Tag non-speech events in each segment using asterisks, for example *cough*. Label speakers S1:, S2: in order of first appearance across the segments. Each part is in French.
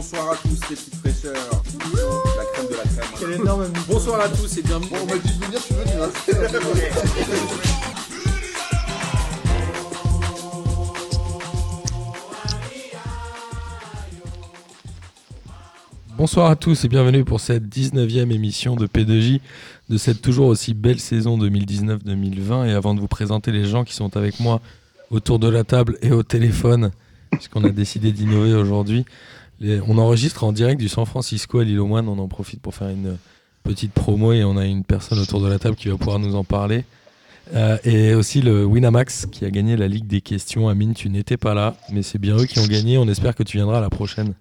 S1: Bonsoir à tous les petites fraîcheurs. La crème de la crème.
S2: Quel énorme ami.
S1: Bonsoir à tous et bienvenue.
S3: Bon, on m'a dit de venir, tu veux, tu vas.
S4: Bonsoir à tous et bienvenue pour cette 19e émission de P2J de cette toujours aussi belle saison 2019-2020. Et avant de vous présenter les gens qui sont avec moi autour de la table et au téléphone, puisqu'on a décidé d'innover aujourd'hui, les- on enregistre en direct du San Francisco à l'île aux moines. On en profite pour faire une petite promo et on a une personne autour de la table qui va pouvoir nous en parler. Euh, et aussi le Winamax qui a gagné la Ligue des questions. Amine, tu n'étais pas là, mais c'est bien eux qui ont gagné. On espère que tu viendras à la prochaine.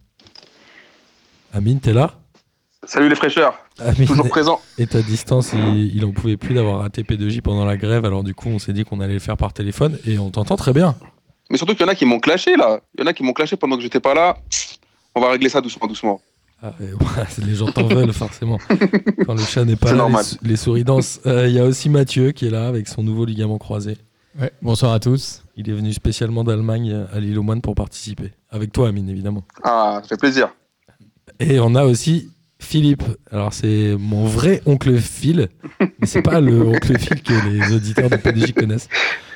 S4: Amine, t'es là
S1: Salut les fraîcheurs.
S4: Amine
S1: Toujours présent.
S4: et ta distance, il, il en pouvait plus d'avoir raté P2J pendant la grève. Alors du coup, on s'est dit qu'on allait le faire par téléphone et on t'entend très bien.
S1: Mais surtout qu'il y en a qui m'ont clashé là. Il y en a qui m'ont clashé pendant que j'étais pas là. On va régler ça doucement, doucement.
S4: Ah, et *laughs* voilà, les gens t'en veulent
S1: *laughs*
S4: forcément. Quand le chat n'est pas
S1: C'est
S4: là,
S1: normal.
S4: Les, sou- les souris dansent. Euh, Il y a aussi Mathieu qui est là avec son nouveau ligament croisé.
S2: Ouais, bonsoir à tous.
S4: Il est venu spécialement d'Allemagne euh, à l'île aux moines pour participer. Avec toi, Amine, évidemment.
S1: Ah, ça fait plaisir.
S4: Et on a aussi Philippe. Alors c'est mon vrai oncle Phil, mais c'est pas le oncle Phil que les auditeurs de P2J connaissent.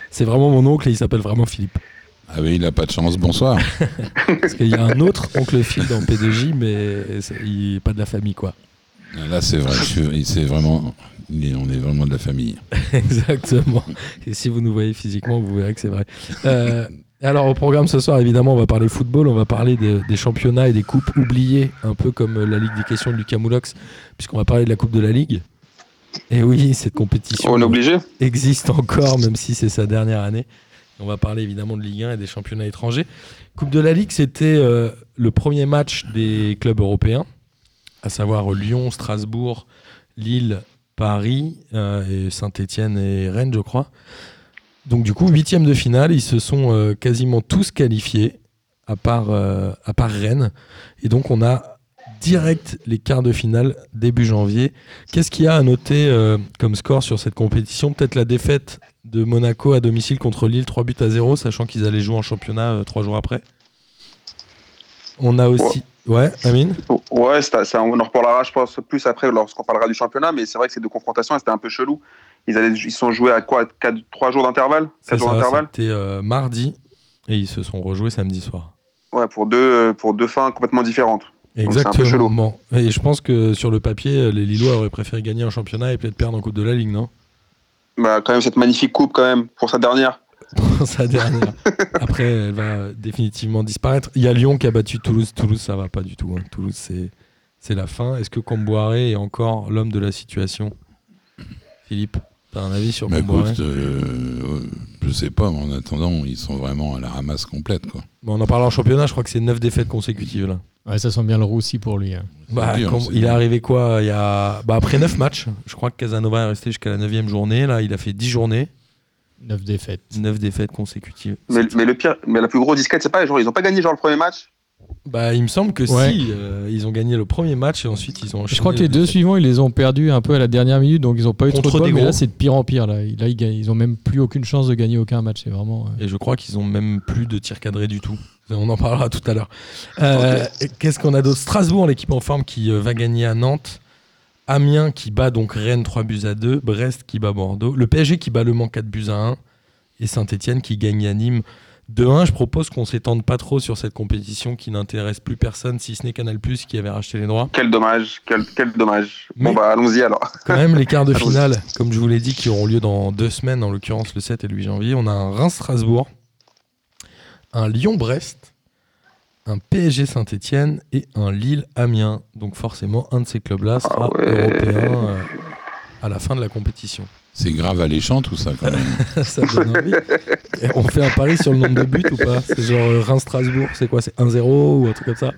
S4: C'est vraiment mon oncle et il s'appelle vraiment Philippe.
S5: Ah oui, il a pas de chance, bonsoir.
S4: Parce qu'il y a un autre oncle Phil dans P2J, mais c'est- il n'est pas de la famille, quoi. *laughs*
S5: Ah, Là, c'est vrai, je suis- c'est vraiment, il est- on est vraiment de la famille.
S4: Exactement. Et si vous nous voyez physiquement, vous verrez que c'est vrai. Euh, alors, au programme ce soir, évidemment, on va parler football, on va parler des, des championnats et des coupes oubliées, un peu comme euh, la Ligue des questions de Lucas Moulox, puisqu'on va parler de la Coupe de la Ligue. Et oui, cette compétition
S1: On est obligé.
S4: existe encore, même si c'est sa dernière année. On va parler évidemment de Ligue 1 et des championnats étrangers. Coupe de la Ligue, c'était euh, le premier match des clubs européens, à savoir Lyon, Strasbourg, Lille, Paris, euh, et Saint-Etienne et Rennes, je crois. Donc du coup, huitième de finale, ils se sont euh, quasiment tous qualifiés, à part, euh, à part Rennes. Et donc on a direct les quarts de finale début janvier. Qu'est-ce qu'il y a à noter euh, comme score sur cette compétition Peut-être la défaite de Monaco à domicile contre Lille, 3 buts à 0, sachant qu'ils allaient jouer en championnat 3 jours après. On a aussi... Ouais, Amine
S1: Ouais, c'est- c'est- on en reparlera, je pense, plus après lorsqu'on parlera du championnat. Mais c'est vrai que ces deux confrontations, c'était un peu chelou. Ils, allaient, ils sont joués à quoi 3 jours d'intervalle 4
S4: C'est
S1: jours
S4: ça,
S1: d'intervalle
S4: C'était euh, mardi et ils se sont rejoués samedi soir.
S1: Ouais, pour deux, pour deux fins complètement différentes. Donc, c'est un peu chelou.
S4: Exactement. Et je pense que sur le papier, euh, les Lillois auraient préféré gagner en championnat et peut-être perdre en Coupe de la Ligue, non
S1: Bah, quand même, cette magnifique coupe, quand même, pour sa dernière.
S4: Pour sa dernière. Après, elle va définitivement disparaître. Il y a Lyon qui a battu Toulouse. Toulouse, ça va pas du tout. hein. Toulouse, c'est c'est la fin. Est-ce que Comboiré est encore l'homme de la situation Philippe, t'as un avis sur
S5: Mais
S4: Comboiré
S5: écoute, euh, je sais pas, mais en attendant, ils sont vraiment à la ramasse complète, quoi.
S4: Bon, On en parle en championnat, je crois que c'est 9 défaites consécutives là.
S2: Ouais, ça sent bien le roussi pour lui. hein.
S4: Bah,
S5: dur,
S4: quand-
S5: c'est
S4: il est
S5: dur.
S4: arrivé quoi il y a... bah, Après 9 matchs, je crois que Casanova est resté jusqu'à la 9 journée. Là, il a fait 10 journées,
S2: Neuf défaites.
S4: 9 défaites consécutives.
S2: Bah,
S1: Mais, mais le pire, mais la plus grosse disquette, c'est pas, genre, ils ont pas gagné, genre, le premier match.
S4: Bah, il me semble que
S2: Ouais.
S4: si, euh, ils ont gagné le premier match et ensuite ils ont enchaîné.
S2: Je crois que les deux
S4: défaites.
S2: suivants, ils les ont perdus un peu à la dernière minute, donc ils n'ont pas eu
S4: Contre
S2: trop de bol,
S4: des
S2: mais
S4: gros.
S2: là c'est de pire en pire. Là, Là, ils, gagnent- ils ont même plus aucune chance de gagner aucun match. C'est vraiment. euh,
S4: Et je crois qu'ils ont même plus de tirs cadrés du tout. On en parlera tout à l'heure. Euh, et Qu'est-ce qu'on a d'autre Strasbourg, l'équipe en forme qui euh, va gagner à Nantes. Amiens qui bat donc Rennes 3 buts à 2. Brest qui bat Bordeaux. Le PSG qui bat Le Mans 4 buts à 1. Et Saint-Etienne qui gagne à Nîmes 2-1. Je propose qu'on s'étende pas trop sur cette compétition qui n'intéresse plus personne, si ce n'est Canal Plus qui avait racheté les droits.
S1: Quel dommage, quel, quel dommage. Bon
S4: Mais-
S1: bah allons-y alors.
S4: Quand même, les quarts de
S1: *laughs* Allons-y.
S4: finale, comme je vous l'ai dit, qui auront lieu dans deux semaines, en l'occurrence le 7 et le 8 janvier. On a un Reims-Strasbourg, un Lyon-Brest, un PSG Saint-Etienne et un Lille-Amiens. Donc forcément, un de ces clubs-là sera
S1: Ah ouais.
S4: européen euh, à la fin de la compétition. *laughs*
S5: C'est grave alléchant, tout ça, quand même.
S4: Ça donne envie. Et on fait un pari sur le nombre de buts ou pas C'est genre euh, Reims-Strasbourg, c'est quoi C'est 1-0 ou un truc comme ça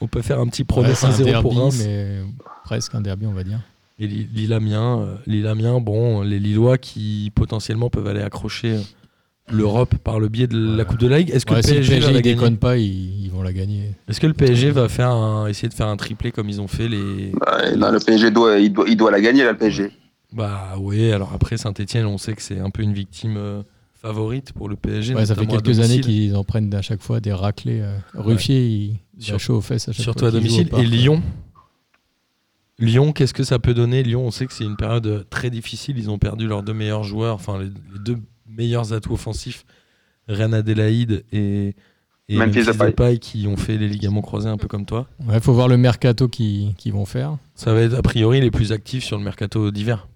S4: on peut faire un petit
S2: ouais,
S4: promesse
S2: c'est un
S4: 1-0
S2: derby,
S4: pour Reims.
S2: mais presque un derby, on va dire.
S4: Et Li- Lille Amiens, euh, Lille Amiens, bon, les Lillois qui potentiellement peuvent aller accrocher euh, l'Europe par le biais de la
S2: Ouais.
S4: Coupe de la Ligue. Est-ce que,
S2: Ouais,
S4: le
S2: si le
S4: PSG va
S2: PSG
S4: la
S2: ne
S4: gagner
S2: déconne pas, ils, ils vont la gagner.
S4: Est-ce que le PSG va faire un- essayer de faire un triplé comme ils ont fait les.
S1: Bah, et là, le PSG doit il, doit, il doit la gagner là, le PSG.
S4: Bah oui, alors après Saint-Etienne, on sait que c'est un peu une victime euh, favorite pour le PSG.
S2: Ouais, ça fait
S4: notamment à
S2: quelques années
S4: domicile.
S2: qu'ils en prennent à chaque fois des raclés. euh, Ruffier, il- il,
S4: Sur-
S2: a chaud aux fesses à chaque
S4: Surtout
S2: fois.
S4: à
S2: qu'il joue au
S4: domicile.
S2: parc. euh,
S4: Et Lyon Lyon, qu'est-ce que ça peut donner Lyon, on sait que c'est une période euh, très difficile. Ils ont perdu leurs deux meilleurs joueurs, enfin les les deux meilleurs atouts offensifs, Reine Adélaïde et, et
S1: Memphis Depay.
S4: qui ont fait les ligaments croisés un peu comme toi.
S2: Ouais, faut voir le mercato qu'ils qu'ils vont faire.
S4: Ça va être a priori les plus actifs sur le mercato d'hiver.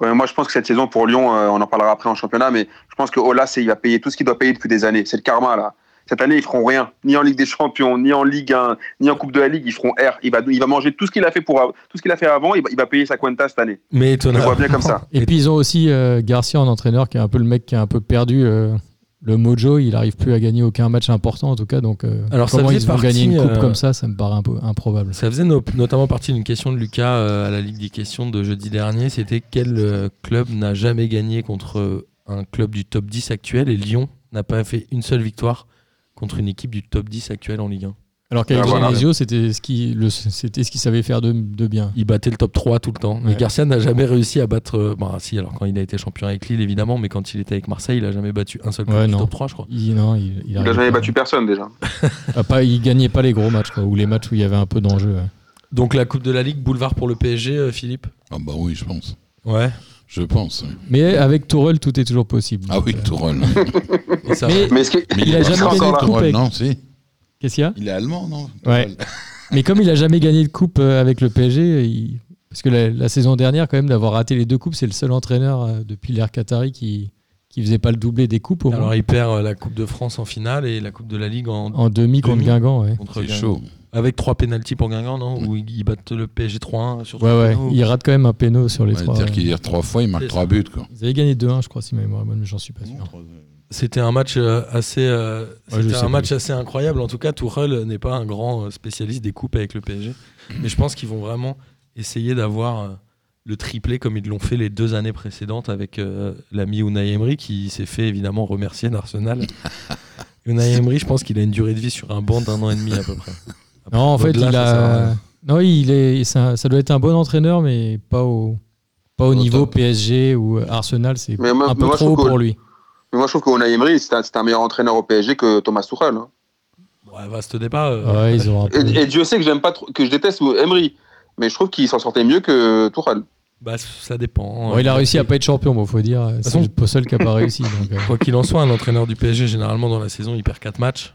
S1: Ouais, moi, je pense que cette saison pour Lyon, euh, on en parlera après en championnat, mais je pense que Ola, c'est il va payer tout ce qu'il doit payer depuis des années. C'est le karma, là. Cette année, ils feront rien, ni en Ligue des Champions, ni en Ligue 1, ni en Coupe de la Ligue. Ils feront R. Il va, il va manger tout ce qu'il a fait pour av- tout ce qu'il a fait avant. Il va, il va payer sa cuenta cette année.
S4: Mais
S1: Je le
S4: étonnamment,
S1: vois bien comme ça.
S2: Et,
S4: Et-
S2: puis ils ont aussi euh, Garcia en entraîneur, qui est un peu le mec qui a un peu perdu euh, le mojo. Il n'arrive plus à gagner aucun match important en tout cas. Donc euh,
S4: Alors, ça
S2: comment
S4: faisait
S2: ils vont
S4: partie,
S2: gagner une coupe
S4: euh,
S2: comme ça, ça me paraît un peu improbable.
S4: Ça faisait no- notamment partie d'une question de Lucas euh, à la Ligue des questions de jeudi dernier. C'était quel euh, club n'a jamais gagné contre euh, un club du top 10 actuel et Lyon n'a pas fait une seule victoire contre une équipe du top 10 actuel en Ligue 1.
S2: Alors
S1: Ah,
S2: qu'avec
S1: voilà.
S2: Genesio, c'était ce qui le- c'était ce qu'il savait faire de, de bien.
S4: Il battait le top 3 tout le temps. Mais
S2: Ouais.
S4: Garcia n'a jamais réussi à battre. euh, bah, si, alors quand il a été champion avec Lille, évidemment, mais quand il était avec Marseille, il a jamais battu un seul club
S2: Ouais,
S4: du
S2: non.
S4: top 3, je crois.
S2: Il, non, il, il
S1: Il n'a
S2: arrivait
S1: jamais
S2: pas.
S1: battu personne déjà.
S2: Ah, pas- il gagnait pas les gros matchs quoi, ou les matchs où il y avait un peu d'enjeu. ouais.
S4: Donc la Coupe de la Ligue, boulevard pour le PSG, euh, Philippe
S5: Ah bah oui, je pense.
S4: Ouais.
S5: Je pense. oui.
S2: Mais avec Tourelle, tout est toujours possible.
S5: Ah oui, Tourelle.
S4: Et ça-
S2: Mais
S1: Mais ce qui-
S5: Mais
S2: Il a
S5: est
S2: jamais
S5: pas
S1: gagné
S5: français,
S1: de coupe
S5: Tourelle,
S2: avec-
S5: Non, si.
S2: qu'est-ce qu'il y a
S5: Il est allemand, non
S2: Ouais.
S5: Tourelle.
S2: Mais comme il a jamais gagné de coupe euh, avec le PSG, il- parce que la, la saison dernière, quand même, d'avoir raté les deux coupes, c'est le seul entraîneur euh, depuis l'ère Qatari qui qui faisait pas le doublé des coupes au
S4: Alors
S2: moins.
S4: il perd euh, la Coupe de France en finale et la Coupe de la Ligue en.
S2: En demi contre
S4: Demi.
S2: Guingamp, ouais.
S4: contre
S5: C'est
S4: Guingamp.
S5: chaud.
S4: Avec trois pénalties pour Guingamp, non Où ils ils battent le PSG 3-1 sur
S2: Ouais,
S4: trois
S2: ouais.
S4: pénaux.
S2: Il rate quand même un péno sur les
S5: Ouais,
S2: trois.
S5: C'est-à-dire
S2: ouais.
S5: qu'il tire trois fois, il
S4: C'est
S5: marque trois buts, quoi.
S2: Ils avaient gagné 2-1, je crois, si ma mémoire est bonne, mais j'en suis pas sûr.
S4: C'était un match euh, assez, euh,
S2: je
S4: c'était
S2: sais
S4: un
S2: plus.
S4: match assez incroyable. En tout cas, Tourelle n'est pas un grand euh, spécialiste des coupes avec le PSG, mais je pense qu'ils vont vraiment essayer d'avoir euh, le triplé comme ils l'ont fait les deux années précédentes avec euh, l'ami Unai Emery qui s'est fait évidemment remercier d'Arsenal. Unai Emery, je pense qu'il a une durée de vie sur un banc d'un an et demi à peu près.
S2: Non, en fait, il
S4: Au-delà, ça sert à rien.
S2: a. Non, il est. c'est un- Ça doit être un bon entraîneur, mais pas au. Pas au
S5: Au
S2: niveau
S5: top.
S2: PSG ou euh, Arsenal, c'est
S1: Mais moi-
S2: un
S1: mais
S2: peu
S1: moi, je
S2: trop haut
S1: trouve que-
S2: pour lui.
S1: mais moi, je trouve qu'Unai Emery, c'est un, c'est un meilleur entraîneur au PSG que Thomas Tuchel. hein.
S4: Ouais, vaste débat. euh.
S2: Ouais, ils ont un peu-
S1: Et, et Dieu sait que j'aime pas trop, que je déteste Emery, mais je trouve qu'il s'en sortait mieux que Tuchel.
S4: Bah, ça dépend.
S2: Bon, il a
S4: Euh,
S2: réussi à pas être champion, bon, faut dire. C'est
S4: façon-
S2: le seul qui a pas réussi. donc, euh,
S4: Quoi qu'il en soit, un entraîneur du PSG, généralement dans la saison, il perd 4 matchs.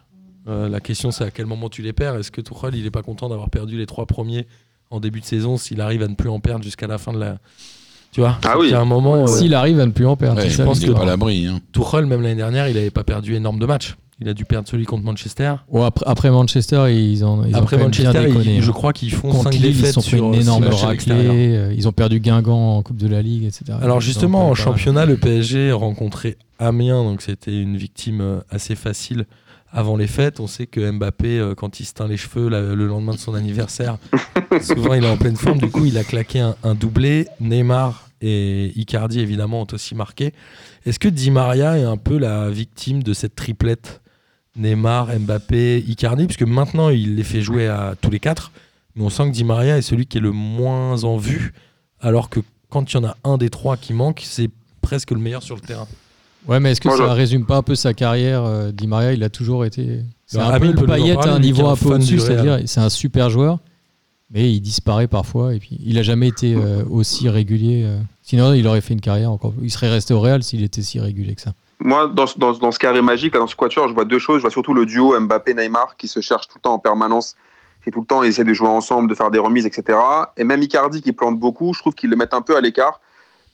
S4: Euh, la question, c'est à quel moment tu les perds. Est-ce que Tuchel, il est pas content d'avoir perdu les trois premiers en début de saison s'il arrive à ne plus en perdre jusqu'à la fin de la. Tu vois
S1: Ah
S4: C'est
S1: oui.
S4: qu'il y a un moment, euh,
S2: S'il arrive à ne plus en perdre,
S5: Ouais,
S2: c'est
S5: je
S2: ça,
S5: pense
S2: le
S5: qu'il est
S2: truc.
S5: pas à l'abri. Hein.
S4: Tuchel, même l'année dernière, il n'avait pas perdu énorme de matchs. Il a dû perdre celui contre Manchester.
S2: Ouais, après, après Manchester, ils ont, ils ont
S4: Après
S2: quand même bien
S4: Manchester, il-
S2: déconné.
S4: je
S2: hein.
S4: crois qu'ils font 5
S2: Contre Lille,
S4: défaites
S2: ils se sont pris
S4: sur euh,
S2: une
S4: six
S2: énorme
S4: matchs à
S2: raclée.
S4: l'extérieur.
S2: euh, Ils ont perdu Guingamp en Coupe de la Ligue, etc.
S4: Alors
S2: Ils
S4: justement,
S2: ont
S4: en
S2: pas mal.
S4: championnat, le PSG rencontrait Amiens, donc c'était une victime euh, assez facile avant les fêtes. On sait que Mbappé, euh, quand il se teint les cheveux la- le lendemain de son anniversaire, souvent il est en pleine forme. Du coup, il a claqué un, un doublé. Neymar et Icardi, évidemment, ont aussi marqué. Est-ce que Di Maria est un peu la victime de cette triplette Neymar, Mbappé, Icardi Puisque maintenant, il les fait jouer à tous les quatre. Mais on sent que Di Maria est celui qui est le moins en vue alors que quand il y en a un des trois qui manque, c'est presque le meilleur sur le terrain.
S2: Ouais, mais est-ce que
S1: Moi, je-
S2: ça résume pas un peu sa carrière euh, Di Maria, il a toujours été. C'est
S4: Alors,
S2: un peu
S4: Amine peut
S2: le
S4: nous en
S2: paillette
S4: parler,
S2: à un
S4: lui, qui est
S2: niveau
S4: un
S2: un peu
S4: fan du
S2: au-dessus,
S4: Real.
S2: c'est-à-dire c'est un super joueur, mais il disparaît parfois et puis il a jamais été euh, aussi régulier. euh. Sinon, il aurait fait une carrière encore. Il serait resté au Real s'il était si régulier que ça.
S1: Moi, dans, ce- dans, ce- dans ce carré magique, là, dans ce quatuor, je vois deux choses. Je vois surtout le duo Mbappé-Neymar qui se cherche tout le temps en permanence. Et tout le temps, ils essaient de jouer ensemble, de faire des remises, etc. Et même Icardi qui plante beaucoup, je trouve qu'ils le mettent un peu à l'écart.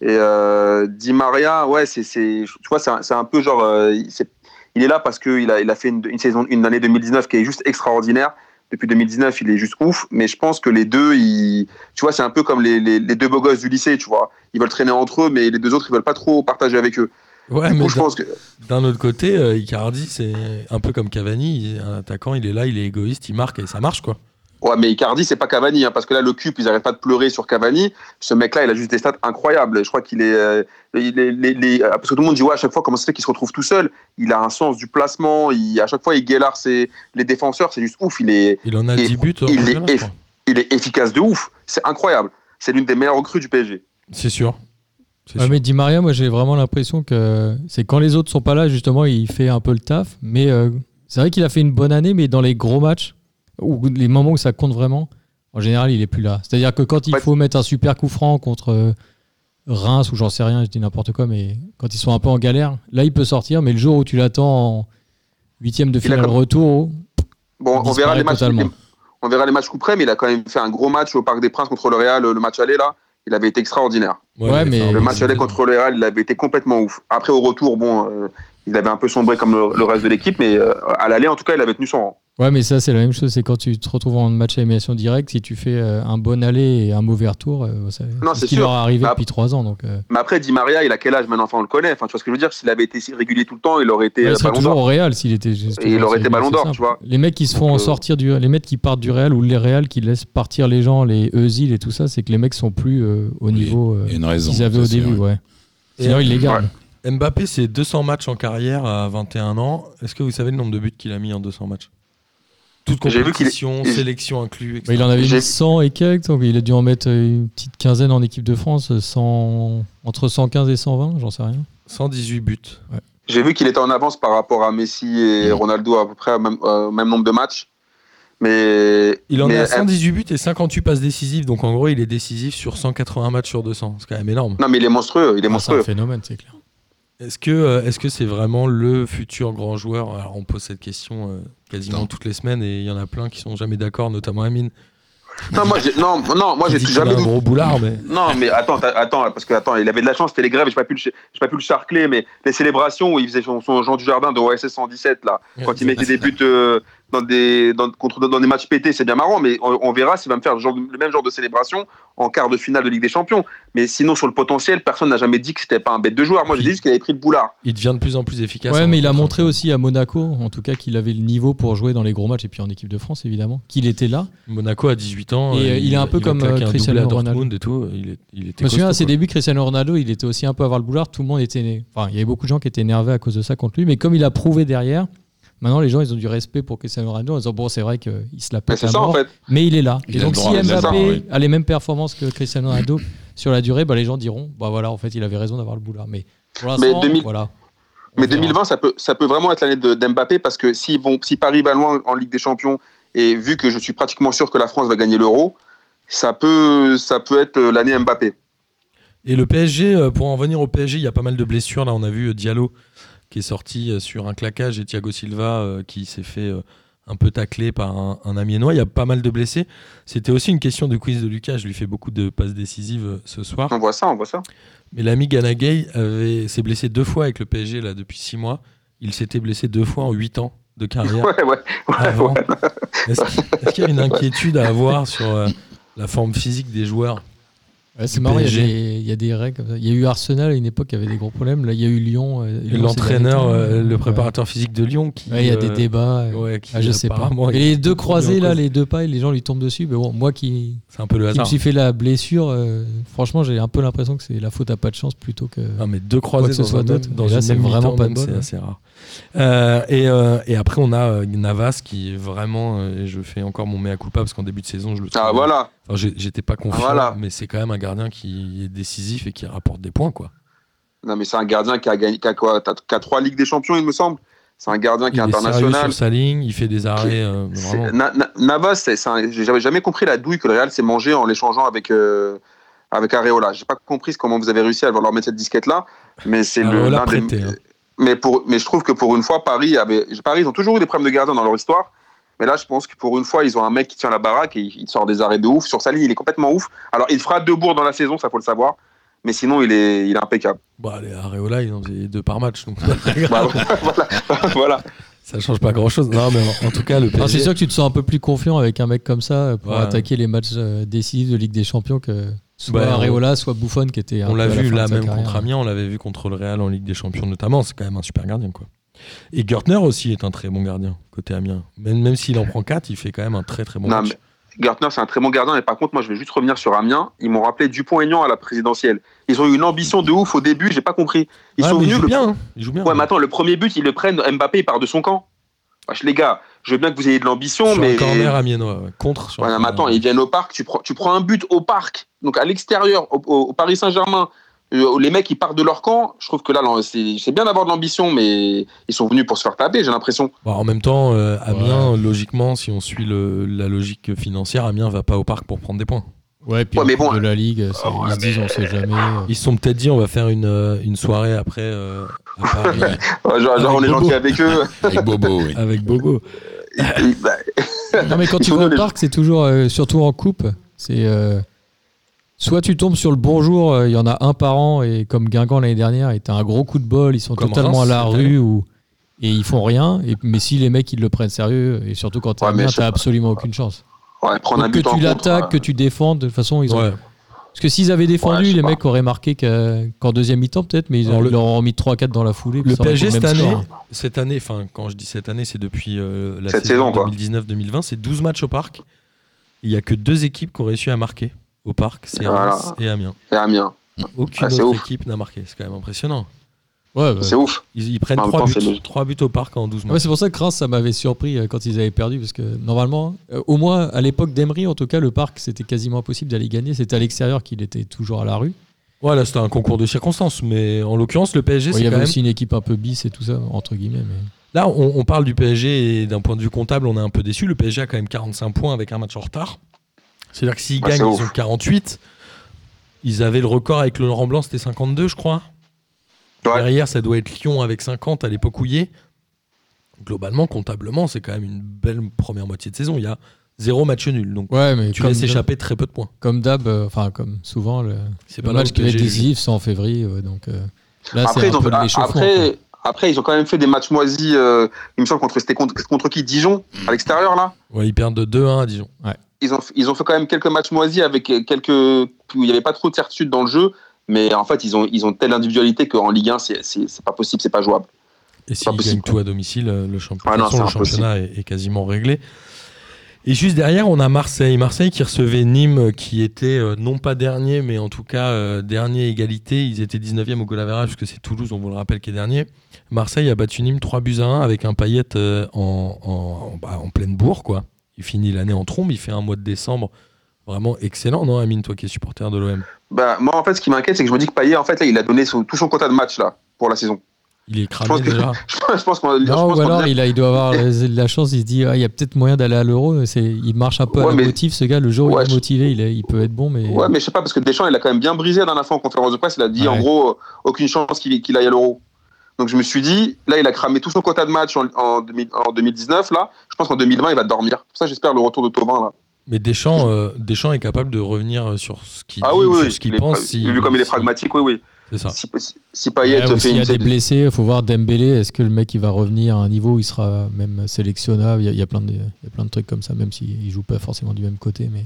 S1: Et euh, Di Maria, ouais, c'est, c'est, tu vois, c'est un, c'est un peu genre. euh, il- c'est- il est là parce qu'il a, il a fait une, une saison, une année 2019 qui est juste extraordinaire. Depuis 2019, il est juste ouf. Mais je pense que les deux, ils, tu vois, c'est un peu comme les, les- les deux beaux gosses du lycée, tu vois. Ils veulent traîner entre eux, mais les deux autres, ils veulent pas trop partager avec eux.
S4: Ouais,
S1: Du
S4: mais
S1: coup, je
S4: d'un-
S1: pense que.
S4: d'un autre côté, euh, Icardi, c'est un peu comme Cavani, il- un attaquant, il est là, il est égoïste, il marque et ça marche quoi.
S1: Ouais, mais Icardi, c'est pas Cavani, hein, parce que là, le cube, ils arrêtent pas de pleurer sur Cavani. Ce mec-là, il a juste des stats incroyables. Je crois qu'il est, euh, il est- les- les- euh, parce que tout le monde dit ouais à chaque fois comment ça se fait qu'il se retrouve tout seul. Il a un sens du placement. Il, à chaque fois, il guélarde ses les défenseurs. C'est juste ouf. Il est,
S4: Il en a
S1: Et
S4: 10 buts. euh, en
S1: il est
S4: championnat, je
S1: eff-
S4: crois.
S1: il est efficace de ouf. C'est incroyable. C'est l'une des meilleures recrues du PSG.
S4: C'est sûr. c'est
S2: Ouais,
S4: sûr.
S2: mais Di Maria, moi j'ai vraiment l'impression que c'est quand les autres sont pas là, justement, il fait un peu le taf. Mais euh, c'est vrai qu'il a fait une bonne année, mais dans les gros matchs, ou les moments où ça compte vraiment, en général, il est plus là. C'est-à-dire que quand il
S1: Ouais.
S2: faut mettre un super coup franc contre euh, Reims ou j'en sais rien, je dis n'importe quoi, mais quand ils sont un peu en galère, là il peut sortir, mais le jour où tu l'attends en huitième de
S1: Il a
S2: finale
S1: comme-
S2: retour,
S1: Bon, on
S2: Disparaît
S1: verra les matchs.
S2: totalement.
S1: les- on verra les matchs coup près, mais il a quand même fait un gros match au Parc des Princes contre le Real, le match aller là. Il avait été extraordinaire.
S2: Ouais, mais-
S4: enfin,
S1: Le
S2: Et
S1: match aller
S4: exactement.
S1: contre le Real, il avait été complètement ouf. Après, au retour, bon, euh, il avait un peu sombré comme le, le reste de l'équipe, mais euh, à l'aller, en tout cas, il avait tenu son rang.
S2: Ouais, mais ça, c'est la même chose. C'est quand tu te retrouves en match à élimination directe, si tu fais euh, un bon aller et un mauvais retour, euh, ça-
S1: Non,
S2: c'est ce
S1: c'est
S2: qui
S1: sûr.
S2: leur est arrivé
S1: Bah,
S2: depuis trois ans. Donc, euh,
S1: Mais après, Di Maria, il a quel âge maintenant Enfin, on le connaît. Enfin, tu vois ce que je veux dire S'il avait été si régulier tout le temps, il aurait été
S2: il
S1: euh,
S2: serait
S1: ballon
S2: toujours
S1: d'or.
S2: au Real s'il était. juste-
S1: Et il aurait
S2: c'est-
S1: été Ballon
S2: c'est
S1: d'or,
S2: simple.
S1: tu vois.
S2: Les mecs qui se font
S1: Donc,
S2: en
S1: euh,
S2: sortir du, les mecs qui partent du Real ou les Real qui laissent partir les gens, les Eusil et tout ça, c'est que les mecs sont plus euh, au
S5: Oui,
S2: niveau euh,
S5: Il y a une raison.
S2: qu'ils avaient
S5: ça,
S2: au
S5: c'est
S2: début,
S5: vrai.
S2: ouais. Sinon,
S4: Et-
S2: ils les gardent.
S4: Mbappé, c'est 200 matchs en carrière à 21 ans. Est-ce que vous savez le nombre de buts qu'il a mis en 200 matchs Toute
S1: J'ai vu qu'il-
S4: compétition,
S1: il-
S4: sélection inclus,
S2: Bah,
S4: etc.
S2: il en avait
S1: J'ai-
S2: mis 100 et quelques, donc il a dû en mettre euh, une petite quinzaine en équipe de France, euh, 100 entre 115 et 120, j'en sais rien.
S4: 118 buts.
S1: J'ai vu qu'il était en avance par rapport à Messi et
S5: Mhm.
S1: Ronaldo, à peu près au même, euh, même nombre de matchs. Mais.
S4: Il en
S1: mais,
S4: est à
S1: euh,
S4: 118 buts et 58 passes décisives. Donc en gros, il est décisif sur 180 matchs sur 200. C'est quand même énorme.
S1: Non, mais il est monstrueux. Il est
S2: Ah, c'est un
S1: monstrueux.
S2: phénomène, c'est clair.
S4: Est-ce que euh, est-ce que c'est vraiment le futur grand joueur Alors, On pose cette question euh, quasiment
S5: Attends.
S4: toutes les semaines et il y en a plein qui sont jamais d'accord, notamment Amine.
S1: Non, moi, j'ai- non, non, moi,
S4: qui
S1: j'ai
S4: dit qu'il
S1: jamais
S4: a un
S1: douté.
S4: gros boulard, mais
S1: Non, mais attends, t'as- attends, parce que attends, il avait de la chance, c'était les grèves, j'ai pas pu le, ch- j'ai pas pu le charcler, mais les célébrations où il faisait son, son Jean du Jardin de OSS 117 là,
S4: Ah,
S1: quand il mettait des buts euh, dans des dans, contre dans des matchs pétés, c'est bien marrant, mais on, on verra s'il va me faire le, genre de- le même genre de célébration en quart de finale de Ligue des Champions. Mais sinon sur le potentiel, personne n'a jamais dit que c'était pas un bête de joueur. Moi, j'ai dit juste qu'il avait pris le boulard.
S4: il devient de plus en plus efficace.
S2: Ouais,
S4: en
S2: mais il a
S4: contre.
S2: montré aussi à Monaco, en tout cas, qu'il avait le niveau pour jouer dans les gros matchs et puis en équipe de France, évidemment, qu'il était là.
S4: Monaco à 18 ans.
S2: Et,
S4: euh,
S2: euh, il est un peu
S4: va
S2: comme,
S4: claquer
S2: euh,
S4: un doublé
S2: Cristiano
S4: à
S2: Ronaldo.
S4: Dortmund et tout. Il, est- il était
S2: Je me souviens à
S4: costaud,
S2: ses
S4: quoi.
S2: débuts, Cristiano Ronaldo, il était aussi un peu à avoir le boulard. Tout le monde était, né- enfin, il y avait beaucoup de gens qui étaient énervés à cause de ça contre lui, mais comme il a prouvé derrière, maintenant les gens ils ont du respect pour Cristiano Ronaldo en disant bon Bah, c'est vrai qu'il se la
S1: Mais
S2: pète
S1: c'est
S2: à
S1: ça
S2: mort,
S1: en fait.
S2: mais il est là.
S5: Il
S2: et
S5: a
S2: donc
S5: le
S2: si
S5: droit,
S2: Mbappé
S1: c'est ça,
S5: oui.
S2: a les mêmes performances que Cristiano Ronaldo *laughs* sur la durée, bah, les gens diront bah voilà en fait il avait raison d'avoir le boulard, mais pour
S1: Mais
S2: l'instant
S1: 2000
S2: voilà. On
S1: Mais
S2: verra.
S1: 2020, ça peut, ça peut vraiment être l'année de- d'Mbappé parce que s'ils vont, si Paris va loin en Ligue des Champions et vu que je suis pratiquement sûr que la France va gagner l'Euro, ça peut, ça peut être euh, l'année Mbappé.
S4: Et le PSG, euh, pour en venir au PSG, il y a pas mal de blessures. Là, on a vu euh, Diallo qui est sorti euh, sur un claquage et Thiago Silva euh, qui s'est fait euh, un peu tacler par un, un Amiénois. Il y a pas mal de blessés. C'était aussi une question du quiz de Lucas. Je lui fais beaucoup de passes décisives euh, ce soir.
S1: On voit ça, on voit ça. *laughs*
S4: Mais l'ami Ganagay avait- s'est blessé deux fois avec le PSG là depuis six mois. Il s'était blessé deux fois en huit ans de carrière.
S1: Ouais, ouais, ouais,
S4: avant.
S1: ouais.
S4: *laughs* Est-ce qu'il est-ce qu'il y a une inquiétude à avoir sur euh, la forme physique des joueurs
S2: Ouais, c'est
S4: du
S2: marrant, il y, a
S4: PSG.
S2: des- il y a des règles comme ça. Il y a eu Arsenal à une époque qui avait des gros problèmes. Là, il y a eu Lyon. euh,
S4: Et
S2: Lyon, ces
S4: L'entraîneur,
S2: derniers temps.
S4: euh, le
S2: Ouais.
S4: préparateur physique de Lyon qui.
S2: Ouais, il y a des
S4: euh,
S2: débats. euh.
S4: ouais, qui
S2: Ah, je sais pas.
S4: apparemment,
S2: Et
S4: il-
S2: les deux croisés, là,
S4: cause.
S2: les deux pailles, les gens lui tombent dessus. Mais bon, moi qui,
S4: C'est un peu le
S2: qui me
S4: hasard.
S2: suis fait la blessure, euh, franchement, j'ai un peu l'impression que c'est la faute à pas de chance plutôt que.
S4: Non, mais deux
S2: Quoi
S4: croisés
S2: que ce
S4: dans,
S2: soit
S4: un
S2: d'autre,
S4: même- dans
S2: et là,
S4: une
S2: c'est
S4: même
S2: vraiment
S4: mi-temps,
S2: pas de
S4: même,
S2: bol,
S4: c'est
S2: ouais.
S4: assez rare. Euh, et, euh, et après, on a euh, Navas qui est vraiment. euh, et je fais encore mon mea culpa parce qu'en début de saison, je le
S1: Ah
S4: trouvais-
S1: voilà.
S4: Enfin, j'ai- j'étais pas confiant,
S1: Voilà.
S4: mais c'est quand même un gardien qui est décisif et qui rapporte des points, quoi.
S1: Non mais c'est un gardien qui a gagné, qui a quoi T'as- qui a trois Ligues des Champions, il me semble. C'est un gardien qui
S4: Il
S1: est
S4: est sérieux
S1: international.
S4: sur sa ligne, il fait des arrêts euh,
S1: C'est-
S4: vraiment.
S1: Na- Na- Navas, c'est- c'est un- j'ai jamais- jamais compris la douille que le Real s'est mangée en l'échangeant avec euh, avec Areola. J'ai pas compris comment vous avez réussi à leur mettre cette disquette là, mais c'est le
S4: Areola
S1: l'un des-
S4: prêté, hein.
S1: Mais pour mais je trouve que pour une fois Paris avait Paris ils ont toujours eu des problèmes de gardien dans leur histoire, mais là je pense que pour une fois ils ont un mec qui tient la baraque et il il sort des arrêts de ouf sur sa ligne, il est complètement ouf. Alors il fera deux bourres dans la saison, ça faut le savoir, mais sinon il est il est impeccable.
S4: *laughs* Bon, allez, Areola, il en faisait deux par match, donc *laughs* c'est pas grave.
S1: Bah, voilà, *laughs* voilà.
S4: ça change pas grand chose. Non, mais en- en tout cas, le
S2: Alors,
S4: PSG.
S2: c'est sûr que tu te sens un peu plus confiant avec un mec comme ça euh, pour
S4: Ouais.
S2: attaquer les matchs euh, décisifs de Ligue des Champions que soit
S4: Bah, on-
S2: Areola, soit Buffon qui était. un
S4: On
S2: peu
S4: l'a
S2: à la
S4: vu
S2: fin de
S4: là
S2: sa
S4: même
S2: carrière.
S4: contre Amiens, on l'avait vu contre le Real en Ligue des Champions notamment, c'est quand même un super gardien quoi. Et Gertner aussi est un très bon gardien côté Amiens. Même, même s'il en prend 4, il fait quand même un très très bon
S1: Non,
S4: match.
S1: Gartner, c'est un très bon gardien, mais par contre, moi, je vais juste revenir sur Amiens. Ils m'ont rappelé Dupont-Aignan à la présidentielle. Ils ont eu une ambition de ouf au début, j'ai pas compris. Ils
S4: Ouais,
S1: sont
S4: mais
S1: venus.
S4: il joue
S1: le-
S4: bien, hein. il joue bien.
S1: Ouais, mais attends, le premier but, ils le prennent, Mbappé, il part de son camp. Wesh, les gars, je veux bien que vous ayez de l'ambition,
S4: sur
S1: mais.
S4: un corner amiennois, ouais. contre sur
S1: Ouais,
S4: un
S1: mais
S4: corner.
S1: attends, ils viennent au parc, tu prends, tu prends un but au parc, donc à l'extérieur, au, au- au Paris Saint-Germain. Euh, les mecs, ils partent de leur camp. Je trouve que là, l'am- c'est c'est bien d'avoir de l'ambition, mais ils sont venus pour se faire taper, j'ai l'impression.
S4: Bon, en même temps, euh, Amiens, logiquement, si on suit le- la logique financière, Amiens va pas au parc pour prendre des points.
S2: Ouais, puis
S1: Ouais,
S2: au
S1: mais
S2: Coupe
S1: bon, euh,
S2: de la Ligue, ça,
S1: ouais,
S2: ils se disent, on sait jamais. euh.
S4: Ils se sont peut-être dit, on va faire une, euh, une soirée après euh, à
S1: *laughs*
S4: Paris
S1: Euh, genre, genre, on est
S4: Avec
S1: gentil
S4: Ah Bobo.
S1: avec
S4: *laughs*
S1: eux.
S5: Avec Bobo,
S4: avec Bogo.
S5: oui.
S1: Et- et- bah,
S2: Non, mais quand
S1: Ils
S2: tu
S1: sont
S2: vas
S1: nuls,
S2: au
S1: les
S2: parc, c'est toujours, euh, surtout en coupe, c'est. euh, Soit tu tombes sur le bonjour, euh, il y en a un par an, et comme Guingamp l'année dernière, et t'as un gros coup de bol, ils sont
S4: Comme
S2: totalement
S4: Reims,
S2: à la
S4: cette année.
S2: rue ou, et ils font rien. Et, mais si les mecs ils le prennent sérieux, et surtout quand t'es
S1: Ouais,
S2: Amiens,
S1: mais je sais
S2: t'as
S1: pas.
S2: absolument aucune chance.
S1: ouais, prendre un
S2: Donc que
S1: but en
S2: tu
S1: contre,
S2: l'attaques, que
S1: euh,
S2: tu défendes, de toute façon ils ont.
S4: Ouais.
S2: Parce que s'ils avaient
S1: Ouais,
S2: défendu,
S1: je sais
S2: les
S1: pas.
S2: mecs auraient marqué qu'à- qu'en deuxième mi-temps peut-être, mais ils,
S4: Alors,
S2: en-
S4: le-
S2: ils leur ont mis 3-4 dans la foulée. puis
S4: Le
S2: ça aurait été
S4: PSG cette
S2: même
S4: année,
S2: score. hein.
S4: cette année, enfin quand je dis cette année, c'est depuis euh, la
S1: Cette
S4: saison,
S1: saison, quoi.
S4: 2019-2020, c'est 12 matchs au parc. Il y a que deux équipes qui ont réussi à marquer au parc, c'est
S1: Voilà.
S4: Reims et Amiens.
S1: et Amiens.
S4: Aucune
S1: Ah, c'est
S4: autre
S1: ouf.
S4: équipe n'a marqué, c'est quand même impressionnant.
S2: Ouais, bah,
S1: C'est ouf.
S4: Ils, ils prennent
S1: Ah, en même
S4: trois
S1: temps, c'est
S4: buts,
S1: logique.
S4: trois buts au parc en 12
S2: Ah ouais,
S4: matchs.
S2: c'est pour ça que Reims, ça m'avait surpris euh, quand ils avaient perdu, parce que normalement, euh, au moins à l'époque d'Emery, en tout cas, le parc, c'était quasiment impossible d'aller gagner. C'était à l'extérieur qu'il était toujours à la rue.
S4: Voilà, c'était un concours de circonstances, mais en l'occurrence le PSG,
S2: Ouais,
S4: c'est
S2: il y
S4: quand
S2: avait
S4: même.
S2: aussi une équipe un peu bis et tout ça, entre guillemets. Mais...
S4: Là, on, on parle du PSG et d'un point de vue comptable, on est un peu déçu. Le PSG a quand même 45 points avec un match en retard. C'est-à-dire que s'ils
S1: Ouais,
S4: gagnent,
S1: Ah, c'est
S4: ils
S1: ouf.
S4: ont 48. Ils avaient le record avec le Laurent Blanc, c'était 52, je crois.
S1: Ouais.
S4: Derrière, ça doit être Lyon avec 50 à l'époque où il y est. Globalement, comptablement, c'est quand même une belle première moitié de saison. Il y a zéro match nul. Donc,
S2: Ouais, mais
S4: tu
S2: comme,
S4: laisses échapper très peu de points.
S2: comme d'hab, euh, enfin, comme souvent, le,
S4: C'est
S2: le
S4: pas là
S2: match
S4: où
S2: qui
S4: le
S2: va être
S4: PSG
S2: décisif, c'est en février. ouais, donc euh, là, c'est
S1: Après, ils
S2: un
S1: ont
S2: peu
S1: fait-
S2: de l'échauffement. quoi.
S1: après, après, ils ont quand même fait des matchs moisis. euh, il me semble contre, c'était contre, contre qui Dijon, à l'extérieur, là
S4: Ouais, ils perdent de 2-1 à Dijon.
S1: ils ont, ils ont fait quand même quelques matchs moisis avec euh, quelques où il n'y avait pas trop de certitude dans le jeu. Mais en fait, ils ont, ils ont telle individualité qu'en Ligue 1, c'est- c'est c'est pas possible, c'est pas jouable.
S4: Et s'ils
S1: possible,
S4: gagnent tout à domicile, euh, le, champ-
S1: Ah
S4: de
S1: non,
S4: toute façon,
S1: c'est
S4: le championnat est, est quasiment réglé. Et juste derrière, on a Marseille. Marseille qui recevait Nîmes, euh, qui était euh, non pas dernier, mais en tout cas euh, dernier égalité. Ils étaient 19e au goal average, parce que c'est Toulouse, on vous le rappelle, qui est dernier. Marseille a battu Nîmes 3 buts à 1 avec un paillette en, en- en- bah, en pleine bourre. quoi. Il finit l'année en trombe, il fait un mois de décembre vraiment excellent, non Amine, toi qui es supporter de l'OM
S1: Bah, moi, en fait, ce qui m'inquiète, c'est que je me dis que Payet, en fait, là, il a donné son- tout son quota de matchs là, pour la saison. *laughs*
S4: Il est
S1: Je
S4: cramé
S1: pense que-
S4: déjà.
S1: Je pense, je pense qu'on. je
S2: Non,
S1: pense
S2: ou
S1: qu'on
S2: alors
S1: dirait-
S2: il, a, il doit avoir euh, la chance, il se dit, ah, il y a peut-être moyen d'aller à l'euro. C'est- Il marche un peu
S1: Ouais,
S2: à la
S1: mais-
S2: motive, ce gars. Le jour où
S1: Ouais,
S2: il est
S1: je-
S2: motivé, il, est- il peut être bon, mais.
S1: Ouais, mais je sais pas, parce que Deschamps, il a quand même bien brisé la dernière fois en conférence de presse. Il a dit,
S2: Ouais.
S1: en gros, euh, aucune chance qu'il qu'il aille à l'Euro. Donc, je me suis dit, là, il a cramé tout son quota de matchs en, en 2000 en 2019. Là, je pense qu'en 2020, il va dormir. Pour ça, j'espère le retour de Thauvin là.
S4: Mais Deschamps, euh, Deschamps est capable de revenir euh, sur ce qu'il
S1: Ah
S4: dit,
S1: oui, oui,
S4: sur
S1: oui.
S4: ce qu'il
S1: il est
S4: pense.
S1: pra-
S4: si-
S1: vu comme il est
S4: si-
S1: pragmatique, oui, oui.
S4: C'est ça.
S1: Si, si- si Payet
S2: Ouais, ou
S1: fait
S2: S'il y a
S1: une
S2: des
S1: saison-
S2: blessés, il faut voir Dembélé. Est-ce que le mec il va revenir à un niveau où il sera même sélectionnable il y, a, il y a plein de, il y a plein de trucs comme ça, même s'il ne joue pas forcément du même côté. Mais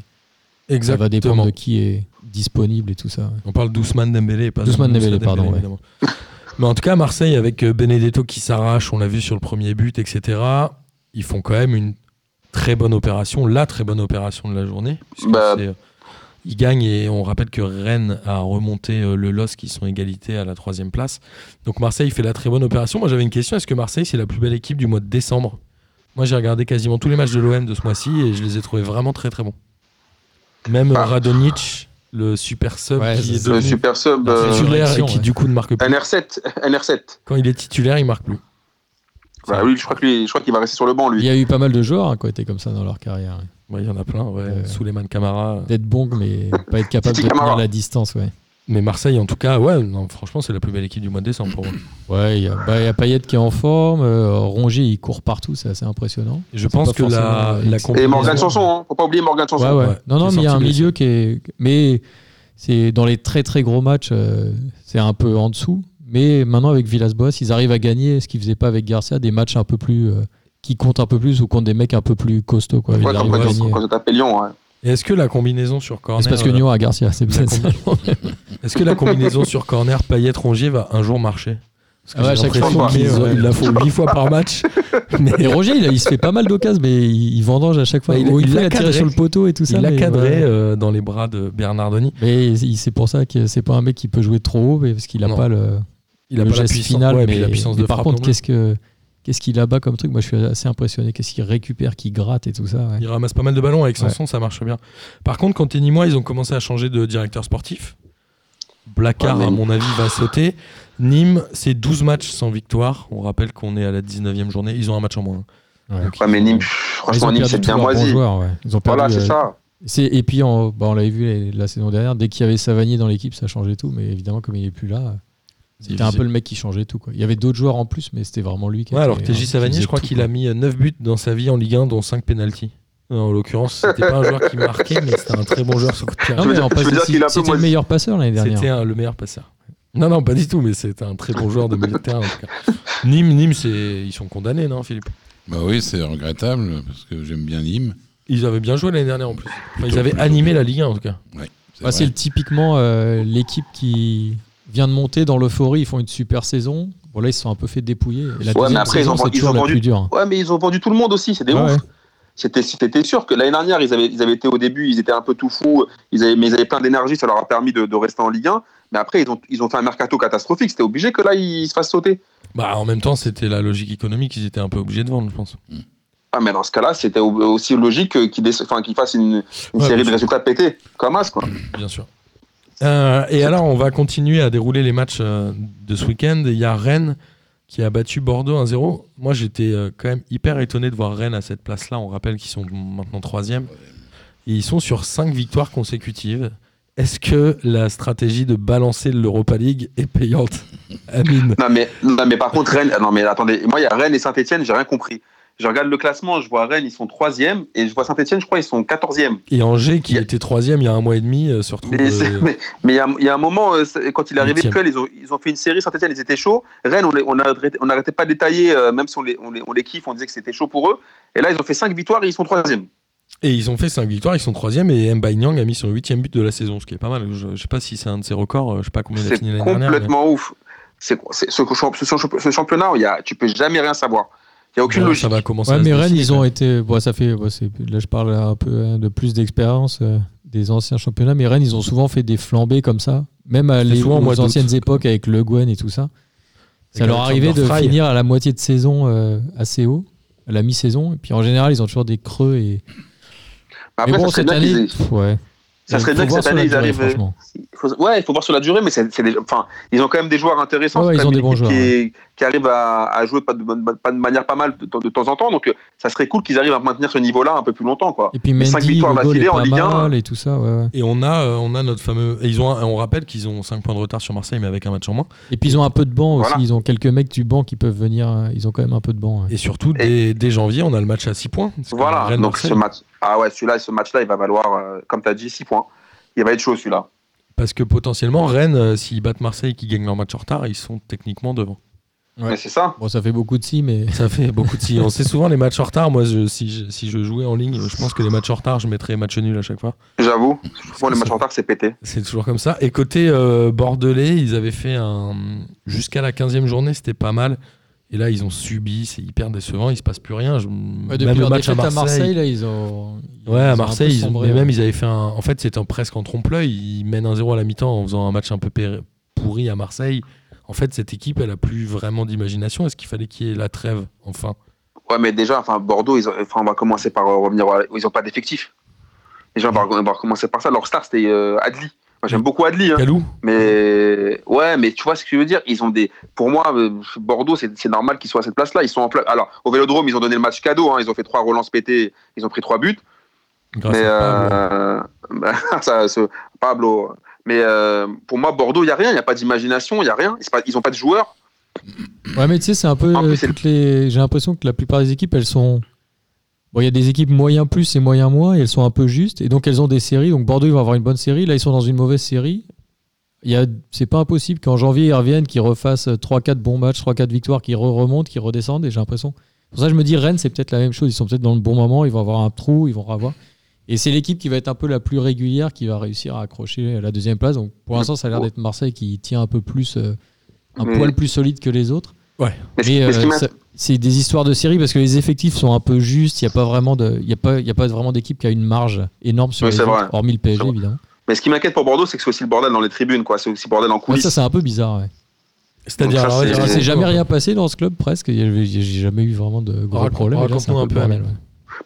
S2: ça va dépendre
S4: Exactement.
S2: de qui est disponible et tout ça. ouais.
S4: On parle d'Ousmane Dembélé, et pas
S2: Ousmane
S4: de Moussa
S2: Dembélé, pardon, ouais.
S4: évidemment. *laughs* Mais en tout cas, Marseille avec euh, Benedetto qui s'arrache, on l'a vu sur le premier but, etc. Ils font quand même une très bonne opération, la très bonne opération de la journée. puisque
S1: Bah.
S4: c'est, euh, Ils gagnent et on rappelle que Rennes a remonté euh, le loss qui sont égalité à la troisième place. Donc Marseille fait la très bonne opération. Moi j'avais une question, est-ce que Marseille c'est la plus belle équipe du mois de décembre Moi j'ai regardé quasiment tous les matchs de l'OM de ce mois-ci et je les ai trouvés vraiment très très bons. Même euh,
S1: Ah.
S4: Radonjic, le super sub
S2: Ouais,
S4: qui
S2: c'est
S4: est
S2: ça.
S1: le
S4: devenu
S1: super sub
S2: Euh,
S1: euh,
S4: titulaire et
S2: réaction,
S4: qui
S2: ouais.
S4: du coup ne marque plus.
S1: NR7 NR7
S4: Quand il est titulaire, il marque plus.
S1: bah oui je crois que lui- je crois qu'il va rester sur le banc
S2: Il
S1: lui
S2: y a eu pas mal de joueurs hein, qui ont été comme ça dans leur carrière. hein. ouais.
S4: Ouais, il y en a plein. Ouais.
S2: Ouais.
S4: Souleymane Camara.
S2: D'être bon, mais pas être capable de
S1: Titi Camara.
S2: tenir la distance. Ouais,
S4: Mais Marseille, en tout cas, ouais, non, franchement, c'est la plus belle équipe du mois de décembre pour moi.
S2: ouais il y a, bah, il y a Payet qui est en forme. euh, Rongier, il court partout, c'est assez impressionnant.
S4: Et je
S2: C'est
S4: pense
S2: pas
S4: que la,
S2: forcément-
S4: la
S2: Et
S1: et
S4: combinaison-
S1: Morgan Sanson hein. faut pas oublier Morgan Sanson
S2: Ouais, ouais.
S4: Ouais,
S2: Non,
S4: qui est
S2: non, mais il y a un
S4: sorti blessé.
S2: milieu qui est. Mais c'est dans les très très gros matchs, euh, c'est un peu en dessous. Mais maintenant avec Villas-Boas, ils arrivent à gagner ce qu'ils faisaient pas avec Garcia, des matchs un peu plus euh, qui comptent un peu plus ou contre des mecs un peu plus costauds quoi. Ils
S1: Ouais, quand
S2: arrivent à
S1: quand-
S2: gagner.
S1: quand on tapait Lyon ouais.
S4: Et Est-ce que la combinaison sur corner.
S2: C'est parce que
S4: euh,
S2: Nyon a Garcia, c'est
S4: la
S2: peut-être ça.
S4: combi- Est-ce que la combinaison sur corner Payet-Rongier va un jour marcher Parce que
S2: Ah ouais, à
S4: j'ai
S2: chaque euh,
S4: l'impression
S1: fois, il
S4: qu'ils
S2: met,
S4: ont-
S2: ouais.
S4: ils la font 8 fois par match. *laughs* Mais
S2: Et Roger, il, a- il se fait pas mal d'occasions, mais il, il vendange à chaque fois.
S4: Bah, il-
S2: Oh, une
S4: il
S2: fois,
S4: l'a
S2: a tiré
S4: cadré.
S2: sur le poteau et tout ça.
S4: il l'a
S2: mais
S4: cadré
S2: voilà.
S4: euh, dans les bras de Bernardoni.
S2: Mais il- c'est pour ça que c'est pas un mec qui peut jouer trop haut, mais parce qu'il a
S4: Non.
S2: pas le.
S4: Il a
S2: le
S4: pas la
S2: geste
S4: puissance,
S2: final,
S4: ouais, puis
S2: mais,
S4: la puissance
S2: mais
S4: de
S2: par
S4: frappe
S2: contre,
S4: non plus.
S2: qu'est-ce que qu'est-ce qu'il abat comme truc Moi, je suis assez impressionné. Qu'est-ce qu'il récupère, qu'il gratte et tout ça. ouais.
S4: Il ramasse pas mal de ballons avec Sanson, ça marche bien. Par contre, quand t'es Nîmois, ils ont commencé à changer de directeur sportif. Blacard,
S1: Ouais, mais-
S4: à mon avis, va sauter. Nîmes, c'est 12 matchs sans victoire. On rappelle qu'on est à la 19e journée. Ils ont un match en moins. hein.
S2: Ouais.
S4: Donc,
S1: Ouais, mais
S4: ils-
S1: Nîmes, pff, franchement,
S2: Ils ont
S1: Nîmes,
S2: perdu
S1: c'est
S2: tous
S1: bien
S2: leurs bons
S1: moisi.
S2: joueurs, ouais. Ils ont perdu,
S1: Voilà, c'est
S2: euh,
S1: ça.
S2: c'est- Et puis, on, bah, on l'avait vu les- la saison dernière, dès qu'il y avait Savanier dans l'équipe, ça changeait tout. Mais évidemment, comme il est plus là, c'était un
S4: divisé.
S2: peu le mec qui changeait tout. Quoi. Il y avait d'autres joueurs en plus, mais c'était vraiment lui qui
S4: Ouais,
S2: était,
S4: alors que
S2: euh,
S4: TJ
S2: qui
S4: Savanier,
S2: faisait
S4: je crois
S2: tout,
S4: qu'il
S2: quoi.
S4: a mis 9 buts dans sa vie en Ligue 1, dont 5 pénalties. En l'occurrence, c'était pas un joueur qui marquait, mais c'était un très bon joueur sur coup de pied
S2: Non,
S1: veux
S2: mais
S1: dire-
S2: en
S1: tu veux
S2: passant,
S1: dire
S2: si-
S1: qu'il a un peu
S2: c'était le
S1: moins-
S2: meilleur passeur l'année dernière.
S4: C'était un- le meilleur passeur. Non, non, pas du tout, mais c'était un très bon joueur de milieu de terrain. En tout cas. Nîmes, Nîmes c'est- ils sont condamnés, non, Philippe
S5: Bah oui, c'est regrettable parce que j'aime bien Nîmes.
S4: Ils avaient bien joué l'année dernière en plus. Enfin, ils
S5: Plutôt-
S4: avaient
S5: plutôt
S4: animé
S5: bien.
S4: la Ligue 1 en tout cas.
S5: C'est
S2: Bah,
S5: vrai.
S2: c'est le- typiquement euh, l'équipe qui vient de monter dans l'euphorie. Ils font une super saison. Bon, là, ils se sont un peu fait dépouiller. Et la
S1: Ouais, mais
S2: deuxième
S1: après, ils
S2: saison,
S1: ont-
S2: c'est
S1: ils
S2: toujours
S1: ont
S2: la
S1: vendu-
S2: plus dure. hein.
S1: Ouais, mais ils ont vendu tout le monde aussi, c'est des
S2: Ouais,
S1: ouf.
S2: ouais.
S1: C'était, c'était sûr que l'année dernière, ils avaient, ils avaient été au début, ils étaient un peu tout fous, ils avaient, mais ils avaient plein d'énergie, ça leur a permis de, de rester en Ligue 1. Mais après, ils ont, ils ont fait un mercato catastrophique, c'était obligé que là, ils se fassent sauter.
S4: Bah, en même temps, c'était la logique économique, ils étaient un peu obligés de vendre, je pense.
S1: Ah, mais dans ce cas-là, c'était au- aussi logique que- qu'ils, déce- enfin, qu'ils fassent une, une
S4: Ouais, bien
S1: série de
S4: sûr.
S1: résultats pétés, comme As, quoi.
S4: Bien sûr. Euh, et alors, on va continuer à dérouler les matchs euh, de ce week-end. Il y a Rennes qui a battu Bordeaux 1-0. Moi, j'étais euh, quand même hyper étonné de voir Rennes à cette place-là. On rappelle qu'ils sont maintenant troisième. Et ils sont sur cinq victoires consécutives. Est-ce que la stratégie de balancer l'Europa League est payante *laughs* Amine
S1: Non mais, non, mais par contre, Rennes, non, mais attendez, moi, il y a Rennes et Saint-Etienne, j'ai rien compris. Je regarde le classement, je vois Rennes, ils sont 3 et je vois Saint-Etienne, je crois, ils sont 14 e
S4: et Angers, qui
S1: Il y a-
S4: était troisième il y a un mois et demi, euh, se retrouve.
S1: Mais c'est-
S4: euh,
S1: mais- mais il y a- il y, a un moment, euh, c'est- quand il est arrivé,
S4: Huitième.
S1: Puel, ils ont, ils ont fait une série, Saint-Etienne, ils étaient chauds. Rennes, on les- on n'arrêtait on n'arrêtait pas de détailler, euh, même si on les, on, les, on les kiffe, on disait que c'était chaud pour eux. Et là, ils ont fait 5 victoires et ils sont 3e.
S4: Et ils ont fait 5 victoires, ils sont 3 et Mbaye Nyang a mis son 8 but de la saison, ce qui est pas mal. Je, je sais pas si c'est un de ses records, euh, je sais pas combien il a
S1: C'est
S4: fini l'année dernière. mais-
S1: complètement ouf. C'est c'est- ce, champ- ce champ- ce championnat, où il y a, tu peux jamais rien savoir. Il n'y a aucune
S4: Ouais,
S1: logique.
S4: Ça va commencer
S2: Ouais,
S4: à
S2: mais
S4: se
S2: Rennes,
S4: décider,
S2: ils ont
S4: quoi.
S2: été. Bon, ça fait. bon, c'est- là, je parle un peu hein, de plus d'expérience euh, des anciens championnats, mais Rennes, ils ont souvent fait des flambées comme ça, même à
S4: C'était
S2: les,
S4: souvent au
S2: aux
S4: mois d'août.
S2: anciennes époques avec Le Guen et tout ça. Ça
S4: Avec
S2: leur
S4: Alexander
S2: arrivait de
S4: Frey.
S2: finir à la moitié de saison euh, assez haut, à la mi-saison. Et puis en général, ils ont toujours des creux. Et...
S1: Après,
S2: mais bon,
S1: ça serait
S2: cette
S1: bien
S2: année,
S1: qu'ils aient-
S2: pff, ouais.
S1: ça
S2: Il
S1: serait
S2: faut
S1: bien que
S2: voir
S1: cette
S2: sur la
S1: année, ils
S2: durée,
S1: arrivent, euh,
S2: franchement.
S1: Il faut- ouais, il faut voir sur la durée, mais c'est, c'est des- enfin, ils ont quand même des joueurs intéressants.
S2: Ouais, ouais,
S1: c'est
S2: ils ont
S1: quand même
S2: des
S1: une
S2: bons
S1: équipe Qui, est- qui arrive à, à jouer pas de, bonne- pas de manière pas mal de, de temps en temps. Donc, euh, ça serait cool qu'ils arrivent à maintenir ce niveau-là un peu plus longtemps. Quoi.
S2: Et puis
S1: cinq
S2: Mendy,
S1: victoires
S2: le goal
S1: d'affilée
S2: est
S1: en
S2: pas
S1: Ligue un.
S2: mal et tout ça. ouais, ouais.
S4: Et on a, euh, on a notre fameux. et Ils ont un- on rappelle qu'ils ont 5 points de retard sur Marseille, mais avec un match en moins.
S2: Et puis ils ont un peu de banc aussi.
S1: Voilà.
S2: Ils ont quelques mecs du banc qui peuvent venir. euh, Ils ont quand même un peu de banc. ouais.
S4: Et surtout, dès, dès janvier, on a le match à 6 points. Parce que
S1: Voilà,
S4: Rennes,
S1: donc
S4: Marseille,
S1: ce match. Ah ouais, celui-là, ce match-là, il va valoir, euh, comme tu as dit, 6 points. Il va être chaud celui-là.
S4: Parce que potentiellement, Rennes, euh, s'ils battent Marseille et qu'ils gagnent leur match en retard, ils sont techniquement devant.
S2: Ouais.
S1: Mais c'est ça.
S2: Bon, ça fait beaucoup de si, mais.
S4: Ça fait beaucoup de si. On sait souvent les matchs en retard. Moi, je- si, je, si je jouais en ligne, je pense que les matchs en retard, je mettrais match nul à chaque fois.
S1: J'avoue, souvent les matchs en retard, c'est pété.
S4: C'est toujours comme ça. Et côté euh, Bordelais, ils avaient fait un. Jusqu'à la 15e journée, c'était pas mal. Et là, ils ont subi, c'est hyper décevant, il se passe plus rien. Je-
S2: Ouais,
S4: même
S2: depuis
S4: le
S2: leur
S4: match à
S2: défaite
S4: Marseille.
S2: là, ils ont.
S4: Ouais,
S2: ils ont un
S4: à
S2: peu
S4: Marseille, ils ont-
S2: sombré,
S4: mais
S2: ouais.
S4: même ils avaient fait un. En fait, c'était en- presque en trompe-l'œil. Ils mènent 1-0 à la mi-temps en faisant un match un peu pé- pourri à Marseille. En fait, cette équipe, elle a plus vraiment d'imagination. Est-ce qu'il fallait qu'il y ait la trêve, enfin
S1: Ouais, mais déjà, enfin, Bordeaux, ils ont- enfin, on va commencer par euh, revenir. à- Ils n'ont pas d'effectif. Déjà, on va, on va recommencer par ça. Leur star, c'était euh, Adli. Moi,
S2: Mm.
S1: j'aime beaucoup Adli. hein.
S4: Calou
S2: Mhm.
S1: Mais ouais, mais tu vois ce que je veux dire. Ils ont des. Pour moi, euh, Bordeaux, c'est c'est normal qu'ils soient à cette place-là. Ils sont en pla- Alors, au Vélodrome, ils ont donné le match cadeau. hein. Ils ont fait trois relances pétées. Ils ont pris trois buts.
S2: Ah,
S4: grâce
S1: mais
S4: à Pablo.
S1: euh, *laughs* ça, ce- Pablo. Mais euh, pour moi, Bordeaux, il y a rien. Il y a pas d'imagination. Il y a rien. C'est pas- Ils ont pas de joueurs.
S2: Ouais, mais tu sais, c'est un peu.
S1: En plus,
S2: euh,
S1: c'est le-
S2: toutes les... J'ai l'impression que la plupart des équipes, elles sont. Bon, il y a des équipes moyen plus et moyen moins, et elles sont un peu justes. Et donc, elles ont des séries. Donc, Bordeaux, ils vont avoir une bonne série. Là, ils sont dans une mauvaise série. Il y a... C'est pas impossible qu'en janvier, ils reviennent, qu'ils refassent 3-4 bons matchs, 3-4 victoires, qu'ils remontent, qu'ils redescendent. Et j'ai l'impression. Pour ça, je me dis, Rennes, c'est peut-être la même chose. Ils sont peut-être dans le bon moment. Ils vont avoir un trou, ils vont avoir. Et c'est l'équipe qui va être un peu la plus régulière qui va réussir à accrocher la deuxième place. Donc,
S1: Mm.
S2: pour l'instant, ça a l'air d'être Marseille qui tient un peu plus. euh, un
S1: Mais-
S2: poil plus solide que les autres.
S1: Mais ce-
S2: Mais
S1: mais ce qui
S2: euh,
S1: m'in-
S2: ça- c'est des histoires de série parce que les effectifs sont un peu justes. Il n'y a pas vraiment de, il y a pas, il y a pas vraiment d'équipe qui a une marge énorme sur
S1: Oui,
S2: les
S1: c'est
S2: autres,
S1: vrai.
S2: hormis le PSG
S1: C'est vrai.
S2: évidemment.
S1: mais ce qui m'inquiète pour Bordeaux, c'est que c'est aussi le bordel dans les tribunes. quoi. C'est aussi le bordel en
S2: Ouais,
S1: coulisses.
S2: Ah, ça c'est un peu bizarre. Ouais.
S4: C'est-à-dire,
S1: ça,
S4: alors,
S1: c'est-
S4: vas-y,
S1: Et-
S2: Il s'est
S4: raconte-nous
S2: jamais
S4: un peu.
S2: rien passé dans ce club presque. Il y avait- J'ai jamais eu vraiment de gros
S4: Raconte-
S2: problèmes. et là, c'est un
S4: raconte-nous
S2: peu
S4: un
S2: le
S4: peu,
S2: bordel,
S4: Amine.
S2: ouais.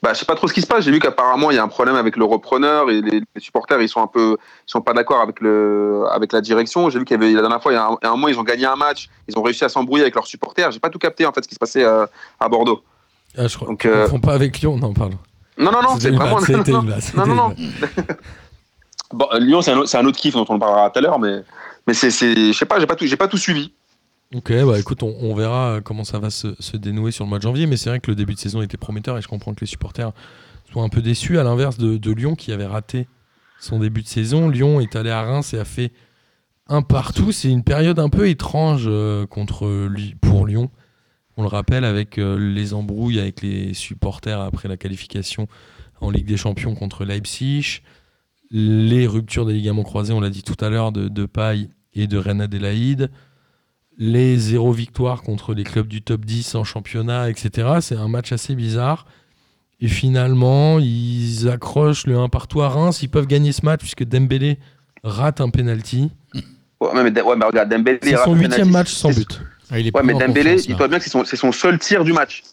S1: Bah, je sais pas trop ce qui se passe. J'ai vu qu'apparemment il y a un problème avec le repreneur et les, les supporters ils sont un peu, ils sont pas d'accord avec le, avec la direction. J'ai vu qu'il y avait la dernière fois il y a un, il y a un mois ils ont gagné un match, ils ont réussi à s'embrouiller avec leurs supporters. J'ai pas tout capté en fait ce qui se passait euh, à Bordeaux.
S4: Ah, je crois
S1: Donc,
S4: qu'on
S1: euh,
S4: confond pas avec Lyon, non, pardon.
S1: Non non non,
S4: C'était
S1: c'est
S4: une blague,
S1: vraiment
S4: c'était
S1: *laughs* non,
S4: une blague,
S1: non,
S4: c'était
S1: non.
S4: une blague.
S1: *laughs* Bon, euh, Lyon c'est un, autre- c'est un autre kiff dont on parlera tout à l'heure, mais mais c'est, c'est- je sais pas, j'ai pas tout, j'ai pas tout suivi.
S4: Ok, bah écoute, on, on verra comment ça va se, se dénouer sur le mois de janvier, mais c'est vrai que le début de saison était prometteur et je comprends que les supporters soient un peu déçus, à l'inverse de, de Lyon qui avait raté son début de saison. Lyon est allé à Reims et a fait un partout. C'est une période un peu étrange euh, contre Li- pour Lyon. On le rappelle avec euh, les embrouilles avec les supporters après la qualification en Ligue des Champions contre Leipzig, les ruptures des ligaments croisés, on l'a dit tout à l'heure, de, de Paille et de Reine Adélaïde les zéro victoire contre les clubs du top 10 en championnat, etc. C'est un match assez bizarre. Et finalement, ils accrochent le 1 partout à Reims. Ils peuvent gagner ce match puisque Dembélé rate un penalty.
S1: Ouais, mais, ouais, mais regarde Dembélé. il
S4: C'est
S1: rate
S4: son
S1: le
S4: huitième
S1: penalty.
S4: match sans but.
S2: Ah, il est
S1: Ouais,
S2: plus
S1: mais
S2: en
S1: Dembélé,
S2: confiance, là.
S1: dis-toi bien que c'est son, c'est son seul tir du match.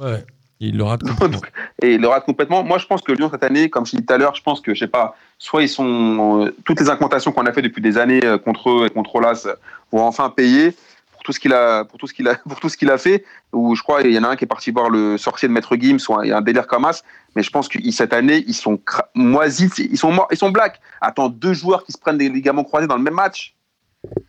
S4: Ouais. Il le rate complètement.
S1: Donc, et il le rate complètement. Moi, je pense que Lyon cette année, comme je dis tout à l'heure, je pense que je sais pas, soit ils sont euh, toutes les incantations qu'on a fait depuis des années euh, contre eux et contre Olas vont enfin payer pour tout ce qu'il a pour tout ce qu'il a *laughs* pour tout ce qu'il a fait. Ou je crois il y en a un qui est parti voir le sorcier de Maître Gims ou un, il y a un délire comme as. Mais je pense que ils- cette année, ils sont cra- moisis, ils sont morts, ils sont black. Attends, deux joueurs qui se prennent des ligaments croisés dans le même match.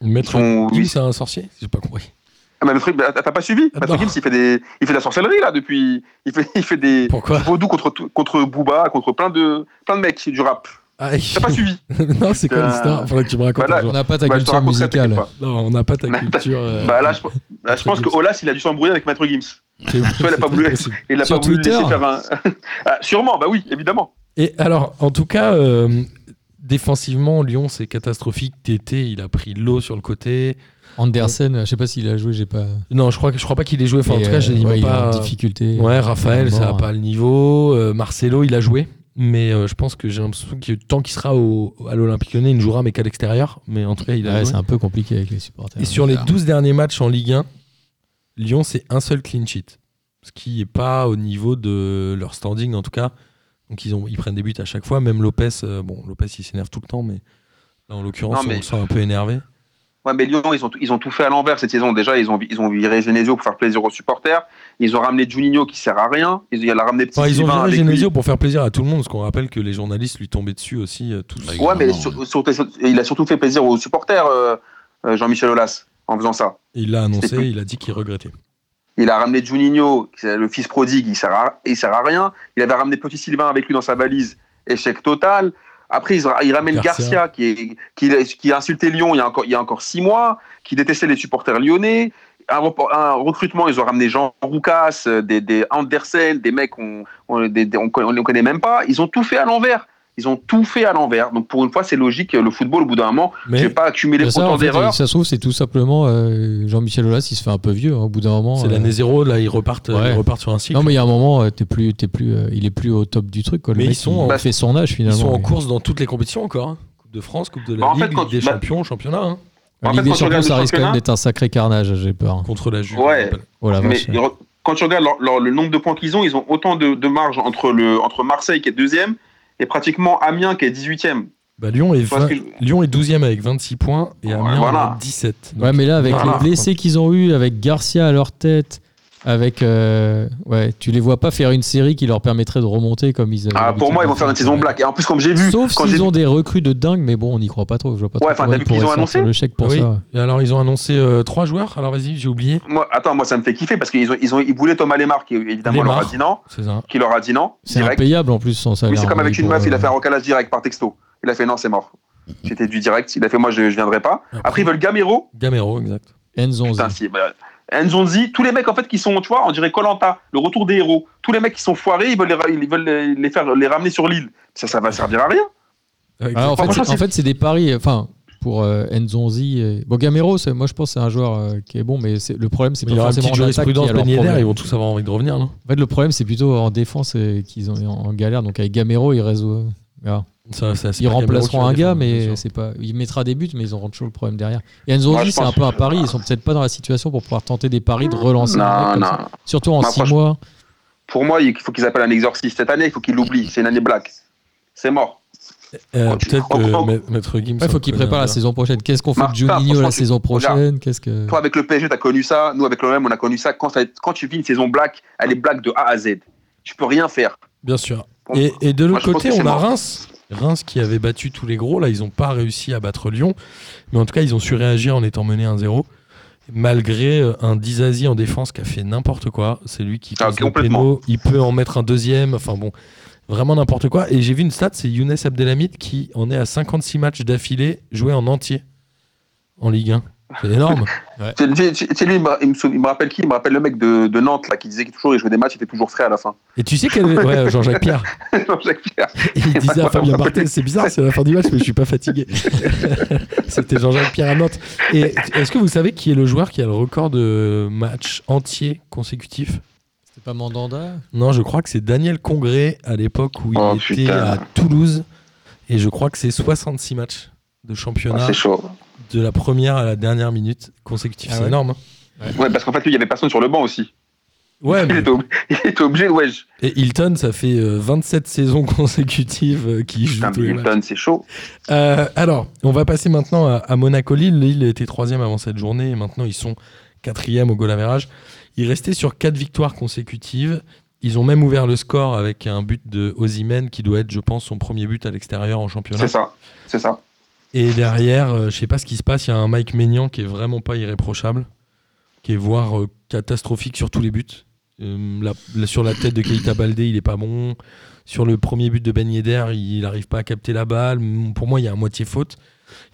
S4: Maître
S1: Son-
S4: Gims, c'est un sorcier J'ai pas compris.
S1: Ah, mais Maître- bah, t'as pas suivi
S4: Ah,
S1: Maître
S4: non.
S1: Gims, il fait des, il fait de la sorcellerie là depuis. Il fait, il fait des
S4: Pourquoi
S1: Vaudou contre, tout- contre Booba, contre plein de, plein de mecs du rap.
S4: Ah,
S1: T'as pas suivi
S4: *laughs* Non, c'est quoi
S1: Euh,
S4: l'histoire Faudrait que tu me racontes
S1: voilà.
S4: un
S2: On
S4: jour.
S2: n'a pas ta
S1: Bah, je te
S2: culture
S1: raconterai, t'inquiète
S2: musicale.
S1: pas.
S4: Non, on n'a pas ta
S1: Bah,
S4: culture. euh,
S1: Bah, là, je, là, je
S4: Maître
S1: pense que
S4: Gims.
S1: Olas, il a dû s'embrouiller avec Maître Gims.
S4: c'est-
S1: elle a pas
S4: *laughs* c'est
S1: voulu.
S4: possible.
S1: Et il a
S2: Sur
S1: pas voulu le laisser
S2: Twitter
S1: faire un. *laughs* Ah, sûrement, bah oui, évidemment.
S4: Et alors, en tout cas, euh, défensivement, Lyon, c'est catastrophique. Tété, il a pris l'eau sur le côté.
S2: Andersen, je sais pas s'il a joué, j'ai pas.
S4: Non, je crois que je crois pas qu'il ait joué. Enfin, en
S2: Et,
S4: tout cas,
S2: euh,
S4: je n'y
S2: ouais,
S4: vois
S2: il est en
S4: pas.
S2: difficulté.
S4: Ouais, Raphaël, ça n'a
S2: Mort.
S4: pas le niveau. Euh, Marcelo, il a joué. Mais euh, je pense que j'ai l'impression que tant qu'il sera au, à l'Olympique Lyonnais, il ne jouera mais qu'à l'extérieur. Mais en tout cas, il a
S2: Ouais,
S4: joué.
S2: c'est un peu compliqué avec les supporters.
S4: Et sur les 12 derniers matchs en Ligue 1, Lyon, c'est un seul clean sheet. Ce qui n'est pas au niveau de leur standing, en tout cas. Donc, ils, ont, ils prennent des buts à chaque fois. Même Lopez, euh, bon, Lopez, il s'énerve tout le temps, mais là, en l'occurrence,
S1: Non, mais-
S4: on le sent un peu énervé.
S1: Ouais, mais Lyon, ils ont, tout- ils ont tout fait à l'envers cette saison. Déjà, ils ont, ils ont viré Genesio pour faire plaisir aux supporters. Ils ont ramené Juninho qui sert à rien. Ils, il a ramené Petit
S4: Enfin, ils ont
S1: Sylvain
S4: viré
S1: avec lui.
S4: Genesio pour faire plaisir à tout le monde, parce qu'on rappelle que les journalistes lui tombaient dessus aussi, euh, tous.
S5: Ouais.
S1: Ouais, mais
S5: Vraiment,
S1: sur- sur- sur- il a surtout fait plaisir aux supporters, euh, euh, Jean-Michel Olas, en faisant ça.
S4: Il l'a
S1: C'est *laughs*
S4: annoncé,
S1: tout.
S4: il a dit qu'il regrettait.
S1: Il a ramené Juninho, qui est le fils prodigue, il sert à, il sert à rien. Il avait ramené Petit Sylvain avec lui dans sa valise, échec total. Après, ils ra- il ramène
S4: Garcia.
S1: Garcia, qui, est, qui, qui a insulté Lyon il y a, encore, il y a encore six mois, qui détestait les supporters lyonnais. Un, repor- un recrutement, ils ont ramené Jean Roucas, euh, des, des Andersen, des mecs qu'on on, des- des- on conna- on les connaît même pas. Ils ont tout fait à l'envers. Ils ont tout fait à l'envers. Donc pour une fois, c'est logique. Le football, au bout d'un moment, je vais
S4: Mais
S1: pas accumuler
S2: Bah, ça,
S1: autant
S2: en fait,
S1: d'erreurs.
S2: ça se trouve, c'est tout simplement euh, Jean-Michel Aulas, il se fait un peu vieux hein, au bout d'un moment.
S4: c'est
S2: euh,
S4: l'année zéro, là, ils repartent, euh,
S2: Ouais.
S4: ils repartent sur un cycle.
S2: Non, mais il y a un moment, euh, t'es plus, t'es plus, euh, il est plus au top du truc. Quoi. Le
S4: Mais
S2: mec,
S4: ils sont
S2: il
S1: en-
S2: fait son âge
S4: ils
S2: finalement.
S4: sont en
S2: mais-
S4: course dans toutes les compétitions encore. hein. Coupe de France, Coupe de la
S1: Bah, en
S4: Ligue,
S1: fait, quand-
S4: Ligue des
S1: bah-
S4: champions, championnat. hein.
S2: La
S1: En
S2: Ligue
S1: fait,
S2: des
S1: quand tu
S2: Champions,
S1: regardes
S2: ça
S1: le
S2: risque quand même
S1: championnat-
S2: d'être un sacré carnage, j'ai peur.
S4: contre la Juve.
S1: Ouais.
S2: Oh la
S1: Mais
S2: vache.
S1: re- quand tu regardes leur- leur- le nombre de points qu'ils ont, ils ont autant de, de marge entre, le, entre Marseille qui est deuxième et pratiquement Amiens qui est 18e.
S4: Bah, Lyon, est
S1: Tu vois ce
S4: 20
S1: que je-
S4: Lyon est 12e avec 26 points et Amiens
S1: Voilà.
S4: en a 17. Donc,
S2: Ouais, mais là, avec
S1: Voilà.
S2: les blessés qu'ils ont eu, avec Garcia à leur tête, avec. euh, ouais, tu les vois pas faire une série qui leur permettrait de remonter comme ils. avaient
S1: Ah, pour
S2: l'habitude
S1: moi,
S2: de
S1: ils vont faire une
S2: faire.
S1: saison black. Et en plus, comme j'ai vu,
S2: Sauf
S1: quand j'ai
S2: s'ils
S1: vu-
S2: ont des recrues de dingue, mais bon, on n'y croit pas trop. Je vois pas
S1: Ouais,
S2: trop
S1: enfin,
S2: comment
S1: t'as
S2: ils
S1: vu qu'ils
S2: pourraient
S1: ont
S2: sortir
S1: annoncé
S2: le chèque pour
S4: Oui.
S2: ça.
S4: Et alors, ils ont annoncé 3 joueurs. Alors, vas-y, j'ai oublié.
S1: moi, attends, moi, ça me fait kiffer parce qu'ils ont, ils ont, ils voulaient Thomas Lemar qui évidemment
S4: Lemar.
S1: leur a dit non,
S4: C'est ça.
S1: qui leur a dit non
S2: C'est
S1: direct.
S2: impayable en plus sans salaire.
S1: Oui, c'est comme avec
S2: pour,
S1: une meuf, il a
S2: euh,
S1: fait un recalage direct par texto. Il a fait non, c'est mort. C'était du direct. Il a fait moi, je, je viendrai pas. Après, ils veulent Gamero.
S4: Gamero, exact.
S2: Nzonzi.
S1: Putain, si, bah, Nzonzi, tous les mecs en fait qui sont, tu vois, on dirait Colanta, le retour des héros. Tous les mecs qui sont foirés, ils veulent les, ra- ils veulent les- les faire les ramener sur l'île. Ça, ça va servir à rien.
S2: Ah, en,
S1: Enfin,
S2: fait,
S1: franchement,
S2: c'est- en
S1: c'est-
S2: fait, c'est des paris. Enfin, pour euh, Nzonzi. Et... Bon, Gamero, c'est- moi, je pense que c'est un joueur euh, qui est bon, mais c'est- le problème, c'est
S4: il y
S2: pas
S4: aura une
S2: forcément
S4: petite
S2: en attaque. qui
S4: jurisprudence
S2: a leur
S4: Ben Yedder,
S2: problème.
S4: ils vont tous avoir envie de revenir. non
S2: En fait, le problème, c'est plutôt en défense euh, qu'ils ont en galère. Donc, avec Gamero, ils résolvent. voilà.
S4: Ça- ça- c'est
S2: Ils
S4: pas Gamero qui
S2: remplaceront
S4: va
S2: un gars,
S4: défendre, bien
S2: mais
S4: sûr.
S2: c'est pas. Il mettra des buts, mais ils auront toujours le problème derrière. Et
S1: Moi,
S2: Nzonzi,
S1: je
S2: c'est un
S1: pense-
S2: peu un pari. Ils sont peut-être pas dans la situation pour pouvoir tenter des paris de relancer. un mec
S1: Non,
S2: comme
S1: non.
S2: ça. Surtout en
S1: Bah,
S2: 6
S1: franchement-
S2: mois.
S1: Pour moi, il faut qu'ils appellent un exorciste cette année, il faut qu'ils l'oublient. C'est une année black. C'est mort.
S4: Euh,
S1: Quand Oh, tu
S4: Peut-être que
S1: reprends-
S4: Ma- Maître Gims.
S2: Ouais, il faut qu'il prépare la saison prochaine. Qu'est-ce qu'on fait de
S1: Marche pas,
S2: Juninho la
S1: franchement,
S2: saison prochaine Qu'est-ce que
S1: Toi, avec le PSG, tu as connu ça. Nous, avec l'OM, on a connu ça. Quand, ça- quand tu vis une saison black, elle est black de A à Z. Tu peux rien faire.
S4: Bien sûr.
S1: Bon,
S4: Et, et de l'autre
S1: je pense
S4: côté,
S1: que c'est
S4: on a
S1: mort.
S4: Reims. Reims qui avait battu tous les gros. Là, ils n'ont pas réussi à battre Lyon. Mais en tout cas, ils ont su réagir en étant menés 1-0. Malgré euh, un Dizazi en défense qui a fait n'importe quoi. C'est lui qui
S1: Ah,
S4: cause le
S1: complètement.
S4: péno. Il peut en mettre un deuxième. Enfin bon, vraiment n'importe quoi. Et j'ai vu une stat, c'est Younes Abdelhamid qui en est à 56 matchs d'affilée joués en entier en Ligue 1. C'est énorme.
S1: C'est c'est- c'est lui, il me, il me sou- il me rappelle qui Il me rappelle le mec de, de Nantes là, qui disait qu'il toujours, il jouait des matchs, il était toujours frais à la fin. *laughs*
S4: Et tu sais quel ouais, Jean-Jacques Pierre
S1: Jean-Jacques Pierre.
S4: Et il disait à
S1: Ouais,
S4: Fabien
S1: ouais.
S4: Barthez, c'est bizarre, c'est la fin du match, mais je suis pas
S1: *laughs*
S4: fatigué. C'était Jean-Jacques Pierre à Nantes. Et est-ce que vous savez qui est le joueur qui a le record de matchs entiers consécutifs
S2: c'est pas Mandanda
S4: Non, je crois que c'est Daniel Congré à l'époque où il
S1: Oh,
S4: était
S1: putain.
S4: à Toulouse. Et je crois que c'est 66 matchs de
S1: Ah,
S4: championnat
S1: c'est chaud.
S4: de la première à la dernière minute consécutive.
S2: Ah
S4: c'est
S2: ouais
S4: énorme. hein.
S1: Ouais, parce qu'en fait, lui, il y avait personne sur le banc aussi.
S4: Ouais,
S1: Il *laughs*
S4: mais-
S1: était, ob- il était obligé, ouais. je-
S4: et Hilton, ça fait euh, 27 saisons consécutives euh, qu'il joue
S1: Putain,
S4: tous les matchs.
S1: Milton, c'est chaud.
S4: Euh, alors, on va passer maintenant à, à Monaco Lille. Lille était troisième avant cette journée et maintenant ils sont quatrième au goal average. Ils restaient sur quatre victoires consécutives. Ils ont même ouvert le score avec un but de Osimhen qui doit être, je pense, son premier but à l'extérieur en championnat.
S1: C'est ça. C'est ça.
S4: Et derrière, euh, je sais pas ce qui se passe, il y a un Mike Maignan qui est vraiment pas irréprochable, qui est voire euh, catastrophique sur tous les buts. Euh, la- la- sur la tête de Keita Baldé, il est pas bon. Sur le premier but de Ben Yedder, il n'arrive pas à capter la balle. M- Pour moi, il y a un moitié faute.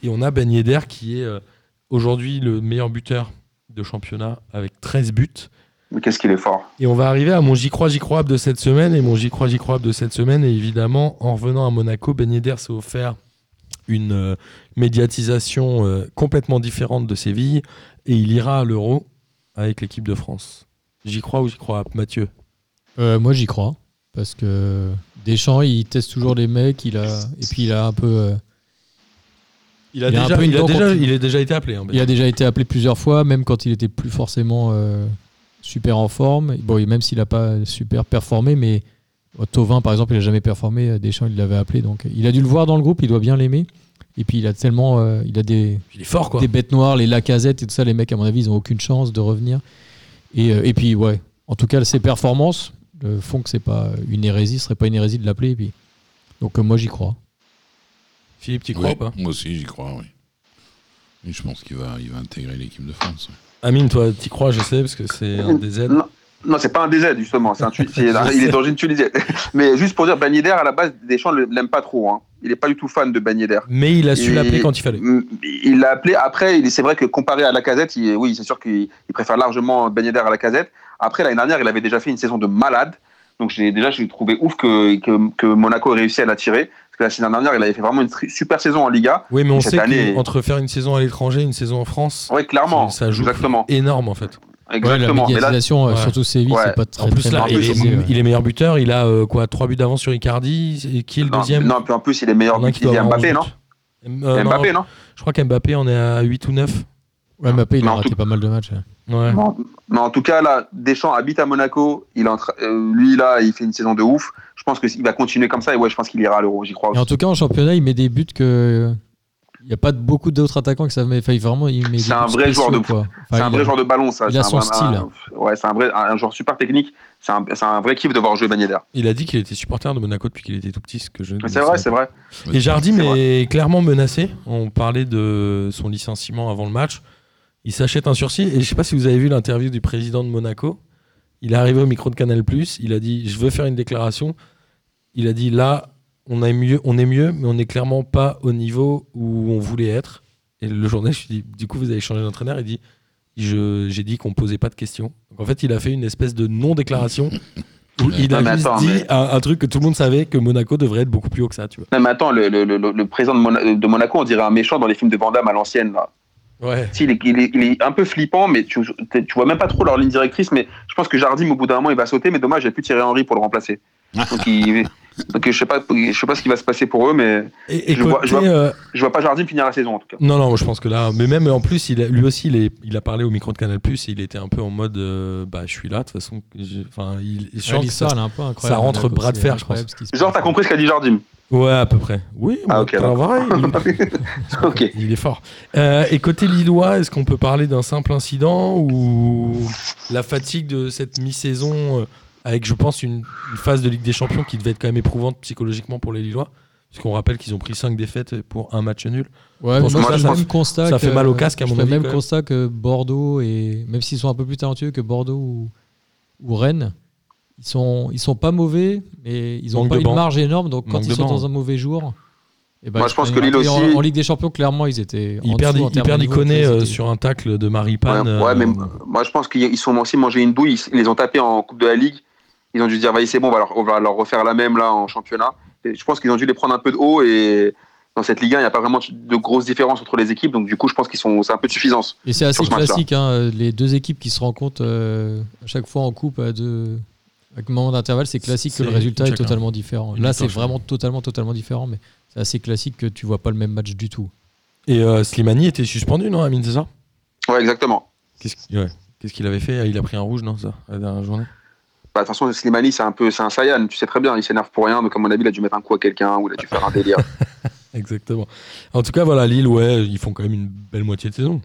S4: Et on a Ben Yedder qui est euh, aujourd'hui le meilleur buteur de championnat avec 13 buts.
S1: Mais qu'est-ce qu'il est fort.
S4: Et on va arriver à mon j'y crois, j'y crois de cette semaine. Et mon j'y crois, j'y crois de cette semaine. Et évidemment, en revenant à Monaco, Ben Yedder s'est offert une euh, médiatisation euh, complètement différente de Séville. Et il ira à l'Euro avec l'équipe de France. J'y crois ou j'y crois, Mathieu
S2: Euh, Moi, j'y crois parce que Deschamps, il teste toujours les mecs. Il a et puis il a un peu, euh,
S4: Il
S2: a Il a déjà- un peu une il a dent déjà- contre-
S4: été appelé.
S2: il a déjà été appelé plusieurs fois, même quand il était plus forcément euh, super en forme. Bon, et même s'il a pas super performé, mais bon, Thauvin, par exemple, il a jamais performé. euh, Deschamps, il l'avait appelé, donc il a dû le voir dans le groupe. Il doit bien l'aimer. Et puis il a tellement, euh, il a des
S4: Il est fort, quoi.
S2: des bêtes noires, les Lacazette et tout ça, les mecs, à mon avis, ils n'ont aucune chance de revenir. Et, euh, et puis, ouais, en tout cas, ses performances euh, font que c'est pas une hérésie, ce serait pas une hérésie de l'appeler. Et puis, donc, euh, moi, j'y crois.
S4: Philippe, tu crois
S5: Ouais,
S4: ou pas
S5: Moi aussi, j'y crois, oui. Et je pense qu'il va, il va intégrer l'équipe de France. ouais.
S4: Amine, toi, t'y crois, je sais, parce que c'est un des aides.
S1: Non, non c'est pas un DZ, justement. C'est un Tu- c'est-
S4: Je
S1: il
S4: sais.
S1: est d'origine tunisienne. *laughs* Mais juste pour dire, Ben Yedder, à la base, Deschamps ne l'aime pas trop. hein. Il n'est pas du tout fan de Ben Yedder.
S4: Mais il a su
S1: Et-
S4: l'appeler quand il fallait.
S1: Mm, Il l'a appelé. Après, il- c'est vrai que comparé à la casette, il- oui, c'est sûr qu'il il préfère largement Ben Yedder à la casette. Après, l'année dernière, il avait déjà fait une saison de malade. Donc, j'ai- déjà, j'ai trouvé ouf que, que, que Monaco ait réussi à l'attirer. Parce que la saison dernière, il avait fait vraiment une tri- super saison en Liga.
S4: Oui, mais on
S1: Cette
S4: sait
S1: année-
S4: qu'entre faire une saison à l'étranger et une saison en France,
S1: Oui, clairement.
S4: ça joue
S1: Exactement.
S4: énorme, en fait.
S1: Exactement.
S2: la
S1: Mais là,
S2: médiatisation, euh,
S4: ouais.
S2: surtout Séville,
S1: Ouais.
S2: c'est pas très,
S4: en plus,
S2: très
S4: là,
S2: bien
S4: il est,
S2: précisé, ouais.
S4: il est meilleur buteur. Il a euh, quoi 3 buts d'avance sur Icardi. Et qui est le
S1: non,
S4: deuxième
S1: non, puis en plus, il est meilleur.
S4: Il y en a un qui
S1: Il
S4: doit
S1: est
S4: avoir
S1: Mbappé,
S4: 11
S1: non
S4: buts. Euh, non,
S1: Mbappé, non
S4: Je crois qu'Mbappé, on est à 8 ou 9.
S2: Ouais, Mbappé, il
S1: Mais
S2: a
S1: en
S2: raté
S1: tout-
S2: pas mal de matchs. hein.
S4: Ouais.
S1: Mais en- Mais en tout cas, là, Deschamps habite à Monaco. Il est en train- euh, lui, là, il fait une saison de ouf. Je pense qu'il va continuer comme ça. Et ouais, je pense qu'il ira à l'Euro. J'y crois.
S2: Et en tout cas, en championnat, il met des buts que. Il n'y a pas de- beaucoup d'autres attaquants qui savent. mais- Enfin, il- vraiment, il met des
S1: C'est un
S2: buts
S1: vrai joueur de
S2: spéciaux, quoi. Enfin,
S1: C'est un
S2: il
S1: vrai
S2: a-
S1: joueur de ballon, ça.
S2: il
S1: C'est
S2: a
S1: un
S2: son
S1: vrai- un- ouais, c'est un vrai un, un joueur super technique. C'est un, c'est un vrai kiff de voir jouer Ben Yedder.
S4: Il a dit qu'il était supporter de Monaco depuis qu'il était tout petit. Ce que je ne
S1: Mais c'est
S4: savais
S1: vrai,
S4: pas.
S1: c'est vrai.
S5: Ouais,
S4: Et Jardim
S1: c'est
S4: est clairement menacé. On parlait de son licenciement avant le match. Il s'achète un sursis. Et je ne sais pas si vous avez vu l'interview du président de Monaco. Il est arrivé au micro de Canal Il a dit Je veux faire une déclaration. Il a dit Là, on est mieux, on est mieux mais on n'est clairement pas au niveau où on voulait être. Et le journaliste lui dit Du coup, vous avez changé d'entraîneur Il dit Je- J'ai dit qu'on ne posait pas de questions. Donc en fait, il a fait une espèce de non-déclaration.
S1: *laughs*
S4: où Il
S1: Non,
S4: a
S1: mais
S4: juste
S1: attends,
S4: dit
S1: mais-
S4: un, un truc que tout le monde savait que Monaco devrait être beaucoup plus haut que ça, tu vois.
S1: Non, mais attends, le, le, le, le président de, Mona- de Monaco, on dirait un méchant dans les films de Van Damme à l'ancienne. là.
S4: Ouais.
S1: Si, Il, est- il est- il est un peu flippant, mais tu, tu vois même pas trop leur ligne directrice. Mais je pense que Jardim, au bout d'un moment, il va sauter. Mais dommage, il n'y a plus Thierry Henry pour le remplacer. Donc il, Donc je sais pas, je sais pas ce qui va se passer pour eux, mais
S4: Et, et
S1: Je vois- je
S4: côté, euh,
S1: je vois pas Jardim finir la saison en tout cas.
S4: Non, non, moi, je pense que là, mais même en plus, il a- lui aussi, il, est- il a parlé au micro de Canal Plus, il était un peu en mode, euh, bah, je suis là, de toute façon, je- enfin, il, je sens que
S2: L'histoire,
S4: ça-
S2: elle est un peu incroyable.
S4: ça rentre
S2: Monaco,
S4: bras de
S2: c'est
S4: fer, je
S2: incroyable ce qui se
S1: Genre
S2: passe.
S1: t'as compris ce qu'a dit Jardim.
S4: ouais, à peu près. Oui,
S1: Ah,
S4: bah,
S1: ok,
S4: t'as
S1: d'accord.
S4: vrai, il,
S1: *laughs* Ok. *laughs*
S4: il est fort. Euh, et côté Lillois, est-ce qu'on peut parler d'un simple incident ou la fatigue de cette mi-saison euh, avec, je pense, une, une phase de Ligue des Champions qui devait être quand même éprouvante psychologiquement pour les Lillois, puisqu'on rappelle qu'ils ont pris 5 défaites pour un match nul.
S2: Ouais,
S4: Parce
S2: mais
S1: que
S2: moi,
S1: moi,
S2: je
S1: je
S2: fais le même constat
S4: ça
S2: que-
S4: fait mal au casque, à
S2: je
S4: mon
S2: fais
S4: avis,
S2: le
S4: quand
S2: même
S4: même.
S2: constat que Bordeaux, et même s'ils sont un peu plus talentueux que Bordeaux ou, ou Rennes, ils sont, ils sont pas mauvais, mais ils ont
S4: Manque
S2: pas
S4: de
S2: une
S4: banc.
S2: marge énorme. Donc quand
S4: Manque de
S2: ils sont
S4: banc.
S2: dans un mauvais jour. eh ben,
S1: Moi,
S2: ils
S1: je pense
S2: sont-
S1: que Lille
S2: et en-
S1: aussi-
S2: En, Ligue des Champions, clairement, ils étaient. en
S4: Ils perdent,
S2: dessous en
S4: ils
S2: termes de
S4: perdent
S2: niveau,
S4: Iconé
S2: ils
S4: euh,
S2: étaient-
S4: sur un tacle de Maripane. euh,
S1: Ouais, ouais, mais m- moi je pense qu'ils sont aussi mangés une douille. Ils, ils les ont tapés en Coupe de la Ligue. Ils ont dû se dire, vas-y, c'est bon, on va, leur, on va leur refaire la même là en championnat. Et je pense qu'ils ont dû les prendre un peu de haut et dans cette Ligue 1, il n'y a pas vraiment de grosses différences entre les équipes. Donc du coup, je pense qu'ils sont, c'est un peu de suffisance.
S2: Et c'est assez
S1: sur ce match-là.
S2: classique, hein, euh, les deux équipes qui se rencontrent euh, à chaque fois en coupe à deux à un moment d'intervalle, c'est classique que le
S4: C'est-
S2: résultat est
S4: chacun.
S2: totalement différent.
S4: Une
S2: Là,
S4: victoire
S2: c'est vraiment totalement, totalement différent, mais c'est assez classique que tu vois pas le même match du tout.
S4: Et euh, Slimani était suspendu, non, Amine, c'est ça
S1: Ouais, exactement.
S4: Qu'est-ce qu'- ouais. Qu'est-ce qu'il avait fait Il a pris un rouge, non, ça, la dernière journée
S1: Bah, de toute façon, Slimani, c'est un peu, c'est un Saiyan, tu sais très bien, il s'énerve pour rien, donc à mon avis, il a dû mettre un coup à quelqu'un ou il a dû faire un délire.
S4: Exactement. En tout cas, voilà, Lille, ouais, ils font quand même une belle moitié de saison.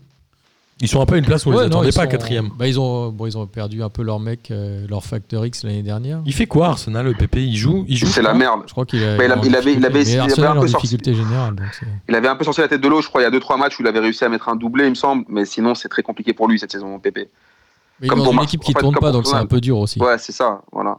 S4: Ils sont un peu à une place où on
S2: Ouais,
S4: les
S2: non,
S4: attendait
S2: ils
S4: pas,
S2: sont-
S4: quatrième.
S2: bah, ils, ont, bon, ils ont perdu un peu leur mec, euh, leur Factor X l'année dernière.
S4: Il fait quoi, Arsenal, le PP Il joue, *laughs* il joue
S1: c'est la merde.
S2: Je crois qu'il a-
S1: Bah, il a-
S2: est en
S1: il avait- il
S2: difficulté.
S1: avait-
S2: Mais
S1: il avait
S2: Arsenal
S1: un
S2: est en
S1: peu sorti-
S2: difficulté générale. donc c'est-
S1: Il avait un peu sorti la tête de l'eau, je crois, il y a 2-3 matchs où il avait réussi à mettre un doublé, il me semble, mais sinon, c'est très compliqué pour lui cette saison au PP.
S2: Mais il est
S1: Comme
S2: dans
S1: pour
S2: une
S1: Mar-
S2: équipe
S1: en
S2: qui
S1: fait,
S2: tourne
S1: comme
S2: pas,
S1: pour
S2: donc c'est
S1: Arsenal.
S2: un peu dur aussi.
S1: Ouais, c'est ça, voilà.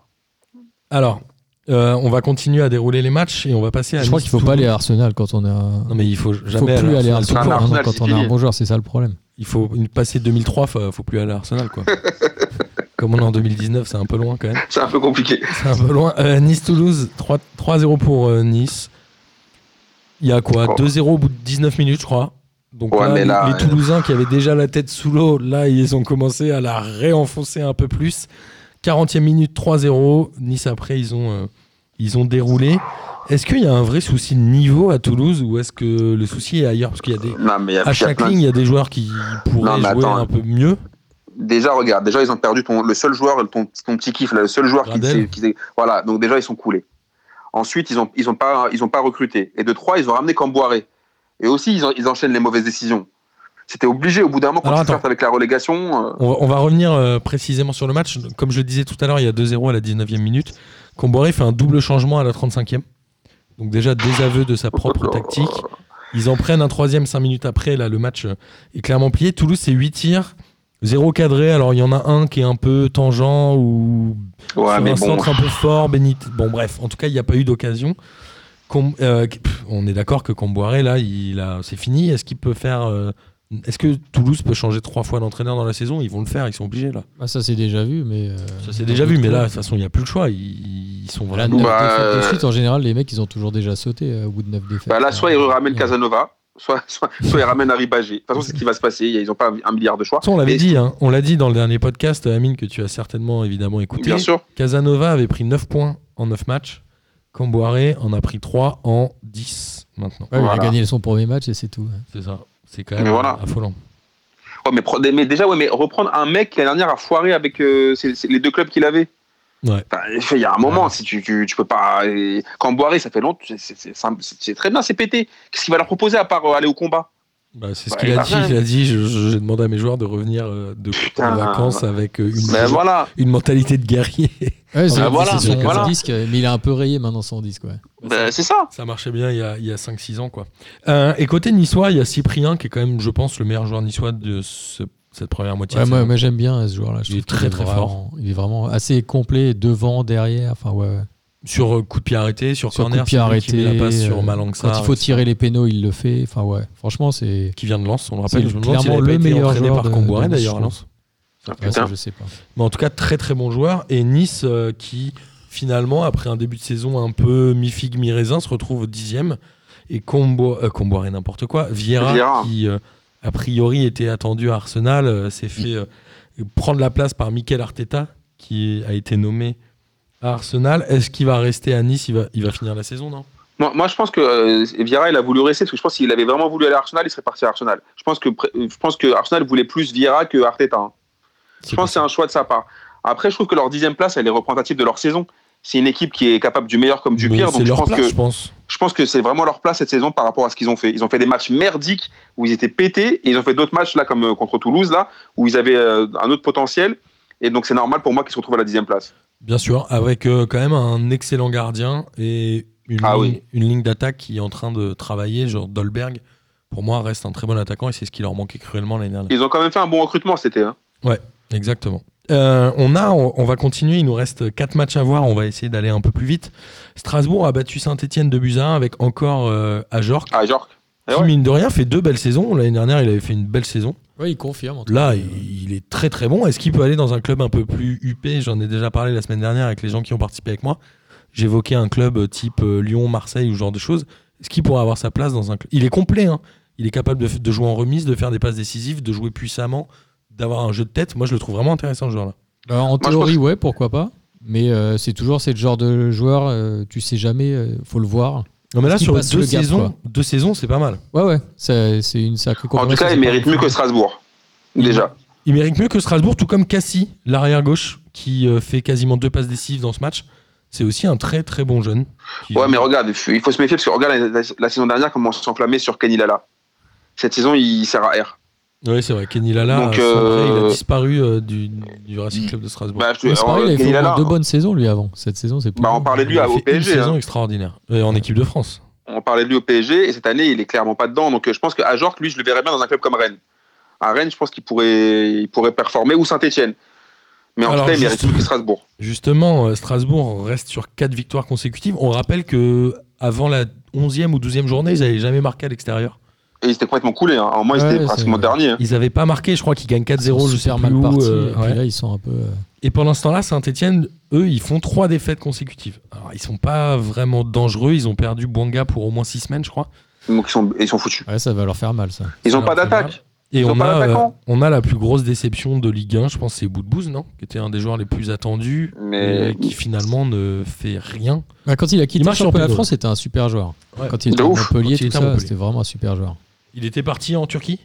S4: Alors, euh, on va continuer à dérouler les matchs et on va passer à.
S2: Je crois
S4: Nice
S2: qu'il faut
S4: tout-
S2: pas aller à Arsenal quand on a. un-
S4: Non, mais il faut
S2: faut
S4: jamais
S2: plus aller à
S1: Arsenal.
S2: Arsenal
S1: Ah,
S2: hein,
S1: Arsenal,
S2: quand
S1: c'est
S2: on a un
S1: fini.
S2: bon joueur, c'est ça le problème.
S4: Il faut une- passer 2003, faut, faut plus aller à Arsenal,
S1: *laughs*
S4: quoi. Comme on est en 2019, c'est un peu loin quand même.
S1: C'est un peu compliqué.
S4: C'est un peu loin. Euh, Nice-Toulouse, 3 3-0 pour euh, Nice. Il y a quoi
S1: Oh.
S4: 2-0 au bout de 19 minutes, je crois. Donc
S1: Ouais,
S4: là,
S1: mais
S4: les-
S1: là,
S4: les,
S1: euh,
S4: Toulousains qui avaient déjà la tête sous l'eau, là, ils ont commencé à la réenfoncer un peu plus. 40e minute, 3-0. Nice, après, ils ont, euh, ils ont déroulé. Est-ce qu'il y a un vrai souci de niveau à Toulouse ou est-ce que le souci est ailleurs Parce qu'il y a des.
S1: Non, mais il y a, il y
S4: À
S1: a
S4: chaque
S1: plein de-
S4: ligne, il y a des joueurs qui pourraient
S1: Non, mais
S4: jouer
S1: attends.
S4: un peu mieux.
S1: Déjà, regarde, déjà, ils ont perdu ton, le seul joueur, ton, ton petit kiff, là, le seul joueur qui,
S4: Gradel.
S1: qui- qui- Voilà, donc déjà, ils sont coulés. Ensuite, ils n'ont ils ont pas, ils ont pas recruté. Et de trois, ils ont ramené Camboiré. Et aussi, ils, en- ils enchaînent les mauvaises décisions. C'était obligé, au bout d'un moment, quand
S4: Alors,
S1: tu
S4: attends.
S1: flirtes avec la relégation. euh,
S4: On va, on va revenir euh, précisément sur le match. Comme je le disais tout à l'heure, il y a 2-0 à la 19e minute. Comboré fait un double changement à la 35e. Donc déjà désaveu de sa propre tactique. Ils en prennent un troisième 5 minutes après. Là, le match euh, est clairement plié. Toulouse, c'est 8 tirs, 0 cadré. Alors il y en a un qui est un peu tangent ou
S1: ouais,
S4: sur
S1: mais
S4: un
S1: bon.
S4: centre un peu fort, Benit. Bon, bref, en tout cas, il n'y a pas eu d'occasion. Com- euh, pff, on est d'accord que Comboiré, là, il a, c'est fini. Est-ce qu'il peut faire. euh, est-ce que Toulouse peut changer trois fois d'entraîneur dans la saison Ils vont le faire, ils sont obligés, là.
S2: Ah, ça, c'est déjà vu, mais. euh,
S4: Ça s'est
S2: dans
S4: déjà vu,
S2: d'autres
S4: mais là, de
S2: clubs.
S4: toute façon, il n'y a plus le choix. Ils, ils sont
S2: Là,
S4: vraiment.
S2: neuf
S1: Bah,
S2: défaites de
S1: euh,
S2: suite, en général, les mecs, ils ont toujours déjà sauté euh, au bout de 9 défaites.
S1: Bah là, soit ils ramènent
S2: Ouais.
S1: Casanova, soit, soit, soit ils ramènent Harry Bagé. De toute façon, c'est ce qui va se passer. Ils n'ont pas un milliard de choix.
S4: De toute façon, on l'avait
S1: Et-
S4: dit, hein, on l'a dit dans le dernier podcast, Amine, que tu as certainement évidemment écouté.
S1: Bien sûr.
S4: Casanova avait pris 9 points en 9 matchs. Comboiré en a pris 3 en 10 maintenant.
S2: Ouais, mais Il
S1: Voilà.
S2: a gagné son premier match et c'est tout.
S4: C'est ça. C'est quand même
S1: Mais voilà.
S4: affolant.
S1: Ouais, Oh, mais, pre- mais déjà, ouais, mais reprendre un mec qui, la dernière, a foiré avec euh, c'est- c'est les deux clubs qu'il avait.
S4: Ouais.
S1: Enfin, Il y a un moment, si tu, tu, tu peux pas. et Quand Boiré, ça fait longtemps, c'est- c'est- c'est c'est- c'est très bien, c'est pété. Qu'est-ce qu'il va leur proposer à part euh, aller au combat
S4: Bah, c'est ce
S1: Bah,
S4: qu'il
S1: il
S4: a
S1: va
S4: dit.
S1: rien.
S4: Il a dit je- je- j'ai demandé à mes joueurs de revenir euh, de
S1: Putain.
S4: en vacances avec euh, une,
S1: Ben voilà.
S4: une mentalité de guerrier. *laughs*
S1: c'est- voilà,
S2: c'est son
S1: voilà.
S2: disque, euh, mais il a un peu rayé maintenant son disque. ouais.
S1: Ben, c'est ça.
S4: Ça marchait bien il y a, il y a 5-6 ans. quoi. Euh, et côté niçois, il y a Cyprien qui est quand même, je pense, le meilleur joueur niçois de ce- cette première moitié.
S2: Ouais,
S4: de
S2: moi,
S4: saison.
S2: moi, j'aime bien euh, ce joueur-là. Je
S4: Il est
S2: trouve qu'il
S4: très, très fort.
S2: vraiment- Il est vraiment assez complet, devant, derrière. Enfin, ouais. ouais.
S4: Sur euh, coup de pied arrêté, sur,
S2: Sur coup
S4: corner,
S2: de pied
S4: c'est lui qui met
S2: arrêté.
S4: la passe sur
S2: euh,
S4: Malangsa,
S2: Quand il faut tirer les pénaux, il le fait. Enfin, ouais. Franchement, c'est.
S4: qui vient de Lens, on le
S2: C'est
S4: rappelle. Je me demande s'il
S2: clairement
S4: avait pas
S2: le
S4: été
S2: meilleur
S4: entraîné
S2: joueur
S4: par
S2: de-
S4: Comboiré
S2: de Nice,
S4: d'ailleurs à
S2: je
S4: Lens.
S2: Ouais,
S1: Putain.
S2: ça, je sais pas.
S4: Mais en tout cas, très très bon joueur. Et Nice euh, qui, finalement, après un début de saison un peu mi-figue, mi-raisin, se retrouve au dixième. Et Combo, euh, Combo et n'importe quoi. Vieira,
S1: Vieira.
S4: qui euh, a priori était attendu à Arsenal, euh, s'est fait euh, prendre la place par Mikel Arteta, qui a été nommé à Arsenal. Est-ce qu'il va rester à Nice il va, il va finir la saison, non
S1: Moi, moi, je pense que euh, Vieira, il a voulu rester parce que je pense qu'il avait vraiment voulu aller à Arsenal, il serait parti à Arsenal. Je pense que, pré- euh, je pense que Arsenal voulait plus Vieira que Arteta. hein. Je pense que c'est un choix de sa part. Après, je trouve que leur dixième place, elle est représentative de leur saison. C'est une équipe qui est capable du meilleur comme du
S4: Mais
S1: pire.
S4: c'est
S1: Donc, je
S4: leur
S1: pense,
S4: place,
S1: que,
S4: je pense.
S1: je pense que c'est vraiment leur place cette saison par rapport à ce qu'ils ont fait. Ils ont fait des matchs merdiques où ils étaient pétés. Et ils ont fait d'autres matchs, là, comme euh, contre Toulouse, là, où ils avaient euh, un autre potentiel. Et donc, c'est normal pour moi qu'ils se retrouvent à la dixième place.
S4: Bien sûr, avec euh, quand même un excellent gardien et une,
S1: Ah
S4: ligne,
S1: oui.
S4: une ligne d'attaque qui est en train de travailler, genre Dolberg, pour moi, reste un très bon attaquant et c'est ce qui leur manquait cruellement l'année dernière.
S1: Ils ont quand même fait un bon recrutement cet été. hein.
S4: Exactement. Euh, on, a, on, on va continuer, il nous reste 4 matchs à voir, on va essayer d'aller un peu plus vite. Strasbourg a battu Saint-Etienne de Buzyn avec encore euh, Ajorc,
S1: Ah, Jork. Eh
S4: qui
S1: ouais.
S4: mine de rien fait deux belles saisons. L'année dernière, il avait fait une belle saison.
S2: Ouais, il confirme. en tout
S4: Là,
S2: cas.
S4: il il est très très bon. Est-ce qu'il peut aller dans un club un peu plus huppé J'en ai déjà parlé la semaine dernière avec les gens qui ont participé avec moi. J'évoquais un club euh, type euh, Lyon, Marseille ou ce genre de choses. Est-ce qu'il pourrait avoir sa place dans un club Il est complet. hein. Il est capable de, f- de jouer en remise, de faire des passes décisives, de jouer puissamment, d'avoir un jeu de tête. Moi, je le trouve vraiment intéressant ce genre-là.
S2: Alors, Bah, en
S1: je
S2: théorie,
S1: pense-
S2: ouais, pourquoi pas. Mais euh, c'est toujours c'est le genre de joueur, euh, tu sais jamais, euh, faut le voir.
S4: Non, mais là,
S2: Est-ce qu'il
S4: sur
S2: passe
S4: deux
S2: le gap,
S4: saisons,
S2: quoi
S4: deux saisons, c'est pas mal.
S2: Ouais, ouais, c'est c'est une sacrée
S1: En tout
S2: concurrence,
S1: cas,
S2: c'est
S1: ils
S2: pas-
S1: méritent mieux que Strasbourg. Déjà.
S4: Il mérite mieux que Strasbourg, tout comme Cassie, l'arrière gauche, qui euh, fait quasiment deux passes décisives dans ce match. C'est aussi un très très bon jeune. qui-
S1: Ouais, mais regarde, il faut il faut se méfier parce que regarde la, la- la saison dernière comment on s'enflammait sur Kenny Lala. Cette saison, il sert à R.
S4: Ouais, c'est vrai. Kenny Lala,
S1: Donc,
S4: c'est vrai, il a
S1: euh,
S4: disparu euh, du, du Racing Club de Strasbourg.
S1: Bah, je-
S2: Mais c'est
S1: alors,
S2: pareil, il avait
S1: Kenny
S2: fait au moins
S1: Lala,
S2: deux bonnes saisons, lui, avant. Cette saison, c'est pas.
S1: bah, on
S2: mal.
S1: parlait de lui
S4: il a
S1: au
S4: fait une
S1: PSG.
S4: saison
S1: hein.
S4: extraordinaire euh, en équipe de France.
S1: On parlait de lui au PSG et cette année, il est clairement pas dedans. Donc, euh, je pense que Ajorc, lui, je le verrais bien dans un club comme Rennes. À Rennes, je pense qu'il pourrait, il pourrait performer ou Saint-Etienne. Mais en
S4: Alors,
S1: tout cas, il mérite
S4: juste-
S1: plus que Strasbourg.
S4: Justement, euh, Strasbourg reste sur quatre victoires consécutives. On rappelle que avant la 11e ou 12e journée, ils n'avaient jamais marqué à l'extérieur.
S1: Et il s'était complètement coulé. Hein. En moins,
S2: Ouais,
S1: il était
S2: c'est-
S1: pratiquement dernier. hein.
S4: Ils n'avaient pas marqué, je crois qu'ils gagnent
S2: Ils sont
S4: 4-0, je sais
S2: super
S4: plus
S2: mal
S4: où,
S2: partis,
S4: euh,
S2: et puis
S4: ouais.
S2: là, ils sont un peu. euh,
S4: Et pendant ce temps-là, Saint-Etienne, eux, ils font trois défaites consécutives. Alors, ils sont pas vraiment dangereux. Ils ont perdu Bouanga pour au moins six semaines, je crois.
S1: hein. Donc, ils sont, ils sont foutus.
S2: Ouais, ça va leur faire mal, ça.
S1: Ils n'ont
S4: Alors,
S1: pas
S4: c'est
S1: d'attaque.
S4: Et
S1: Ils ont
S4: on
S1: pas
S4: a, euh,
S1: d'attaquant.
S4: on a la plus grosse déception de Ligue 1, je pense, c'est Boudbouz, non Qui était un des joueurs les plus attendus,
S1: Mais-
S4: et qui finalement ne fait rien.
S2: Bah, quand il a quitté
S4: Il
S2: le
S4: marche sur
S2: championnat de
S4: Pedro.
S2: France, c'était un super joueur.
S4: Ouais.
S2: Quand il
S1: De
S2: était à
S1: ouf.
S2: Montpellier,
S4: Quand il
S2: tout
S4: était à
S2: ça,
S4: Montpellier.
S2: c'était vraiment un super joueur.
S4: Il était parti en Turquie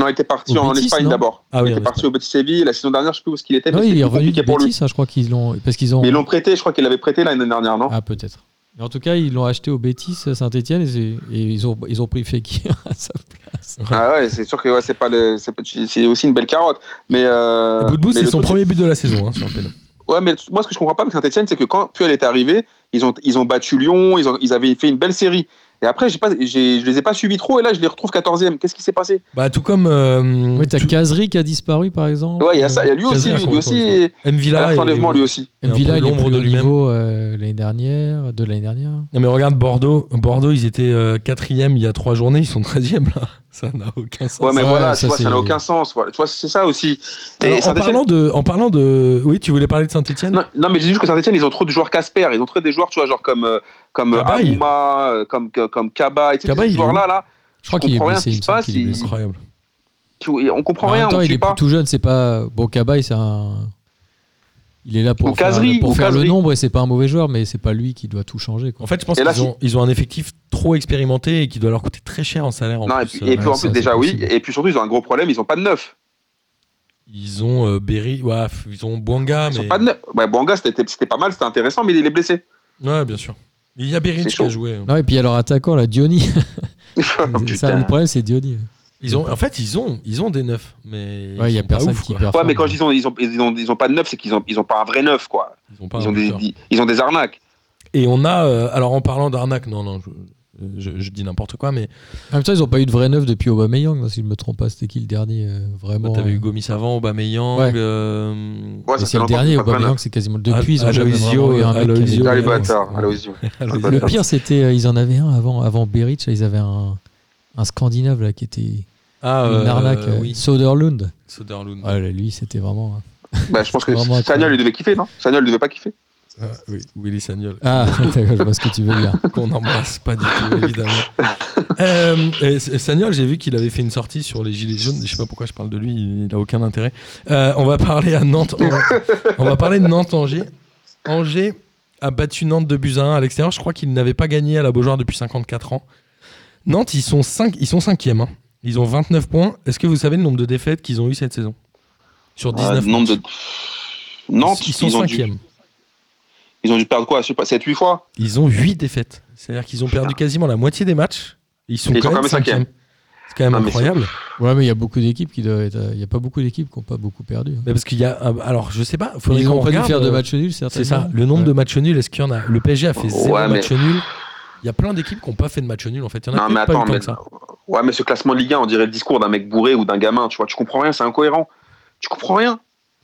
S1: Non, il était parti
S2: Au
S1: en
S2: Betis,
S1: Espagne
S2: non
S1: d'abord.
S4: Ah oui,
S1: il
S4: en
S1: était parti
S4: Espagne.
S1: au Betis Séville. La saison dernière, je sais plus où ce qu'il était.
S2: Non,
S1: Eh, mais
S2: il est
S1: c'était
S2: revenu
S1: compliqué
S2: du
S1: pour lui.
S2: Betis, ça, je crois qu'ils l'ont. Parce qu'ils ont.
S1: Mais ils l'ont prêté. Je crois qu'il l'avait prêté l'année dernière, non
S2: Ah, peut-être. Mais en tout cas, ils l'ont acheté au Betis Saint-Etienne et, c'est- et ils, ont, ils ont pris *laughs* Fekir à sa place.
S1: Ah ouais, c'est sûr que ouais, c'est pas le- c'est pas- c'est aussi une belle carotte. Mais euh,
S4: Boudbouz,
S1: mais
S4: c'est
S1: le
S4: son
S1: truc,
S4: premier but de la saison hein, sur le pénal.
S1: Ouais, mais moi ce que je comprends pas avec Saint-Etienne, c'est que quand Puel est arrivé, ils ont ils ont battu Lyon, ils ont ils avaient fait une belle série. Et après, j'ai pas, j'ai- je les ai pas suivis trop, et là, je les retrouve 14e. Qu'est-ce qui s'est passé
S4: Bah, tout comme euh,
S2: Oui, t'as
S4: tout-
S2: Kazri qui a disparu, par exemple.
S1: Mm. Ouais, il y a ça, il y a lui aussi,
S4: Casemiro,
S1: lui, lui aussi,
S4: quoi,
S1: et
S4: M.
S1: à
S4: Villa.
S1: la
S4: et-
S1: fin de mois, lui aussi.
S4: Et un peu
S2: Villa, il est
S4: l'ombre
S2: plus
S4: de
S2: haut
S4: lui-même.
S2: niveau euh, l'année dernière, de l'année dernière.
S4: Non, mais regarde Bordeaux. Bordeaux, ils étaient euh, quatrième il y a trois journées. Ils sont *laughs* 13e là. Ça n'a aucun sens.
S1: Ouais, mais
S2: Ouais,
S1: voilà,
S2: ça,
S1: tu vois,
S2: c'est-
S1: ça n'a aucun sens. voilà. Tu vois, c'est ça aussi. Et
S4: Alors, en,
S1: Saint-Étienne-
S4: parlant de, en parlant de. Oui, tu voulais parler de Saint-Etienne
S1: Non, non, mais j'ai juste que Saint-Etienne, ils ont trop de joueurs Casper, ils ont trop des joueurs, tu vois, genre comme euh, comme euh,
S4: Cabaye.
S1: Arouma, euh, comme comme Kaba, et tu sais,
S4: Cabaye,
S1: ces
S4: il est
S1: joueurs là là.
S2: Je crois
S1: Je
S2: qu'il est
S1: comprends rien,
S2: blessé.
S1: je
S2: il me semble
S1: sais pas
S2: qu'il est
S1: si-
S2: blessé.
S4: Incroyable.
S1: Tu- on comprend
S2: En
S1: rien,
S2: même temps,
S1: on
S2: il
S1: suit
S2: est
S1: pas.
S2: tout jeune, c'est pas. Bon, Cabaye, c'est un. Il est là
S1: Ou
S2: pour faire,
S1: Kazri,
S2: pour
S1: ou
S2: faire le
S1: Kazri.
S2: nombre et c'est pas un mauvais joueur, mais c'est pas lui qui doit tout changer. Quoi.
S4: En fait, je pense
S1: Et là,
S4: qu'ils ont, ils ont un effectif trop expérimenté et qui doit leur coûter très cher en salaire. En
S1: Non, et
S4: plus,
S1: puis,
S4: euh,
S1: et puis en
S4: ça,
S1: plus
S4: c'est
S1: déjà oui,
S4: possible.
S1: et puis surtout ils ont un gros problème, ils ont pas de neuf.
S4: Ils ont euh, Berry, ouais, f- ils ont Bouanga,
S1: Ils
S4: Ah, mais.
S1: ont pas de neuf. Ouais, Banga c'était c'était pas mal, c'était intéressant, mais il est blessé. *laughs*
S4: Ouais, bien sûr. Il y a Berry
S1: C'est
S4: qui a
S1: chaud.
S4: joué.
S2: Non, et puis alors attaquant, là, Diony. C'est ça,
S1: Putain.
S2: le problème, c'est Diony.
S4: Ils ont, en fait, ils ont, ils ont des neufs, mais.
S2: Ouais, il
S4: ils
S2: y a
S4: sont pas
S2: personne
S4: ouf,
S2: qui
S4: quoi.
S2: performe.
S1: Ouais, mais quand ils ont ils ont, ils ont ils ont pas de neuf, c'est qu'ils ont ils ont pas un vrai neuf quoi.
S4: Ils ont pas
S1: Ils
S4: un
S1: ont des
S4: buteur.
S1: ils- ils ont des arnaques.
S4: Et on a, euh, alors en parlant d'arnaque, non, non, je, je- je dis n'importe quoi, mais
S2: En même temps, ils ont pas eu de vrai neuf depuis Aubameyang, non, si je me trompe pas, c'était qui le dernier euh, vraiment
S4: t'avais
S2: euh,
S4: Hugo Missavant, Aubameyang,
S2: Ouais.
S4: euh, *laughs*
S1: Ouais,
S2: Et
S1: ça
S2: c'est
S1: fait
S2: le
S1: longtemps qu'ils
S2: dernier,
S1: sont pas de
S2: Aubameyang,
S1: neuf.
S2: c'est quasiment depuis, ils ont jamais
S4: Aloisio,
S2: vraiment eu un mec qui avait-
S4: Aloisio.
S1: Ah, les
S4: Ouais,
S1: bâtards,
S4: ouais.
S1: allez-y.
S4: alors,
S1: Le
S2: Le pire, c'était, euh, ils en avaient un avant, avant Beric, là, ils avaient un, un Scandinave là, qui était
S4: ah,
S2: une
S4: euh,
S2: arnaque, euh,
S4: oui,
S2: Söderlund.
S4: Soderlund.
S2: Ouais, là, lui, c'était
S4: hein.
S2: vraiment.
S1: Bah, je pense que
S2: Vraiment
S1: Sagnol il devait kiffer, non Sagnol il devait pas kiffer.
S4: Ah, oui, Willy Sagnol. *laughs*
S2: Ah, *laughs* d'accord, je vois ce que tu veux dire.
S4: qu'on n'embrasse pas du tout,
S1: *laughs*
S4: évidemment. Euh, et S- Sagnol, j'ai vu qu'il avait fait une sortie sur les Gilets jaunes. Je sais pas pourquoi je parle de lui, il n'a aucun intérêt. Euh, on va parler à Nantes. On, on va parler de Nantes-Angers. Angers a battu Nantes de buts à 1 à l'extérieur. Je crois qu'ils n'avaient pas gagné à la Beaujoire depuis 54 ans. Nantes, ils sont, 5, ils sont 5e. hein. Ils ont 29 points. Est-ce que vous savez le nombre de défaites qu'ils ont eu cette saison Sur 19
S1: Euh, nombre
S4: matchs.
S1: de... Nantes,
S4: ils sont
S1: ils ont, dû,
S4: 5e.
S1: ils ont dû perdre quoi Je sais pas, 7-8 fois
S4: Ils ont 8 défaites. C'est-à-dire qu'ils ont perdu quasiment la moitié des matchs. Ils sont,
S1: Ils
S4: quand,
S1: sont
S4: même
S1: quand même
S4: 5e. C'est quand même
S1: Ah, mais
S4: incroyable.
S2: Ouais, mais il y a beaucoup d'équipes qui doivent être. Il n'y a pas beaucoup d'équipes qui n'ont pas beaucoup perdu. hein.
S4: Mais parce qu'il y a. un- Alors, je sais pas. faudrait
S2: Ils
S4: qu'on
S2: n'ont pas dû
S4: regarde,
S2: faire de
S4: euh,
S2: matchs nuls, certainement.
S4: C'est ça. Le nombre de matchs nuls, est-ce qu'il y en a Le PSG a fait zéro
S1: Ouais, mais-
S4: match nul. Il y a plein d'équipes qui n'ont pas fait de match nul en fait. Il y en a
S1: Non,
S4: peut-être
S1: mais
S4: pas eu
S1: attends,
S4: tant
S1: mais...
S4: que ça.
S1: ouais, mais ce classement de Ligue 1, on dirait le discours d'un mec bourré ou d'un gamin, tu vois. Tu comprends rien, c'est incohérent. Tu comprends rien.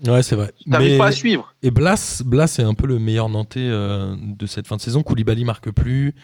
S4: Ouais, c'est vrai.
S1: T'arrives
S4: Mais-
S1: pas à suivre.
S4: Et Blas, Blas est un peu le meilleur Nantais euh, de cette fin de saison. Koulibaly marque plus.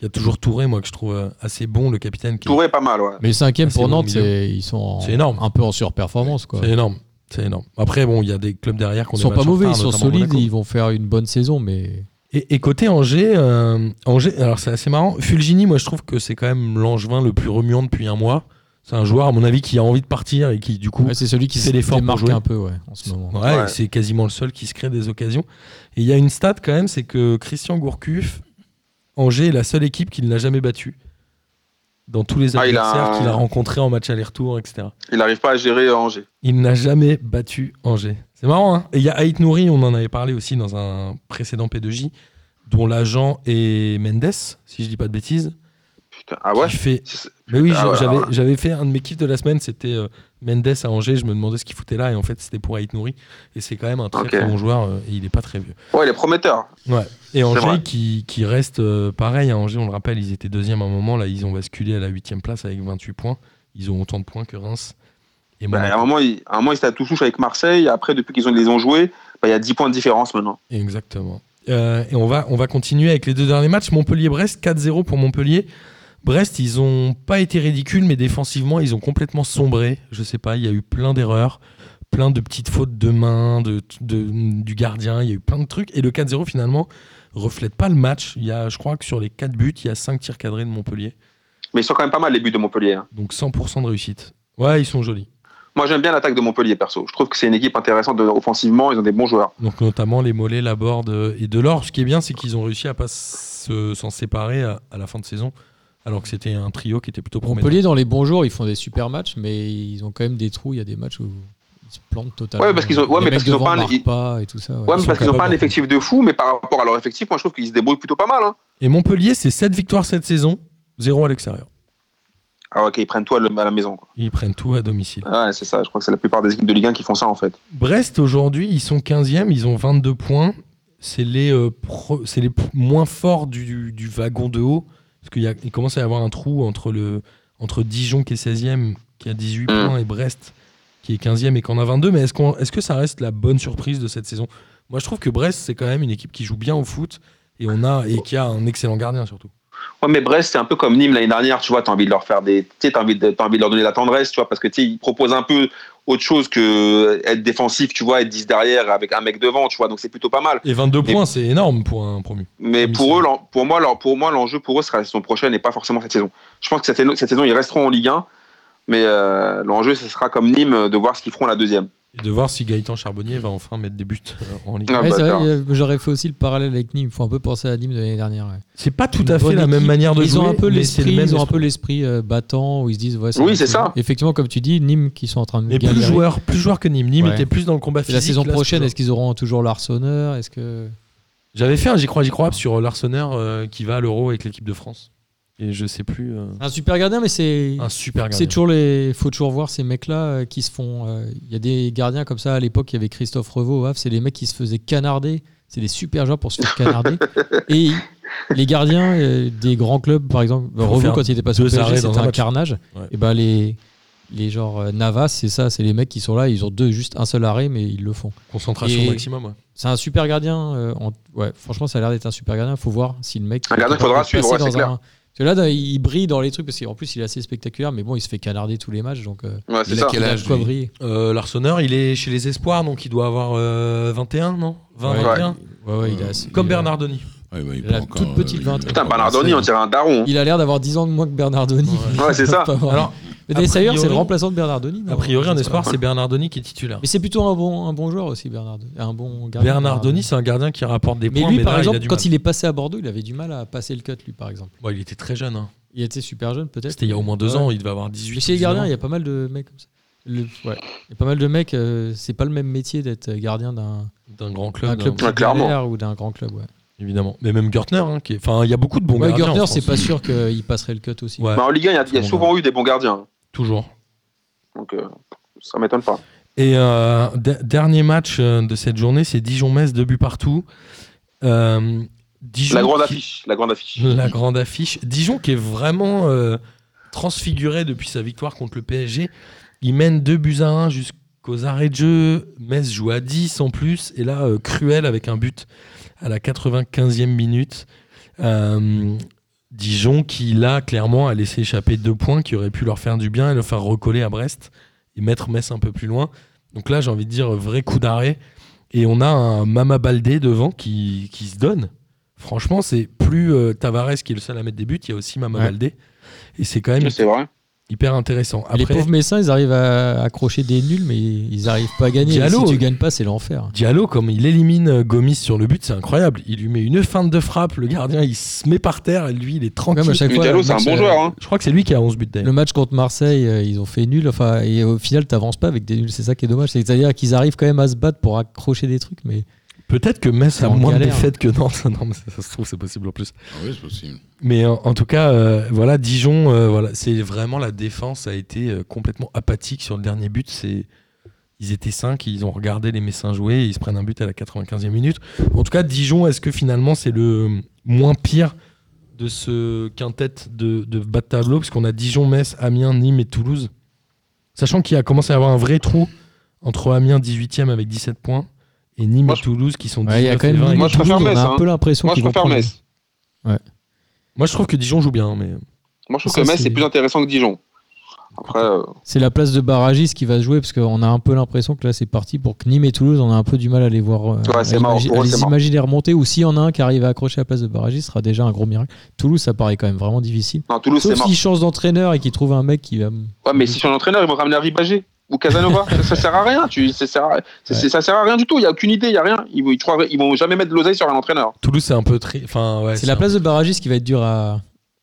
S4: Il y a toujours Touré, moi, que je trouve euh, assez bon, le capitaine. Qui...
S1: Touré, pas mal, ouais.
S2: Mais cinquième
S4: Ah, c'est
S2: pour
S4: bon,
S2: Nantes,
S4: au milieu.
S2: c'est- ils sont en-
S4: C'est énorme.
S2: un peu en surperformance. Quoi.
S4: C'est énorme. C'est énorme. Après, bon, il y a des clubs derrière qu'on
S2: Ils
S4: est
S2: sont pas
S4: match en
S2: mauvais, ils
S4: retard,
S2: sont
S4: notamment
S2: solides,
S4: Monaco.
S2: ils vont faire une bonne saison, mais
S4: Et, et côté Angers, euh, Angers, alors c'est assez marrant. Fulgini, moi je trouve que c'est quand même l'angevin le plus remuant depuis un mois. C'est un joueur, à mon avis, qui a envie de partir et qui, du coup,
S2: Ouais, c'est celui qui
S4: fait
S2: se
S4: l'effort pour
S2: démarque
S4: jouer.
S2: un peu ouais, en ce moment.
S4: Ouais,
S1: Ouais.
S4: c'est quasiment le seul qui se crée des occasions. Et il y a une stat quand même, c'est que Christian Gourcuff, Angers est la seule équipe qu'il n'a jamais battue dans tous les
S1: Ah, il a
S4: adversaires
S1: un-
S4: qu'il a rencontrés en match aller-retour, etc.
S1: Il n'arrive pas à gérer euh, Angers.
S4: Il n'a jamais battu Angers. C'est marrant, hein Et il y a Aït Nouri, on en avait parlé aussi dans un précédent P2J, dont l'agent est Mendes, si je dis pas de bêtises.
S1: Putain, ah ouais
S4: qui fait...
S1: C'est-
S4: Mais oui,
S1: Ah
S4: je-
S1: ouais,
S4: j'avais,
S1: ah ouais.
S4: j'avais fait un de mes kiffs de la semaine, c'était euh, Mendes à Angers, je me demandais ce qu'il foutait là, et en fait c'était pour Aït Nouri. Et c'est quand même un très,
S1: Ok.
S4: très bon joueur, euh, et il est pas très vieux.
S1: Ouais, il est prometteur.
S4: Et Angers
S1: vrai.
S4: qui, qui reste euh, pareil, à Angers on le rappelle, ils étaient deuxième à un moment, là ils ont basculé à la huitième place avec 28 points, ils ont autant de points que Reims. Et
S1: Bah, à,
S4: Monaco.
S1: un moment, il, à un moment, il s'était à tout souche avec Marseille. Après, depuis qu'ils ont, les ont joués, bah, il y a 10 points de différence maintenant.
S4: Exactement. Euh, et on va, on va continuer avec les deux derniers matchs. Montpellier-Brest, 4-0 pour Montpellier. Brest, ils n'ont pas été ridicules, mais défensivement, ils ont complètement sombré. Je sais pas, il y a eu plein d'erreurs, plein de petites fautes de main, de, de- du gardien, il y a eu plein de trucs. Et le 4-0, finalement, reflète pas le match. Il y a, je crois que sur les 4 buts, il y a 5 tirs cadrés de Montpellier.
S1: Mais ils sont quand même pas mal les buts de Montpellier. hein.
S4: Donc 100% de réussite. Ouais, ils sont jolis.
S1: Moi, j'aime bien l'attaque de Montpellier, perso. Je trouve que c'est une équipe intéressante de- offensivement. Ils ont des bons joueurs.
S4: Donc notamment les mollets, la board euh, et Delors. Ce qui est bien, c'est qu'ils ont réussi à pas se- s'en séparer à, à la fin de saison, alors que c'était un trio qui était plutôt prometteur.
S2: Montpellier, dans les bons jours, ils font des super matchs, mais ils ont quand même des trous. Il y a des matchs où ils se plantent totalement.
S1: Ouais, parce qu'ils ont- ouais,
S2: les
S1: mais
S2: mecs
S1: parce qu'ils ont
S2: devant
S1: pas un-
S2: marquent
S1: ils-
S2: pas et tout ça. ouais.
S1: Ouais, mais
S4: sont
S1: parce qu'ils n'ont pas un
S4: capables.
S1: effectif de fou, mais par rapport à leur effectif, moi, je trouve qu'ils se débrouillent plutôt pas mal. Hein.
S4: Et Montpellier, c'est 7 victoires cette saison, 0 à l'extérieur.
S1: Ah, ok, ils prennent tout à, le- à la maison. Quoi.
S4: Ils prennent tout à domicile.
S1: Ouais, c'est ça. Je crois que c'est la plupart des équipes de Ligue 1 qui font ça, en fait.
S4: Brest, aujourd'hui, ils sont 15e, ils ont 22 points. C'est les, euh, pro- c'est les p- moins forts du, du wagon de haut. Parce qu'il y a- il commence à y avoir un trou entre, le, entre Dijon qui est 16e, qui a 18
S1: Mm.
S4: points, et Brest qui est 15e et qui en a 22. Mais est-ce qu'on- est-ce que ça reste la bonne surprise de cette saison Moi, je trouve que Brest, c'est quand même une équipe qui joue bien au foot et, on a, et qui a un excellent gardien surtout.
S1: Ouais, mais Brest, c'est un peu comme Nîmes l'année dernière, tu vois, t'as envie de leur faire des, tu sais, t'as envie de, t'as envie de leur donner de la tendresse, tu vois, parce que tu sais, ils proposent un peu autre chose que euh, être défensif, tu vois, être 10 derrière avec un mec devant, tu vois, donc c'est plutôt pas mal.
S4: Et 22
S1: Et-
S4: points, c'est énorme pour un promu.
S1: Mais
S4: Oui,
S1: pour
S4: c'est
S1: eux, l'en- pour moi, leur- pour moi, l'enjeu pour eux sera la saison prochaine et pas forcément cette saison. Je pense que cette, cette saison, ils resteront en Ligue 1, mais euh, l'enjeu, ce sera comme Nîmes euh, de voir ce qu'ils feront la deuxième.
S4: Et de voir si Gaëtan Charbonnier va enfin mettre des buts euh, en Ligue.
S1: Ah,
S2: Ouais,
S1: bah,
S2: c'est
S1: t'as-
S2: vrai, euh, j'aurais fait aussi le parallèle avec Nîmes. Il faut un peu penser à Nîmes de l'année dernière. ouais.
S4: C'est pas tout
S2: Une
S4: à fait
S2: bonne
S4: la même
S2: équipe.
S4: manière de
S2: ils
S4: jouer.
S2: Ont un peu
S4: mais c'est
S2: l'esprit,
S4: le même
S2: ils ont un peu
S4: esprit.
S2: l'esprit euh, battant où ils se disent ouais,
S1: Oui,
S2: va
S1: c'est
S2: être cool.
S1: ça.
S2: Effectivement, comme tu dis, Nîmes qui sont en train de
S4: Mais plus
S2: galérer.
S4: joueur, plus joueur que Nîmes. Nîmes
S2: Ouais.
S4: était plus dans le combat
S2: Et
S4: physique.
S2: la saison
S4: là, c'est
S2: prochaine,
S4: plus-
S2: est-ce qu'ils auront toujours l'arseneur Est-ce que
S4: J'avais fait un j'y crois, j'y crois sur euh, l'arseneur qui va à l'Euro avec l'équipe de France. Et je sais plus. euh,
S2: un super gardien Mais c'est
S4: un super gardien.
S2: c'est toujours les faut toujours voir ces mecs là qui se font. euh, Il y a des gardiens comme ça à l'époque. Il y avait Christophe Revaux. au Havre, c'est les mecs qui se faisaient canarder. C'est des super joueurs pour se faire canarder. Et les gardiens euh, des grands clubs, par exemple,
S4: Faut
S2: Revaux
S4: faire
S2: quand il était passé au
S4: deux
S2: PSG,
S4: arrêts dans
S2: c'était
S4: un
S2: un
S4: match.
S2: carnage.
S4: Ouais.
S2: Et ben les les genres euh, Navas, c'est ça, c'est les mecs qui sont là. Ils ont deux juste un seul arrêt, mais ils le font.
S4: Concentration
S2: Et-
S4: maximum. ouais.
S2: C'est un super gardien. euh, en- ouais, franchement, ça a l'air d'être un super gardien. Faut voir si le mec.
S1: Un gardien
S2: est capable
S1: faudra
S2: de
S1: suivre,
S2: passer
S1: ouais, c'est
S2: dans un- Parce que là, dans- il brille dans les trucs parce qu'en plus, il est assez spectaculaire. Mais bon, il se fait canarder tous les matchs, donc euh,
S1: Ouais, c'est
S5: Il a
S1: ça.
S5: quel
S2: il a
S5: âge
S2: de quoi
S5: lui
S2: briller.
S4: Euh, L'arseneur, il est chez les Espoirs, donc il doit avoir euh, 21, non 20,
S2: Ouais.
S4: 21
S2: Ouais, ouais, il
S5: Euh,
S2: a assez-
S4: Comme
S2: il a-
S4: Bernardoni.
S5: Ouais, bah, il
S2: La
S5: peut encore,
S2: toute petite
S5: euh,
S2: vingtaine.
S5: il peut
S1: Putain,
S5: encore
S1: Bernardoni,
S5: passer,
S1: on dirait un daron. hein.
S2: Il a l'air d'avoir 10 ans de moins que Bernardoni.
S4: Ouais.
S1: Ouais, c'est ça.
S2: *laughs* Pas vrai.
S4: Alors,
S2: Le
S4: A
S2: Desailleur, c'est le
S4: priori-
S2: remplaçant de Bernardoni. non
S4: A priori, en
S2: Je sais
S4: espoir,
S2: pas.
S4: c'est Bernardoni qui est titulaire.
S2: Mais c'est plutôt un bon, un bon joueur aussi, Bernardoni. Un bon gardien.
S4: Bernardoni, c'est un gardien qui rapporte des
S2: Mais
S4: points.
S2: lui,
S4: mais
S2: par
S4: là,
S2: exemple,
S4: il a du
S2: quand
S4: mal.
S2: il est passé à Bordeaux, il avait du mal à passer le cut, lui, par exemple.
S4: Bon, il était très jeune. hein.
S2: Il était super jeune, peut-être.
S4: C'était il y a au moins deux
S2: Ouais.
S4: ans. Il devait avoir 18.
S2: Mais chez les
S4: 19
S2: gardiens,
S4: ans.
S2: il y a pas mal de mecs comme ça. Le- ouais. Il y a pas mal de mecs, euh, c'est pas le même métier d'être gardien d'un
S4: d'un grand club,
S2: d'un club
S4: d'un-
S1: Ouais, clairement.
S2: populaire ou d'un grand club. Ouais.
S4: évidemment. Mais même Gertner, hein, qui est- enfin, il y a beaucoup de bons
S2: Ouais,
S4: gardiens. en
S2: Gürtner, c'est pas
S4: France.
S2: sûr qu'il passerait le cut aussi.
S4: Ouais,
S1: Bah, en Ligue 1, il y a, il y a souvent eu des bons gardiens. hein.
S4: toujours.
S1: Donc, euh, ça m'étonne pas.
S4: Et euh, de- dernier match euh, de cette journée, c'est Dijon-Metz, deux buts partout. Euh, Dijon
S1: La grande
S4: qui-
S1: affiche. La grande affiche.
S4: *laughs* La grande affiche. Dijon qui est vraiment euh, transfiguré depuis sa victoire contre le PSG. Il mène 2 buts à 1 jusqu'aux arrêts de jeu. Metz joue à 10 en plus. Et là, euh, Cruel avec un but à la 95e minute. Euh, Dijon qui, là, clairement, a laissé échapper deux points qui auraient pu leur faire du bien et leur faire recoller à Brest et mettre Metz un peu plus loin. Donc là, j'ai envie de dire vrai coup d'arrêt. Et on a un Mama Baldé devant qui, qui se donne. Franchement, c'est plus euh, Tavares qui est le seul à mettre des buts, il y a aussi Mama
S2: Ouais.
S4: Baldé. Et c'est quand même
S1: C'est vrai.
S4: hyper intéressant.
S2: Et Les
S4: Après,
S2: pauvres Messins, ils arrivent à accrocher des nuls, mais ils arrivent pas à gagner. Et
S4: Diallo.
S2: si tu gagnes pas, c'est l'enfer.
S4: Diallo, comme il élimine euh, Gomis sur le but, c'est incroyable. Il lui met une feinte de frappe, le gardien il se met par terre et lui il est tranquille.
S2: Même à chaque
S1: Mais
S2: fois,
S1: Diallo,
S2: le
S1: c'est un
S2: match,
S1: bon
S2: euh,
S1: joueur. Hein.
S4: Je crois que c'est lui qui a 11 buts d'ailleurs.
S2: Le match contre Marseille, euh, ils ont fait nul. Enfin, et au final, t'avances pas avec des nuls. C'est ça qui est dommage. C'est-à-dire qu'ils arrivent quand même à se battre pour accrocher des trucs, mais
S4: Peut-être que Metz
S2: C'est
S4: a
S2: en
S4: moins de
S2: galère.
S4: défaites que Nantes. *laughs* Non, mais ça, ça se trouve, c'est possible en plus.
S5: Ah oui, c'est possible.
S4: Mais en, en tout cas, euh, voilà, Dijon, euh, voilà, c'est vraiment la défense a été euh, complètement apathique sur le dernier but. C'est ils étaient 5, ils ont regardé les Messins jouer, et ils se prennent un but à la 95e minute. En tout cas, Dijon, est-ce que finalement c'est le euh, moins pire de ce quintet de, de bas de tableau Parce qu'on a Dijon, Metz, Amiens, Nîmes et Toulouse. Sachant qu'il a commencé à avoir un vrai trou entre Amiens 18e avec 17 points et Nîmes
S1: Moi,
S4: et Toulouse qui sont 19
S2: Ouais, il y a quand
S4: et
S2: même
S4: 20.
S1: Moi, je
S2: Toulouse,
S1: préfère
S2: on a
S1: Metz,
S2: un
S1: hein.
S2: peu l'impression
S1: Moi, je
S2: qu'ils vont
S1: préfère
S2: prendre-
S1: Metz.
S4: Moi, je trouve que Dijon joue bien, hein, mais
S1: Moi, je trouve
S2: Ça,
S1: que Metz,
S2: c'est-
S1: c'est plus intéressant que Dijon. Après, euh,
S2: C'est la place de Barragis qui va se jouer parce qu'on a un peu l'impression que là c'est parti pour que Nîmes et Toulouse, on a un peu du mal à les voir. euh,
S1: Ouais, c'est
S2: à
S1: mort.
S2: imagi-
S1: Pour
S2: à
S1: eux,
S2: les
S1: c'est mort.
S2: imaginer remonter ou s'il y en a un qui arrive à accrocher la place de Barragis, ce sera déjà un gros miracle. Toulouse, ça paraît quand même vraiment difficile.
S1: non, Toulouse, c'est
S2: Sauf
S1: mort.
S2: s'il change d'entraîneur et qu'il trouve un mec qui va.
S1: Ouais, mais si sur l'entraîneur, ils vont ramener Ribagé ou Casanova. ça, ça sert à rien. Tu, ça, sert à, ça-
S2: Ouais.
S1: ça sert à rien du tout. Il n'y a aucune idée, il n'y a rien. Ils, vont- ils, trouvent- ils vont jamais mettre de l'oseille sur un entraîneur.
S4: Toulouse c'est un peu très. Enfin, ouais,
S2: c'est la
S4: un-
S2: place de Barragis qui va être dure à,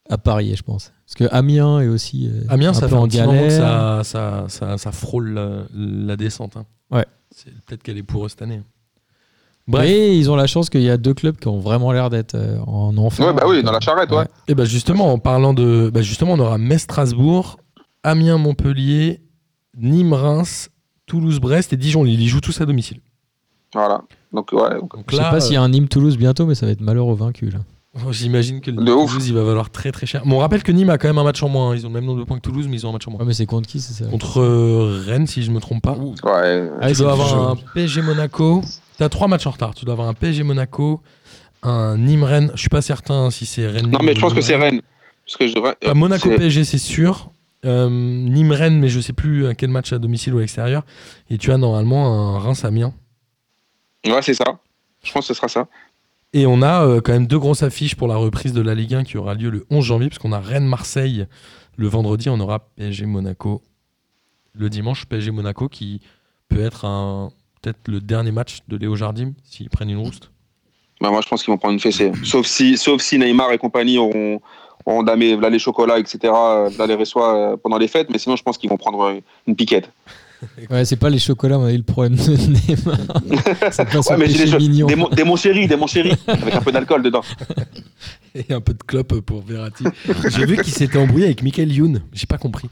S2: à parier, je pense. Parce que Amiens est aussi euh,
S4: Amiens,
S2: un
S4: ça
S2: peu
S4: fait
S2: en
S4: un petit moment
S2: galère.
S4: que ça, ça, ça, ça frôle la, la descente. hein.
S2: Ouais.
S4: C'est peut-être qu'elle est pour eux cette année. Bref.
S2: Mais ils ont la chance qu'il y a deux clubs qui ont vraiment l'air d'être euh, en enfer.
S1: Ouais, bah oui, dans la charrette, ouais.
S2: Ouais.
S4: Et bah justement, en parlant de. Bah justement, on aura Metz-Strasbourg, Amiens-Montpellier, Nîmes-Reims, Toulouse-Brest et Dijon-Lille. Ils jouent tous à domicile.
S1: Voilà. Donc, ouais. donc,
S4: Donc
S2: Je sais
S4: là,
S2: pas s'il y a un Nîmes Toulouse bientôt, mais ça va être malheureux vaincu là.
S4: euh, j'imagine que le
S1: De
S4: Nîmes
S1: ouf.
S4: Toulouse, il va valoir très très cher. Bon, on rappelle que Nîmes a quand même un match en moins. hein. Ils ont le même nombre de points que Toulouse, mais ils ont un match en moins.
S2: Ouais, mais c'est contre qui c'est ça
S4: Contre euh, Rennes, si je me trompe pas.
S1: ouais.
S2: Ah,
S4: tu
S2: c'est
S4: dois
S2: le
S4: avoir
S2: jeu.
S4: un PSG Monaco. Tu as trois matchs en retard. Tu dois avoir un PSG Monaco, un Nîmes Rennes. Je suis pas certain si c'est Rennes.
S1: Non, mais je pense que c'est
S4: Rennes.
S1: Rennes. Parce que je devrais.
S4: Enfin, Bah, Monaco
S1: c'est-
S4: PSG, c'est sûr. Euh, Nîmes Rennes, mais je sais plus à quel match à domicile ou à l'extérieur. Et tu as normalement un Reims Amiens.
S1: Ouais, c'est ça. Je pense que ce sera ça.
S4: Et on a euh, quand même deux grosses affiches pour la reprise de la Ligue 1 qui aura lieu le 11 janvier, parce qu'on a Rennes-Marseille le vendredi, on aura PSG-Monaco le dimanche. PSG-Monaco qui peut être un- peut-être le dernier match de Léo Jardim s'ils prennent une rouste.
S1: Bah, moi, je pense qu'ils vont prendre une *laughs* fessée. Sauf si, sauf si Neymar et compagnie auront, auront damé là, les chocolats, etc., euh, là, les reçois euh, pendant les fêtes. Mais sinon, je pense qu'ils vont prendre euh, une piquette.
S2: Ouais, c'est pas les chocolats, on a eu le problème de *laughs* Neymar. c'est pas son
S1: Ouais, mais c'est
S2: péché
S1: des, cho-
S2: mignon.
S1: des, mon- des Montseri, des *laughs* Montseri, avec un peu d'alcool dedans.
S4: Et un peu de clope pour Verratti. *laughs* J'ai vu qu'il s'était embrouillé avec Michael Youn. J'ai pas compris.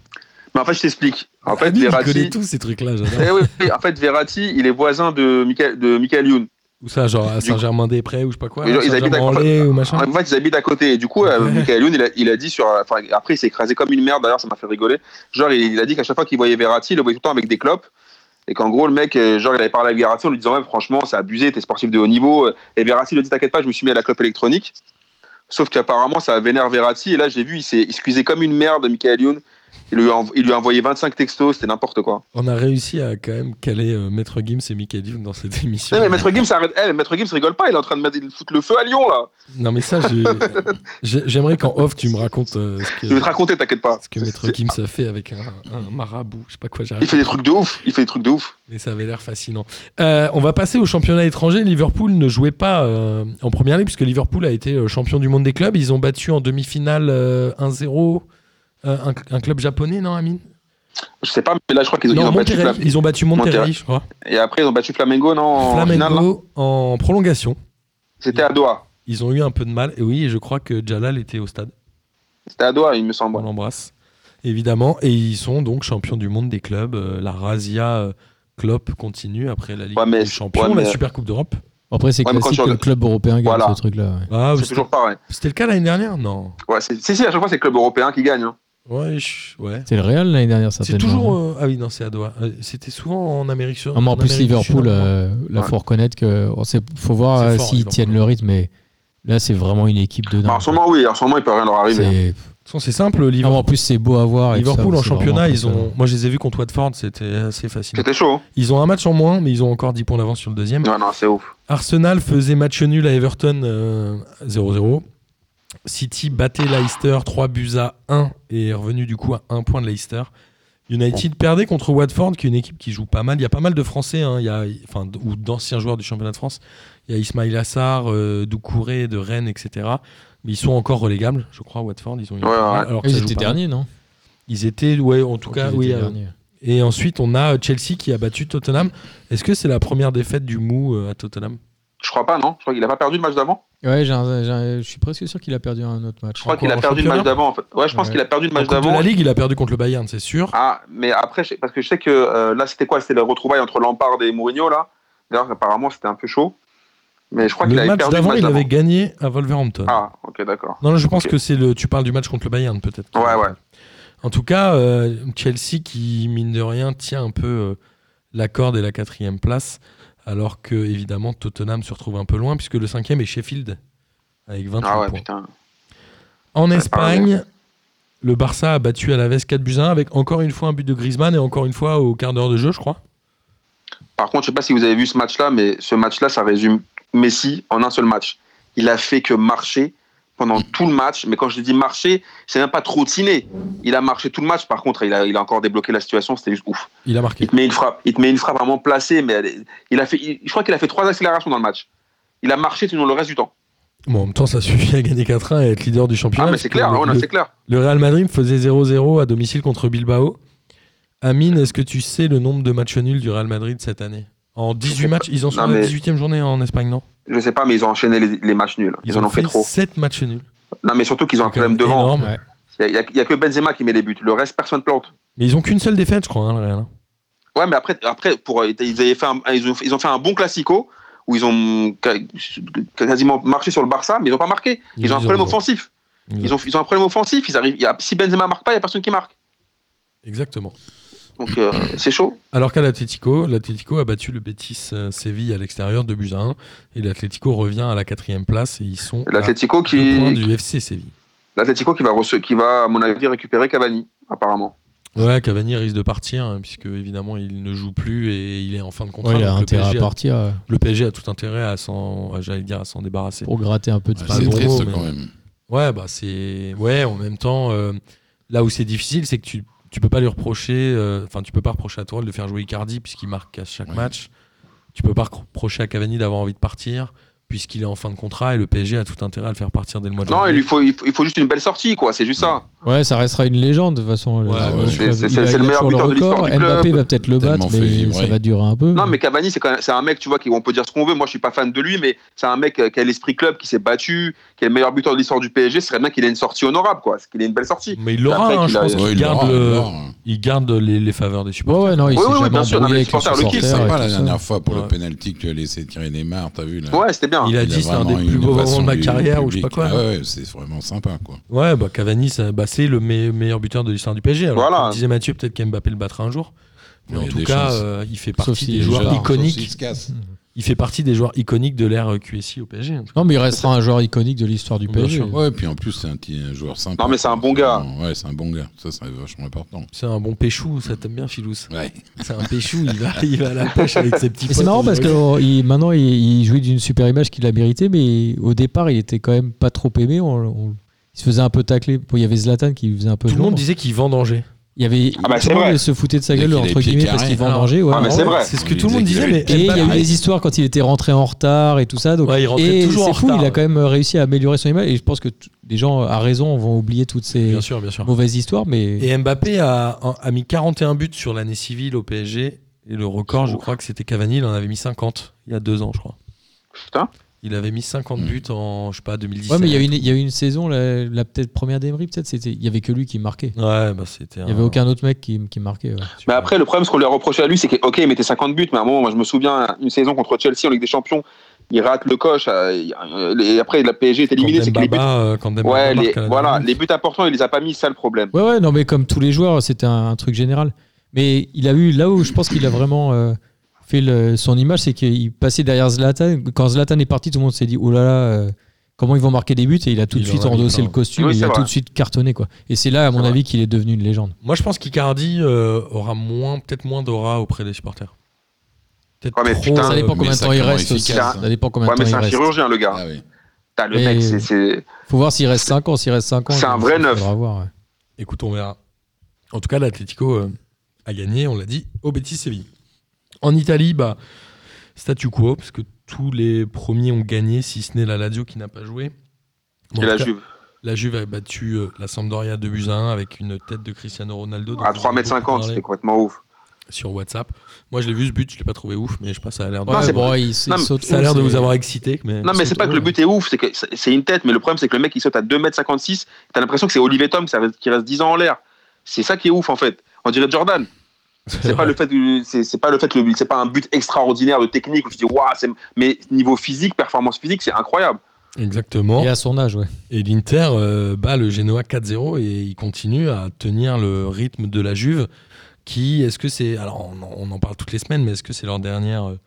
S1: Mais en fait, Ah, je t'explique. En fait,
S4: Ami, il
S1: Verratti.
S4: connaît tous ces trucs-là, j'adore.
S1: Eh oui, oui, en fait, Verratti, il est voisin de Michael, de Michael Youn.
S4: Ou ça, genre à
S1: Du
S4: Saint-Germain-des-Prés ou je sais pas quoi.
S1: Mais genre, ils habitent à-
S4: Saint-Germain-en-Laye ou machin.
S1: En fait, ils habitent Ah, à côté. Et du coup, euh,
S4: Ouais.
S1: Michael Youn, il a, il a dit sur. Enfin, après, il s'est écrasé comme une merde. D'ailleurs, ça m'a fait rigoler. Genre, il, il a dit qu'à chaque fois qu'il voyait Verratti, il le voyait tout le temps avec des clopes. Et qu'en gros, le mec, euh, genre, il avait parlé à Verratti en lui disant Ouais, franchement, c'est abusé, t'es sportif de haut niveau. Et Verratti lui a dit T'inquiète pas, je me suis mis à la clope électronique. Sauf qu'apparemment, ça vénère Verratti. Et là, j'ai vu, il s'est excusé comme une merde, Michael Youn. Il lui a, env- il lui a envoyé 25 textos, c'était n'importe quoi.
S4: On a réussi à quand même caler euh, Maître Gims et Mickey Diouf dans cette émission.
S1: Non, mais Maître Gims, arrête- eh, mais Maître Gims rigole pas, il est en train de mettre, il fout le feu à Lyon là.
S4: Non, mais ça,
S1: *laughs*
S4: j'ai- j'ai- j'aimerais qu'en off, tu me racontes euh, ce
S1: Je vais te
S4: que,
S1: raconter, t'inquiète pas.
S4: ce que Maître Gims a fait avec un, un marabout. Je sais pas quoi,
S1: Il
S4: j'arrive.
S1: fait des trucs de ouf, il fait des trucs de ouf.
S4: Mais ça avait l'air fascinant. Euh, on va passer au championnat étranger. Liverpool ne jouait pas euh, en première ligue puisque Liverpool a été euh, champion du monde des clubs. Ils ont battu en demi-finale euh, 1-0 euh, un, un club japonais, non, Amine
S1: Je sais pas, mais là je crois qu'ils ont,
S4: Non,
S1: ils ont battu
S4: Monterrey.
S1: Flam-
S4: Ils ont battu Monterrey,
S1: Monterrey.
S4: je crois.
S1: Et après ils ont battu Flamengo, non en finale, là
S4: Flamengo en prolongation.
S1: C'était à Doha.
S4: Ils ont eu un peu de mal. Et oui, et je crois que Jalal était au stade.
S1: C'était à Doha, il me semble.
S4: On l'embrasse, évidemment. Et ils sont donc champions du monde des clubs. Euh, la Razia euh, Klopp continue après la Ligue
S1: Ouais, mais-
S4: des Champions,
S1: ouais, mais-
S4: la Super Coupe d'Europe.
S2: Après, c'est
S1: Ouais, mais quand
S2: classique
S1: tu
S2: que le
S1: regardes-
S2: club européen gagne
S1: Voilà.
S2: ce truc-là. ouais.
S4: Ah,
S1: C'est
S4: c'était-
S1: toujours pareil.
S4: C'était le cas l'année dernière Non.
S1: Ouais, c'est- si, si, à chaque fois c'est le club européen qui gagne. hein.
S4: Ouais, je- ouais.
S2: C'est le Real l'année dernière,
S4: C'est
S2: certainement.
S4: toujours. euh, Ah oui, non, c'est à Doha. Euh, C'était souvent en Amérique sur-
S2: Non, mais en plus,
S4: Amérique du Sud,
S2: Liverpool,
S4: je crois.
S2: euh, là,
S1: Ouais.
S2: faut reconnaître que. bon, c'est- faut voir
S4: C'est
S2: euh,
S4: fort,
S2: s'ils
S4: Liverpool.
S2: tiennent le rythme, mais là, c'est vraiment une équipe de
S1: Bah,
S2: dingue.
S1: en ce moment, oui, en ce moment, il peut rien leur arriver. hein.
S2: C'est-
S4: De toute façon, c'est simple.
S2: Non, Ah, mais en
S4: Liverpool,
S2: plus, c'est beau à voir. et tout ça,
S4: Liverpool en
S2: c'est vraiment
S4: championnat, ils
S2: impressionnant.
S4: ont. Moi, je les ai vus contre Watford. C'était assez fascinant.
S1: C'était chaud. hein.
S4: Ils ont un match en moins, mais ils ont encore 10 points d'avance sur le deuxième.
S1: Non, non, c'est ouf.
S4: Arsenal faisait match nul à Everton euh, 0-0. City battait Leicester 3 buts à 1 et est revenu du coup à 1 point de Leicester. United perdait contre Watford, qui est une équipe qui joue pas mal. Il y a pas mal de Français, hein. Il y a, enfin, d- ou d'anciens joueurs du championnat de France. Il y a Ismail Assar, euh, Doucouré, de Rennes, etc. Mais ils sont encore relégables, je crois, Watford. Ils ont eu
S1: Ouais, ouais.
S4: alors que
S2: Ah, Ils
S4: ça joue
S2: étaient
S4: pas mal.
S2: derniers, non
S4: Ils étaient, ouais, en tout
S2: Donc,
S4: cas,
S2: ils
S4: oui.
S2: étaient
S4: euh,
S2: derniers.
S4: et ensuite, on a Chelsea qui a battu Tottenham. Est-ce que c'est la première défaite du Mou euh, à Tottenham
S1: Je crois pas, non Je crois qu'il a pas perdu le match d'avant
S2: Ouais, j'ai un- j'ai un- je suis presque sûr qu'il a perdu un autre match.
S1: Je crois
S4: Encore
S1: qu'il a
S4: en
S1: perdu le
S4: championnat
S1: match d'avant, en fait. Ouais, je pense
S2: Ouais.
S1: qu'il a perdu le match
S4: En Coupe de
S1: d'avant.
S4: la Ligue, il a perdu contre le Bayern, c'est sûr.
S1: Ah, mais après, je- parce que je sais que euh, là, c'était quoi C'était le retrouvaille entre Lampard et Mourinho, là. D'ailleurs, apparemment, c'était un peu chaud. Mais je crois qu'il
S4: le
S1: avait
S4: match
S1: perdu le
S4: d'avant,
S1: match
S4: il
S1: d'avant.
S4: avait gagné à Wolverhampton.
S1: Ah, ok, d'accord.
S4: Non, non, je pense
S1: Ok.
S4: que c'est le. Tu parles du match contre le Bayern, peut-être.
S1: Ouais, ouais.
S4: En tout cas, euh, Chelsea qui mine de rien tient un peu euh, la corde et la quatrième place, alors que évidemment Tottenham se retrouve un peu loin puisque le cinquième est Sheffield avec 28
S1: Ah ouais,
S4: points.
S1: putain.
S4: En
S1: Ouais,
S4: Espagne, le Barça a battu Alaves 4 buts à 1 avec encore une fois un but de Griezmann et encore une fois au quart d'heure de jeu, je crois.
S1: Par contre, je sais pas si vous avez vu ce match-là, mais ce match-là, ça résume Messi en un seul match. Il a fait que marcher pendant tout le match. Mais quand je dis marcher, c'est même pas trottiner. Il a marché tout le match. Par contre, il a, il a encore débloqué la situation. C'était juste ouf.
S4: Il a marqué.
S1: Il te met une frappe, il te met une frappe vraiment placée. Mais elle est- il a fait, il- je crois qu'il a fait trois accélérations dans le match. Il a marché tout le reste du temps.
S4: Bon, en même temps, ça suffit à gagner 4-1 et à être leader du championnat.
S1: Ah, mais
S4: parce
S1: c'est
S4: que
S1: clair,
S4: le-
S1: ouais, non,
S4: le-
S1: c'est clair.
S4: Le Real Madrid faisait 0-0 à domicile contre Bilbao. Amine, est-ce que tu sais le nombre de matchs nuls du Real Madrid cette année En 18 matchs, ils en sont
S1: Non,
S4: à la
S1: mais-
S4: 18e journée en Espagne, non
S1: Je sais pas, mais ils ont enchaîné les, les matchs nuls. Ils, en ont fait, trop.
S4: 7 matchs nuls.
S1: Non, mais surtout qu'ils ont un
S4: C'est quand
S1: problème
S4: même
S1: devant.
S4: énorme.
S2: Ouais.
S1: Il n'y a, y a que Benzema qui met les buts. Le reste, personne plante.
S4: Mais ils ont qu'une seule défaite, je crois, hein, le Real.
S1: Ouais, mais après, après pour, euh, ils, avaient fait un- ils, ont, ils ont fait un bon classico où ils ont ca- quasiment marché sur le Barça, mais ils n'ont pas marqué. Ils, ont un problème offensif. Ils ont, ils ont un problème offensif. Ils arrivent, il y a- si Benzema marque pas, il n'y a personne qui marque.
S4: Exactement.
S1: Donc, euh, c'est chaud.
S4: Alors qu'à l'Atlético, l'Atlético a battu le Betis euh, Séville à l'extérieur de buts à 1. Et l'Atlético revient à la quatrième place et ils sont à
S1: L'Atletico
S4: deux points
S1: qui,
S4: du FC Séville.
S1: l'Atletico qui, va, rece- qui va, à mon avis, récupérer Cavani, apparemment.
S4: Ouais, Cavani risque de partir, hein, puisque évidemment il ne joue plus et il est en fin de contrat.
S2: Ouais, il a
S4: donc le
S2: intérêt à
S4: PSG a-
S2: partir euh,
S4: Le PSG a tout intérêt à s'en, à, j'allais dire, à s'en débarrasser.
S2: pour gratter un peu de
S5: Ouais,
S4: pas
S5: c'est
S4: le gros
S5: triste
S4: mot,
S5: quand
S4: mais-
S5: même.
S4: Ouais, bah c'est, ouais, en même temps, euh, là où c'est difficile, c'est que tu, tu peux pas lui reprocher, euh, enfin, tu peux pas reprocher à Tourelle de faire jouer Icardi puisqu'il marque à chaque
S5: Ouais.
S4: match. Tu peux pas reprocher à Cavani d'avoir envie de partir puisqu'il est en fin de contrat et le PSG a tout intérêt à le faire partir dès le mois de
S1: Non, il
S4: janvier.
S1: lui faut, il faut, il faut juste une belle sortie, quoi. C'est juste ça.
S2: Ouais, ça restera une légende de toute façon.
S4: Ouais,
S2: Le-
S5: ouais,
S2: le
S5: c'est-
S2: club,
S1: c'est-
S2: il
S1: c'est
S2: va-
S1: le
S2: il va
S1: meilleur
S2: sur
S1: buteur de
S2: record.
S1: l'histoire du club.
S2: Mbappé va peut-être le
S5: Tellement
S2: battre,
S5: fait
S2: mais
S5: vibrer.
S2: ça va durer un peu.
S1: Non, mais Cavani, c'est quand même- c'est un mec, tu vois, qui, on peut dire ce qu'on veut. Moi, je suis pas fan de lui, mais c'est un mec euh, qui a l'esprit club, qui s'est battu, qui est le meilleur buteur de l'histoire du PSG. Ce serait bien qu'il ait une sortie honorable, quoi. Parce qu'il ait une belle sortie.
S4: Mais il l'aura,
S1: Après,
S4: hein,
S1: qu'il
S4: je
S1: a-
S4: pense
S5: Ouais,
S4: qu'il
S5: il
S4: garde,
S5: l'aura,
S4: le-
S5: il l'aura. hein.
S4: il garde les, les faveurs des
S2: Ouais,
S4: supporters.
S2: ouais, non, il
S1: Oui,
S2: s'est
S1: oui,
S2: jamais
S1: bien sûr, non,
S2: embrouillé avec
S1: mais
S2: les
S1: supporters, le kick,
S2: supporters et
S5: Sympa la
S2: tout ça.
S5: dernière fois pour
S4: Ouais.
S5: le penalty que tu as laissé tirer Neymar, t'as vu là
S1: Ouais, c'était bien.
S4: Il a
S5: Il a
S4: dit c'est un des
S5: vraiment
S4: plus
S5: une
S4: beaux moments
S5: façon
S4: de ma
S5: du
S4: carrière ou je sais pas
S5: public.
S4: quoi. hein.
S5: Ah ouais, c'est vraiment sympa quoi.
S4: Ouais, bah Cavani, ça- bah, c'est le me- meilleur buteur de l'histoire du PSG. Alors,
S1: Voilà.
S4: comme disait Mathieu, peut-être qu'Mbappé le battra un jour. Mais
S5: Ouais,
S4: en
S5: il y a
S4: tout
S5: des
S4: cas,
S5: chances.
S4: euh, il fait partie
S2: s'il
S4: des
S2: est
S4: joueurs
S2: jeune,
S5: Genre,
S4: iconiques.
S5: hein, sauf s'il se casse.
S4: il fait partie des joueurs iconiques de l'ère euh, QSI au PSG. en tout cas.
S2: Non, mais il restera un joueur iconique de l'histoire du
S4: Bien
S2: PSG.
S4: sûr.
S5: Ouais, puis en plus, c'est un petit un joueur sympa.
S1: Non, mais c'est un bon gars.
S5: Ouais, c'est un bon gars. Ça, c'est vachement important.
S4: C'est un bon péchou, ça t'aime bien, Filous.
S5: Ouais.
S4: C'est un péchou, il va, il va à la pêche avec ses petits
S2: Et c'est marrant parce que oh, il- maintenant il, il jouit d'une super image qu'il a méritée, mais au départ il était quand même pas trop aimé. on- on- il se faisait un peu tacler. Bon, il y avait Zlatan qui lui faisait un peu
S4: tout
S2: de
S4: le monde
S2: l'ombre.
S4: disait qu'il vendangeait.
S2: Il y avait
S1: Ah bah,
S2: tout
S1: c'est
S2: le monde
S1: vrai.
S2: se foutait de sa
S5: Dès
S2: gueule
S5: qu'il
S2: entre
S5: avait pied
S2: guillemets parce
S5: carré.
S2: qu'il
S4: Alors,
S2: vendangeait. ouais.
S1: ah, mais
S2: Ouais.
S1: c'est vrai.
S4: C'est ce
S5: On
S4: que tout le
S5: lui
S4: monde
S5: disait
S4: disait,
S5: qu'il
S4: mais
S5: avait
S2: Et il y a eu
S4: Mbappé-
S2: des histoires quand il était rentré en retard et tout ça. Donc,
S4: Ouais, il rentrait
S2: et
S4: toujours en
S2: c'est fou,
S4: retard,
S2: il a
S4: ouais.
S2: quand même réussi à améliorer son image. Et je pense que t- les gens, à raison, vont oublier toutes ces
S4: Bien sûr, bien sûr.
S2: mauvaises histoires. Mais
S4: Et Mbappé a, a mis 41 buts sur l'année civile au PSG. Et le record, je crois que c'était Cavani, il en avait mis 50 il y a deux ans, je crois.
S1: Putain.
S4: Il avait mis 50
S5: Mm.
S4: buts en, je sais pas, 2017.
S2: Hmm. ouais, mais il y a eu une, il y a eu une saison, la, la peut-être première d'Emery, peut-être c'était, il y avait que lui qui marquait.
S4: Ouais, bah c'était.
S2: Il y avait aucun autre mec qui, qui marquait. ouais.
S1: Mais Bah après, le problème, ce qu'on lui a reproché à lui, c'est que, ok, il mettait 50 buts, mais à un moment, moi, je me souviens, une saison contre Chelsea en Ligue des Champions, il rate le coche, euh, et après, la PSG est éliminée, c'est que les buts.
S4: quand Dembaba
S1: Ouais,
S4: marque euh,
S1: les-
S4: à la
S1: voilà,
S4: dernière
S1: les buts importants, il les a pas mis, c'est ça le problème.
S2: Ouais, ouais, non, mais comme tous les joueurs, c'était un, un truc général. Mais il a eu, là où je pense qu'il a vraiment euh, fait le- son image, c'est qu'il passait derrière Zlatan. Quand Zlatan est parti, tout le monde s'est dit, oh là là, euh, comment ils vont marquer des buts Et il a tout
S4: Il
S2: de suite
S4: en a mis
S2: endossé
S4: plein.
S2: le costume,
S1: Oui,
S2: et il
S1: c'est
S2: a
S1: vrai.
S2: tout de suite cartonné, quoi. Et c'est là, à mon
S1: C'est
S2: avis, qu'il est devenu une légende.
S4: minute. Moi, je pense qu'Icardi euh, aura moins, peut-être moins d'aura auprès des supporters. Peut-être
S1: Ouais, mais
S4: trop. euh,
S1: putain,
S2: ça dépend
S5: mais
S2: combien de temps il
S5: sacrément
S2: reste aussi.
S5: efficace,
S2: Ça
S5: hein.
S2: dépend combien
S1: Ouais,
S2: de
S1: mais
S2: temps
S1: c'est
S2: il
S1: un
S2: reste.
S1: chirurgien, le gars.
S5: Ah oui.
S1: Putain, le
S2: Mais-
S1: mec, c'est- c'est.
S2: Faut voir s'il reste 5 ans. S'il reste 5 ans,
S1: C'est un
S2: il
S1: vrai neuf.
S2: faudra voir, ouais.
S4: Écoute, on verra. En tout cas, l'Atlético euh, a gagné, on l'a dit, au Betis Séville. En Italie, bah, statu quo, parce que tous les premiers ont gagné, si ce n'est la Lazio qui n'a pas joué. Bon,
S1: Et
S4: en
S1: la
S4: tout cas,
S1: Juve.
S4: la Juve a battu euh, la Sampdoria 2 buts à 1 avec une tête de Cristiano Ronaldo.
S1: À
S4: dont
S1: 3m50,
S4: on a beaucoup
S1: c'était
S4: parlé
S1: complètement ouf.
S4: Sur WhatsApp. Moi, je l'ai vu ce but, je l'ai pas trouvé ouf, mais je pense que ça a l'air de,
S1: Non,
S2: Ouais,
S1: c'est
S2: bon, il- il
S1: Non, mais
S2: saute
S4: ça a l'air
S2: haut,
S4: de vous
S2: c'est-
S4: avoir excité. Mais
S1: Non, mais c'est pas que le but est ouf, c'est que c'est- c'est une tête, mais le problème, c'est que le mec, il saute à 2m56, t'as l'impression que c'est Olivier Tom ça reste- qui reste 10 ans en l'air. C'est ça qui est ouf, en fait. On
S2: *laughs*
S1: dirait Jordan. C'est pas le fait, que- c'est c'est pas le fait que le- c'est pas un but extraordinaire de technique où tu dis, waouh, c'est- mais niveau physique, performance physique, c'est incroyable.
S4: Exactement.
S2: Et à son âge, ouais.
S4: Et l'Inter euh, bat le Genoa 4-0 et il continue à tenir le rythme de la Juve. Qui, est-ce que c'est. Alors, on, en- on en parle toutes les semaines, mais est-ce que c'est leur dernière euh,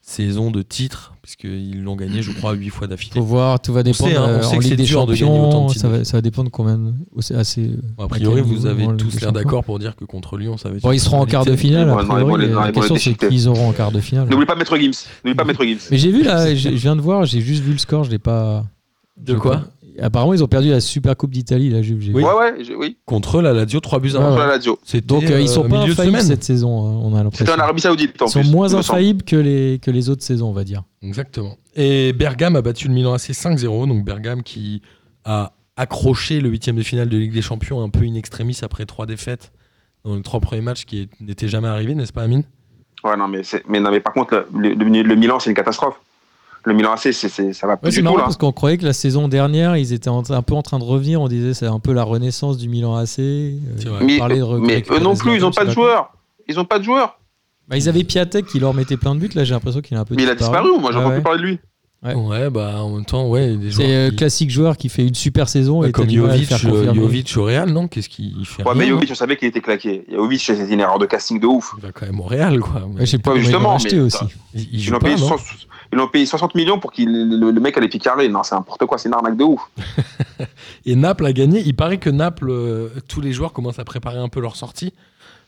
S4: saison de titre Puisqu'ils l'ont gagné, je crois, 8 fois d'affilée.
S2: Faut voir, tout va dépendre
S4: sait, hein, on
S2: euh,
S4: sait
S2: en
S4: que c'est
S2: Ligue des
S4: dur de gagner
S2: Champions.
S4: autant de
S2: Ça va,
S4: titres.
S2: ça va dépendre combien. de- aussi- assez-
S4: Bon, a priori,
S2: À quel
S4: vous avez
S2: niveau en Ligue
S4: tous
S2: des
S4: l'air
S2: Champions
S4: d'accord pour dire que contre Lyon, ça va être.
S2: Bon,
S4: une
S2: ils seront en quart de
S4: fatalité.
S2: finale.
S1: Bon,
S2: A
S1: non, ils vont-
S2: priori, euh,
S1: ils vont-
S2: la
S1: ils vont
S2: question
S1: les
S2: c'est qui
S1: déchiqueter.
S2: ils auront en quart de finale.
S1: N'oublie pas Maître Gims. N'oublie pas Maître Gims.
S2: Mais j'ai vu là, je je viens de voir, j'ai juste vu le score, je l'ai pas.
S4: De
S2: je l'ai
S4: quoi
S2: pas- Apparemment, ils ont perdu la Super Coupe d'Italie, la Juve. j'ai
S4: Oui.
S2: vu.
S1: Ouais, ouais, j'ai- oui.
S4: Contre eux, la Lazio, 3 buts à
S2: Ah Ouais,
S1: Sur
S4: 1.
S1: la radio.
S4: C'était,
S2: Donc euh,
S4: euh,
S2: ils sont pas
S4: milieu de
S2: infaillibles
S4: semaine.
S2: cette saison, hein, on a
S1: C'était
S2: l'impression.
S1: en Arabie Saoudite, en
S2: Ils sont
S1: plus,
S2: moins
S1: il me semble.
S2: infaillibles que les, que les autres saisons, on va dire.
S4: Exactement. Et Bergame a battu le Milan AC 5-0. Donc Bergame qui a accroché le huitième de finale de Ligue des Champions un peu in extremis après trois défaites dans les trois premiers matchs qui est- n'étaient jamais arrivés, n'est-ce pas Amine
S1: Ouais, non, mais, c'est- mais, non, mais par contre, le, le- le Milan, c'est une catastrophe. Le Milan AC, c'est- c'est- hein. ça va plus
S2: Ouais, c'est
S1: du
S2: marrant
S1: tout, là.
S2: parce qu'on croyait que la saison dernière, ils étaient en- un peu en train de revenir. On disait c'est un peu la renaissance du Milan AC. euh,
S4: C'est vrai.
S2: on
S1: Mais,
S2: parlait de rec-
S1: mais eux
S2: récupérer
S1: non
S2: des
S1: plus, ils
S2: Zlatan,
S1: n'ont pas
S2: je
S1: de
S2: sais quoi.
S1: joueurs. Ils n'ont pas de joueurs.
S2: Bah, ils avaient Piatek qui leur mettait plein de buts. Là, j'ai l'impression qu'il a un peu
S1: Mais il a disparu, moi, j'entends
S2: Ah ouais.
S1: plus parler de lui.
S2: Ouais.
S4: Ouais, bah en même temps, ouais, des joueurs.
S2: C'est euh,
S4: qui-
S2: classique joueur qui fait une super saison
S4: bah,
S2: et t'as
S4: comme
S2: du mal à le
S4: Jovic,
S2: faire
S4: euh,
S2: confirmer.
S4: Jovic au Real, non Qu'est-ce qu'il il fait
S1: Ouais,
S4: rien,
S1: mais
S4: non
S1: Jovic, on savait qu'il était claqué. Jovic, c'est une erreur de casting de ouf.
S4: Il va quand même au Real, quoi. Mais
S2: Ouais, je sais plus
S1: Ouais,
S2: comment ils l'ont
S1: justement,
S2: acheté
S1: mais-
S2: aussi.
S4: il, il
S1: Ils
S4: joue
S1: l'ont
S4: pas,
S1: payé,
S4: non
S1: 60 ils l'ont payé 60 millions pour que le, le mec allait picarrer. Non, c'est n'importe quoi, c'est une arnaque de ouf.
S4: Et Naples a gagné. Il paraît que Naples, euh, tous les joueurs commencent à préparer un peu leur sortie.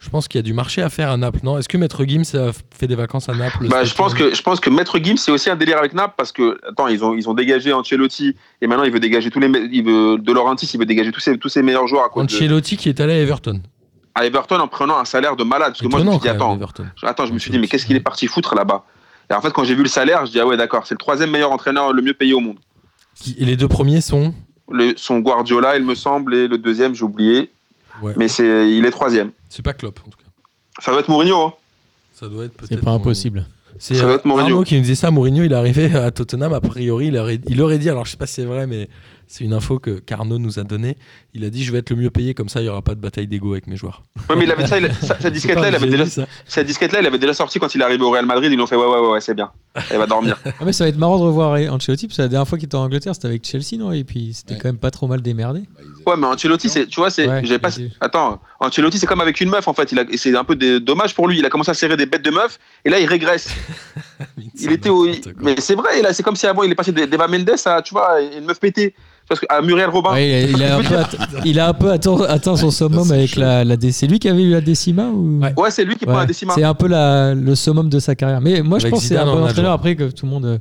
S4: Je pense qu'il y a du marché à faire à Naples, non Est-ce que Maître Gims a fait des vacances à Naples
S1: Bah,
S4: cet
S1: je, pense
S4: été
S1: que, je pense que Maître Gims, c'est aussi un délire avec Naples parce que, attends, ils ont, ils ont dégagé Ancelotti et maintenant il veut dégager tous les. me- Il veut, de Laurentiis, il veut dégager tous ses, tous ses meilleurs joueurs à, cause de,
S4: Ancelotti qui est allé à Everton.
S1: à Everton en prenant un salaire de malade. Parce que moi, je me
S4: Étonnant,
S1: suis dit,
S4: quand même,
S1: attends,
S4: Everton.
S1: Je- Attends, je me suis dit, mais qu'est-ce qu'il est parti foutre là-bas Et en fait, quand j'ai vu le salaire, je dis, ah ouais, d'accord, c'est le troisième meilleur entraîneur le mieux payé au monde.
S4: Qui- Et les deux premiers sont.
S1: Le, son Guardiola, il me semble, et le deuxième, j'ai oublié,
S4: Ouais.
S1: mais c'est, il est troisième.
S4: C'est pas Klopp, en tout cas.
S1: Ça doit être Mourinho. hein.
S4: Ça doit être peut-être.
S2: C'est pas
S4: Mourinho.
S2: impossible.
S4: C'est
S1: Ça doit
S4: euh,
S1: être Mourinho.
S4: Arnaud qui nous disait ça. Mourinho, il est arrivé à Tottenham. A priori, il aurait, il aurait dit, alors je sais pas si c'est vrai, mais C'est une info que Carnot nous a donnée. Il a dit Je vais être le mieux payé, comme ça, il n'y aura pas de bataille d'ego avec mes joueurs.
S1: Ouais, mais il avait ça, il-
S2: *laughs*
S1: sa, sa
S4: C'est pas
S1: disquette-là, il
S4: un
S1: avait
S4: génie,
S1: déjà,
S4: ça.
S2: hein.
S1: sa disquette-là, il avait déjà sorti quand il est arrivé au Real Madrid. Ils lui ont fait ouais, ouais, ouais, ouais, c'est bien. Elle va dormir.
S2: *laughs* Ah, mais ça va être marrant de revoir Ancelotti, parce que la dernière fois qu'il était en Angleterre, c'était avec Chelsea, non Et puis c'était
S5: Ouais.
S2: quand même pas trop mal démerdé.
S1: Ouais, mais Ancelotti, c'est, tu vois, c'est,
S2: Ouais,
S1: j'ai pas,
S2: vas-y.
S1: attends, Ancelotti, c'est comme avec une meuf, en fait. Il a- et c'est un peu des- dommage pour lui. Il a commencé à serrer des bêtes de meufs, et là, il régresse. *laughs* Il était au,
S4: N'importe quoi.
S1: mais c'est vrai, là, c'est comme si avant, il est passé d'Eva Mendes à, tu vois, une meuf pétée. Parce que, à Muriel Robin.
S2: Ouais, il, a, il a un peu atte- il a un peu atteint, atteint son summum
S5: c'est
S2: avec
S5: chaud.
S2: la, la DC. C'est lui qui avait eu la décima ou...
S4: Ouais.
S1: Ouais, c'est lui qui prend
S2: Ouais,
S1: la décima.
S2: C'est un peu la- le summum de sa carrière. Mais moi, je
S4: Avec
S2: pense que c'est un
S4: Zidane en
S2: bon
S4: adjoint.
S2: entraîneur. Après, que tout le monde. euh,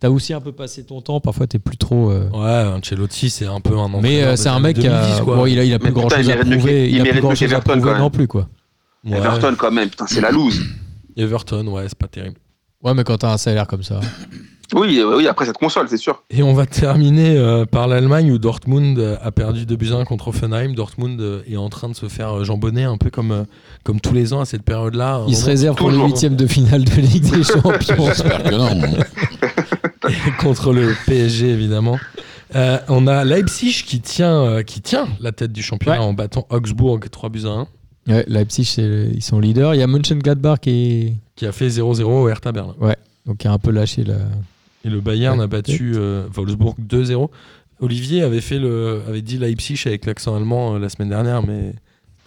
S2: T'as aussi un peu passé ton temps. Parfois, t'es plus trop. euh,
S4: Ouais, Ancelotti, c'est un peu un entraîneur.
S2: Mais euh, c'est un
S4: de-
S2: mec qui a-
S4: 2010, quoi.
S2: bon, il a, il a
S1: Mais
S2: plus grand
S1: putain,
S2: chose
S1: il
S2: à
S1: mérite mieux
S2: prouver.
S1: qu'il-
S2: Il,
S1: il
S2: a plus
S1: mérite
S2: grand
S1: mieux
S2: chose à
S1: qu'Everton,
S2: prouver
S1: quand même.
S2: non plus, quoi.
S4: Ouais.
S1: Everton, quand même, putain, c'est la loose.
S4: Everton, ouais, c'est pas terrible.
S2: Ouais, mais quand t'as un salaire comme ça.
S1: Oui, euh, oui, après cette console, c'est sûr.
S4: Et on va terminer euh, par l'Allemagne où Dortmund euh, a perdu 2 buts à 1 contre Offenheim. Dortmund euh, est en train de se faire euh, jambonner un peu comme, euh, comme tous les ans à cette période-là.
S2: *laughs* Il se réserve pour le
S1: Toujours.
S2: huitième de finale de Ligue *laughs* des Champions.
S5: J'espère que non. hein.
S4: *laughs* contre le PSG évidemment. Euh, on a Leipzig qui tient, euh, qui tient la tête du championnat
S2: Ouais.
S4: en battant Augsbourg 3 buts à 1,
S2: Ouais, Leipzig, c'est le- ils sont leaders. Il y a Mönchengladbach qui est...
S4: qui a fait 0-0 au Hertha Berlin.
S2: Donc, qui a un peu lâché la.
S4: Et le Bayern
S2: Ouais,
S4: a battu euh, Wolfsburg 2-0. Olivier avait, fait le, avait dit Leipzig avec l'accent allemand euh, la semaine dernière, mais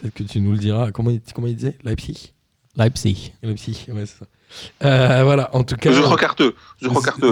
S4: peut-être que tu nous le diras. Comment il, comment il disait Leipzig
S2: Leipzig.
S4: Leipzig, ouais, c'est ça. Euh, voilà, en tout cas.
S1: Je carteux. Je carteux.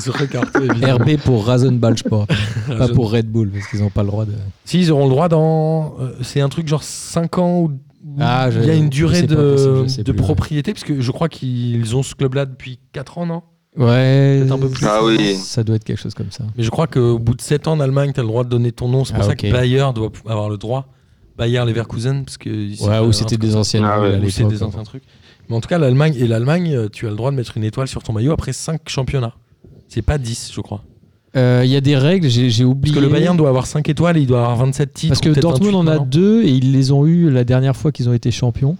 S2: *laughs*
S4: Zucre-Carteux, évidemment.
S2: RB pour Rasenball, je *laughs* crois. pas
S4: Je-
S2: pour Red Bull, parce qu'ils n'ont pas le droit de.
S4: Si, ils auront le droit dans. euh, c'est un truc genre 5 ans ou.
S2: Ah, je-
S4: il y a une
S2: je
S4: durée
S2: sais pas,
S4: de,
S2: je sais
S4: de
S2: plus, ouais.
S4: propriété, parce que je crois qu'ils ont ce club-là depuis 4 ans, non
S2: Ouais.
S4: Peut-être un peu plus.
S1: Ah oui.
S2: Ça doit être quelque chose comme ça.
S4: Mais je crois qu'au bout de 7 ans en Allemagne, tu as le droit de donner ton nom. C'est pour
S2: Ah,
S4: ça
S2: ok.
S4: que Bayer doit p- avoir le droit. Bayer Leverkusen, parce que.
S2: Ouais, ou c'était des anciennes.
S1: Ah ouais,
S2: villes à
S4: Ou c'est
S2: l'époque,
S4: des
S2: hein.
S4: anciens trucs. Mais en tout cas, l'Allemagne, et l'Allemagne, euh, tu as le droit de mettre une étoile sur ton maillot après 5 championnats. C'est pas 10, je crois.
S2: Euh, Il y a des règles, j'ai j'ai
S4: Parce
S2: oublié.
S4: que le Bayern doit avoir 5 étoiles et il doit avoir 27 titres.
S2: Parce
S4: ou
S2: que
S4: peut-être
S2: Dortmund
S4: 28
S2: en a
S4: maintenant.
S2: deux et ils les ont eu la dernière fois qu'ils ont été champions.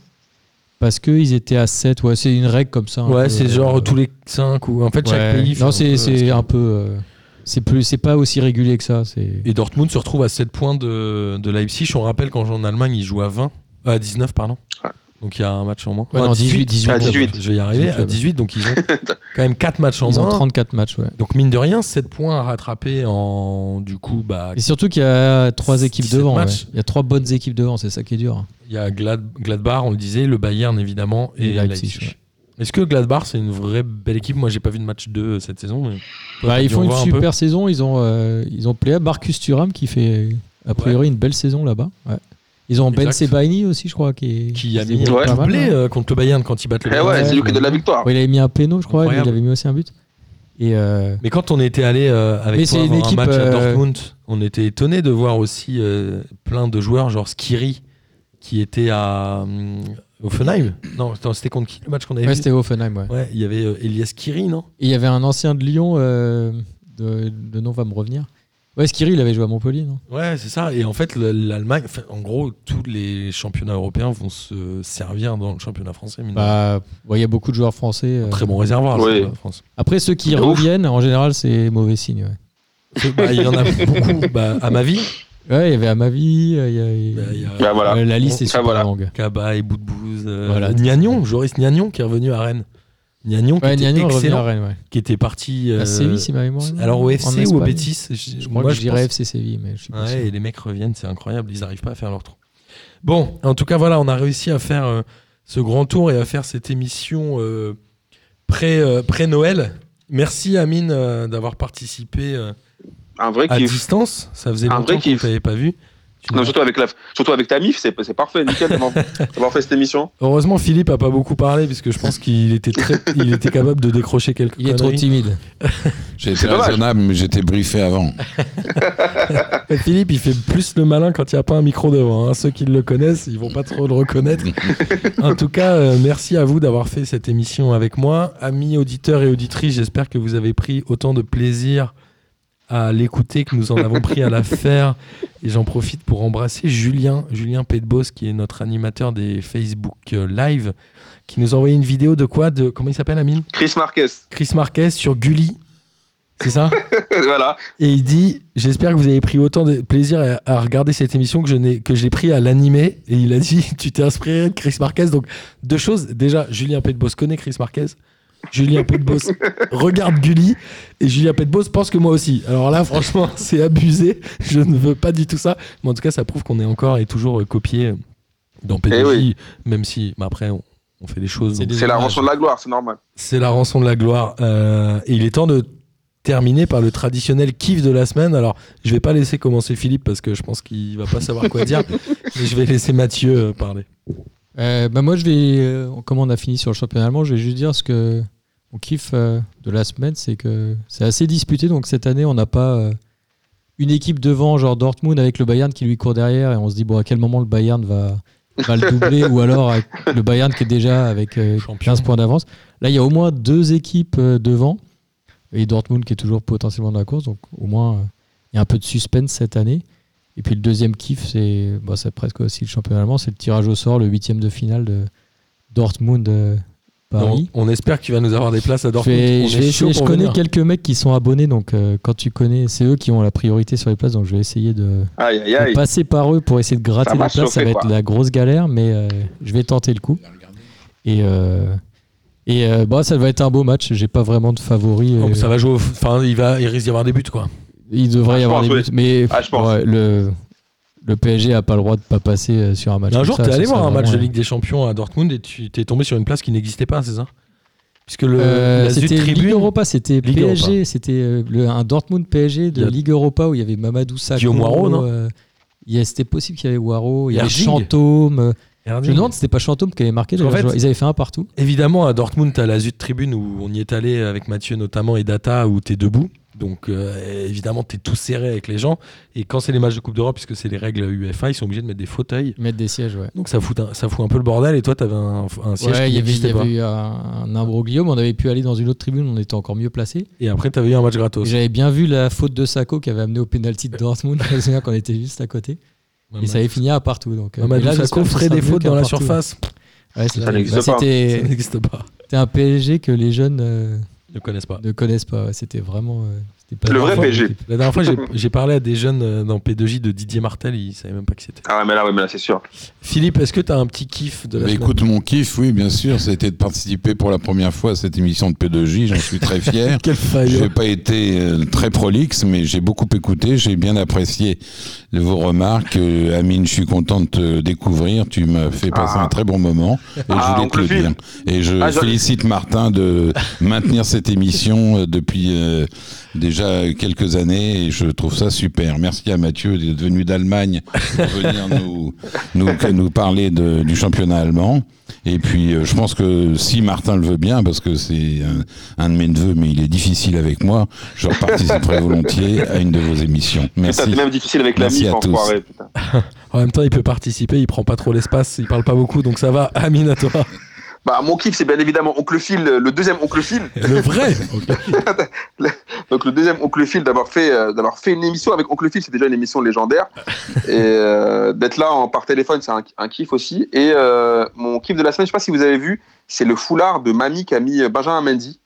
S2: Parce qu'ils étaient à 7. Ouais, c'est une règle comme ça. un
S4: Ouais,
S2: peu,
S4: c'est
S2: euh,
S4: genre tous les 5 ou en fait
S2: ouais.
S4: chaque pays. fait
S2: Non,
S4: un
S2: c'est
S4: peu-
S2: c'est un peu. euh, c'est plus, c'est pas aussi régulier que ça. C'est.
S4: Et Dortmund se retrouve à 7 points de, de Leipzig. On rappelle qu'en en Allemagne, ils jouent à 20. euh, à 19, pardon.
S1: Ouais.
S4: Donc il y a un match en moins.
S2: Ouais,
S4: Non,
S2: non, 18, 18,
S1: Ah, 18.
S4: Je vais y arriver. À
S2: 18,
S4: 18, donc
S1: *laughs*
S4: ils ont quand même 4 matchs en
S2: Ils ont
S4: moins.
S2: 34 matchs, ouais.
S4: Donc mine de rien, 7 points à rattraper en. Du coup, bah,
S2: Et surtout qu'il y a trois équipes
S4: 17
S2: devant. ouais.
S4: matchs.
S2: Il y a trois bonnes équipes devant, c'est ça qui est dur.
S4: il y a Glad- Gladbach, on le disait, le Bayern évidemment, et,
S2: Et Leipzig,
S4: Leipzig. Est-ce que Gladbach, c'est une vraie belle équipe Moi, j'ai pas vu de match 2 cette saison. Mais...
S2: Bah, ils
S4: puis on
S2: font une
S4: voit un peu.
S2: super saison. Ils ont, euh, ils ont pléa Marcus Thuram qui fait, euh, a priori, une belle saison là-bas. Ouais. Ils ont Ben
S4: Exact.
S2: Sebaini aussi, je crois, qui, est-
S4: Qui a
S2: se
S4: mis
S2: débrouille
S1: Ouais.
S4: un
S2: pas mal,
S4: doublé
S2: hein.
S4: euh, contre le Bayern quand ils battent le
S1: Eh
S4: Bayern.
S1: ouais, c'est lui qui donne la victoire.
S2: Ouais, il avait mis un péno, je crois. mais Il
S4: Incroyable.
S2: avait mis aussi un but. Et euh,
S4: Mais quand on était allé euh, avec
S2: Mais
S4: toi
S2: c'est une
S4: voir
S2: équipe,
S4: un match à
S2: euh,
S4: Dortmund, on était étonné de voir aussi euh, plein de joueurs genre Skiri qui était à hum, Offenheim. Non, attends, c'était contre qui le match qu'on avait
S2: ouais,
S4: vu
S2: c'était Offenheim. Ouais.
S4: Ouais, il y avait euh, Elias Skiri, non
S2: Et il y avait un ancien de Lyon, euh, de- le nom va me revenir. Ouais, Skiri, il avait joué à Montpellier, non
S4: Ouais, c'est ça. Et en fait, le- l'Allemagne, enfin, en gros, tous les championnats européens vont se servir dans le championnat français. mine de rien.
S2: Bah, ouais, il y a beaucoup de joueurs français. euh.
S4: Très bon réservoir,
S1: Ouais.
S4: la France.
S2: Après, ceux qui
S1: De ouf.
S2: reviennent, en général, c'est mauvais signe. ouais.
S4: Bah, Il y en a
S2: *laughs*
S4: beaucoup. Bah, à ma vie,
S2: Ouais, il y avait Amavi, euh, il y
S4: bah,
S2: avait-
S4: il y a
S1: Bah voilà.
S2: Euh, la liste est
S1: Ah,
S2: super
S1: voilà.
S2: longue.
S4: Kaba et Boudbouze. euh,
S2: Voilà.
S4: Gnagnon, Joris Gnagnon qui est revenu à Rennes. Gnagnon qui
S2: Ouais,
S4: était
S2: Gnagno est revenu
S4: excellent.
S2: à Rennes, ouais.
S4: qui était parti.
S2: À
S4: euh,
S2: Séville, si ma mémoire. est bonne.
S4: alors au
S2: En
S4: FC ou au
S2: Espagne.
S4: Betis
S2: Je crois
S4: moi,
S2: que j'irais
S4: pense-
S2: FC Séville, mais je suis pas
S4: Ouais,
S2: sûr.
S4: et les mecs reviennent, c'est incroyable, ils n'arrivent pas à faire leur trou. Bon, en tout cas, voilà, on a réussi à faire euh, ce grand tour et à faire cette émission euh, pré, euh, pré-Noël. Merci Amine euh, d'avoir participé euh,
S1: Un vrai
S4: à
S1: kiff.
S4: distance. Ça faisait
S1: Un vrai
S4: longtemps qu'on ne
S1: kiff.
S4: t'avait pas vu. Tu
S1: Non,
S4: m'as-
S1: surtout avec la, surtout avec ta mif, c'est, c'est parfait, nickel d'avoir, d'avoir fait cette émission.
S4: Heureusement, Philippe a pas beaucoup parlé parce que je pense qu'il était très, il était capable de décrocher quelques
S2: Il est trop
S4: conneries.
S2: timide.
S5: J'ai été
S1: C'est dommage.
S5: raisonnable, mais j'étais briefé avant.
S4: Et Philippe, il fait plus le malin quand il n'y a pas un micro devant. hein. Ceux qui le connaissent, ils vont pas trop le reconnaître. en tout cas, euh, merci à vous d'avoir fait cette émission avec moi. Amis auditeurs et auditrices, j'espère que vous avez pris autant de plaisir à l'écouter que nous en avons pris à la faire. Et j'en profite pour embrasser Julien, Julien Pedbos, qui est notre animateur des Facebook euh, Live, qui nous a envoyé une vidéo de quoi de, Comment il s'appelle, Amine
S1: Chris Marquez. *laughs*
S4: Chris Marquez sur Gulli. C'est ça
S1: voilà.
S4: Et il dit J'espère que vous avez pris autant de plaisir à, à regarder cette émission que je n'ai que j'ai pris à l'animer. Et il a dit *laughs* Tu t'es inspiré de Chris Marquez. Donc, deux choses. Déjà, Julien Petbos connaît Chris Marquez. Julien
S1: *laughs*
S4: Petbos regarde Gulli. Et Julien Petbos pense que moi aussi. Alors là, franchement, *laughs* c'est abusé. Je ne veux pas du tout ça. Mais en tout cas, ça prouve qu'on est encore et toujours euh, copié dans PDJ.
S1: Eh oui.
S4: Même si, bah, après, on, on fait des choses.
S2: C'est
S4: donc-
S2: des
S1: C'est la
S2: hommages.
S1: rançon de la gloire, c'est normal.
S4: c'est la rançon de la gloire. Euh, et il est temps de terminer par le traditionnel kiff de la semaine. Alors, je vais pas laisser commencer Philippe parce que je pense qu'il va pas savoir
S2: *laughs*
S4: quoi dire. Mais je vais laisser Mathieu euh, parler.
S2: Euh, bah, moi, je vais. euh, comme on a fini sur le championnat allemand, je vais juste dire ce que on kiffe euh, de la semaine, c'est que c'est assez disputé. Donc cette année, on n'a pas euh, une équipe devant, genre Dortmund avec le Bayern qui lui court derrière, et on se dit bon, à quel moment le Bayern va, va le doubler, ou alors avec le Bayern qui est déjà avec euh,
S4: Champion.
S2: 15 points d'avance. Là, il y a au moins deux équipes euh, devant, et Dortmund qui est toujours potentiellement dans la course. Donc au moins, euh, il y a un peu de suspense cette année. Et puis le deuxième kiff, c'est bon, c'est presque aussi le championnat allemand, c'est le tirage au sort, le huitième de finale de Dortmund euh, Paris.
S4: On, on espère qu'il va nous avoir des places à
S2: Je,
S4: Dortmund.
S2: vais-
S4: On
S2: je
S4: est
S2: vais
S4: chaud
S2: essayer- je
S4: pour
S2: connais
S4: venir.
S2: quelques mecs qui sont abonnés, donc euh, quand tu connais, c'est eux qui ont la priorité sur les places, donc je vais essayer de,
S1: Aïe, aïe,
S2: de
S1: aïe.
S2: passer par eux pour essayer de gratter
S1: Ça
S2: les
S1: m'a
S2: places. ça
S1: chauffé,
S2: va être
S1: quoi.
S2: la grosse galère, mais euh, je vais tenter le coup. Et, euh, et euh, bah, ça va être un beau match. J'ai pas vraiment de favori.
S4: Oh,
S2: euh,
S4: mais ça va jouer. au f- Enfin, il va, il risque d'y avoir des buts quoi.
S2: Il devrait
S1: Ah,
S2: y
S1: je
S2: avoir des
S1: pense,
S2: buts,
S1: oui.
S2: mais
S1: Ah, je pense.
S2: ouais, le, le PSG a pas le droit de pas passer euh, sur un match.
S4: un
S2: comme
S4: jour,
S2: ça,
S4: t'es
S2: ça
S4: allé
S2: serait
S4: voir un match de
S2: vraiment-
S4: Ligue des Champions à Dortmund et tu t'es tombé sur une place qui n'existait pas, c'est ça Puisque le
S2: Euh,
S4: la Zut
S2: c'était Ligue
S4: tribune,
S2: Europa, c'était
S4: Ligue
S2: PSG, c'était euh, le- un Dortmund PSG de
S4: Il y a-
S2: Ligue Europa où il y avait Mamadou Sakho.
S4: Guillaume Waro, non
S2: euh, il y a- C'était possible qu'il y avait Waro, il y avait
S4: Herding.
S2: Chantôme. euh, Je
S4: Herding.
S2: me demande si c'était pas Chantôme qui avait marqué.
S4: Parce qu'en
S2: d'ailleurs,
S4: fait-
S2: ils avaient fait un partout.
S4: Évidemment, à Dortmund, t'as la Zut Tribune où on y est allé avec Mathieu notamment et Data où t'es debout. Donc euh, évidemment, t'es tout serré avec les gens. Et quand c'est les matchs de Coupe d'Europe, puisque c'est les règles UEFA, ils sont obligés de mettre des fauteuils.
S2: Mettre des sièges, ouais.
S4: Donc ça fout un, ça fout un peu le bordel. Et toi, t'avais un, un siège
S2: Ouais, il y avait, il
S4: qui
S2: y
S4: n'existait pas.
S2: avait eu un, un imbroglio, mais on avait pu aller dans une autre tribune, on était encore mieux placé.
S4: Et après, t'avais eu un match gratos.
S2: J'avais bien vu la faute de Sako qui avait amené au penalty de Dortmund. Je me souviens qu'on était juste à côté. Et ça avait fini à partout. Donc, euh,
S4: Mamadou
S2: mais là, j'espère
S4: Sakho
S2: que ce
S4: ferait
S2: sera
S4: des
S2: mieux
S4: fautes
S2: qu'un
S4: dans la
S2: partout.
S4: surface.
S2: Ouais, c'est
S1: Ça
S2: vrai.
S1: n'existe
S2: Bah,
S4: Ça
S1: pas.
S2: C'était
S4: n'existe pas.
S2: c'était un PSG que les jeunes. euh,
S4: Ils ne connaissent pas.
S2: ne connaissent pas. ouais. C'était vraiment. euh, c'était pas
S1: Le vrai
S2: Enfin,
S1: PSG.
S2: l'équipe.
S4: La dernière fois, j'ai- j'ai parlé à des jeunes euh, dans P2J de Didier Martel. Ils savaient même pas qui c'était.
S1: Ah, ouais, mais là, ouais, mais là, c'est sûr.
S4: Philippe, est-ce que t'as un petit kiff de la
S5: Bah,
S4: semaine
S5: écoute, mon kiff, oui, bien sûr, ça a été de participer pour la première fois à cette émission de P2J. J'en suis très fier.
S4: Quel
S5: Je
S4: faillot
S5: n'ai pas été euh, très prolixe, mais j'ai beaucoup écouté, j'ai bien apprécié vos remarques. Euh, Amine, je suis content de te découvrir, tu m'as fait passer
S1: Ah.
S5: un très bon moment, et
S1: Ah,
S5: je voulais
S1: oncle
S5: te le
S1: Phil.
S5: dire. Et je
S1: Ah, je-
S5: félicite Martin de maintenir cette émission euh, depuis euh, déjà quelques années, et je trouve ça super. Merci à Mathieu d'être venu d'Allemagne pour
S1: *laughs*
S5: venir nous, nous, nous parler de- du championnat allemand. Et puis, euh, je pense que si Martin le veut bien, parce que c'est un, un de mes neveux, mais il est difficile avec moi, je participerai volontiers à une de vos émissions.
S1: Putain,
S5: Merci.
S1: c'est même difficile avec
S5: Merci
S1: l'ami,
S5: à tous.
S1: enfoiré, putain.
S4: En même temps, il peut participer, il prend pas trop l'espace, il parle pas beaucoup, donc ça va. *laughs* Amine, à toi.
S1: Bah, mon kiff, c'est bien évidemment Oncle Phil, le deuxième Oncle Phil.
S4: Le vrai
S1: Donc, le deuxième Oncle Phil d'avoir fait, euh, d'avoir fait une émission avec Oncle Phil, c'est déjà une émission légendaire. Et euh, d'être là en, par téléphone, c'est un, un kiff aussi. Et euh, mon kiff de la semaine, je sais pas si vous avez vu, c'est le foulard de Mamie qu'a mis euh, Benjamin Mendy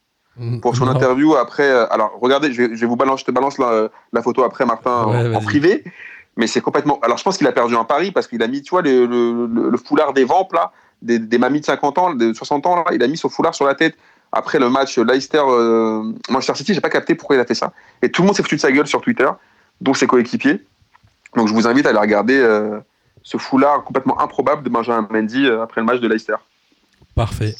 S1: pour son
S4: Non.
S1: interview après. euh, alors, regardez, je, vais, je vais vous balance, je te balance la, la photo après, Martin, en-
S4: Ouais,
S1: en,
S4: vas-y.
S1: privé. Mais c'est complètement. Alors, je pense qu'il a perdu un pari parce qu'il a mis, tu vois, le, le- le- le foulard des vampes, là, des, des mamies de 50 ans, de 60 ans, là, il a mis son foulard sur la tête après le match Leicester euh, Manchester City. J'ai pas capté pourquoi il a fait ça. Et tout le monde s'est foutu de sa gueule sur Twitter, dont ses coéquipiers. Donc, je vous invite à aller regarder euh, ce foulard complètement improbable de Benjamin Mendy euh, après le match de Leicester.
S4: Parfait.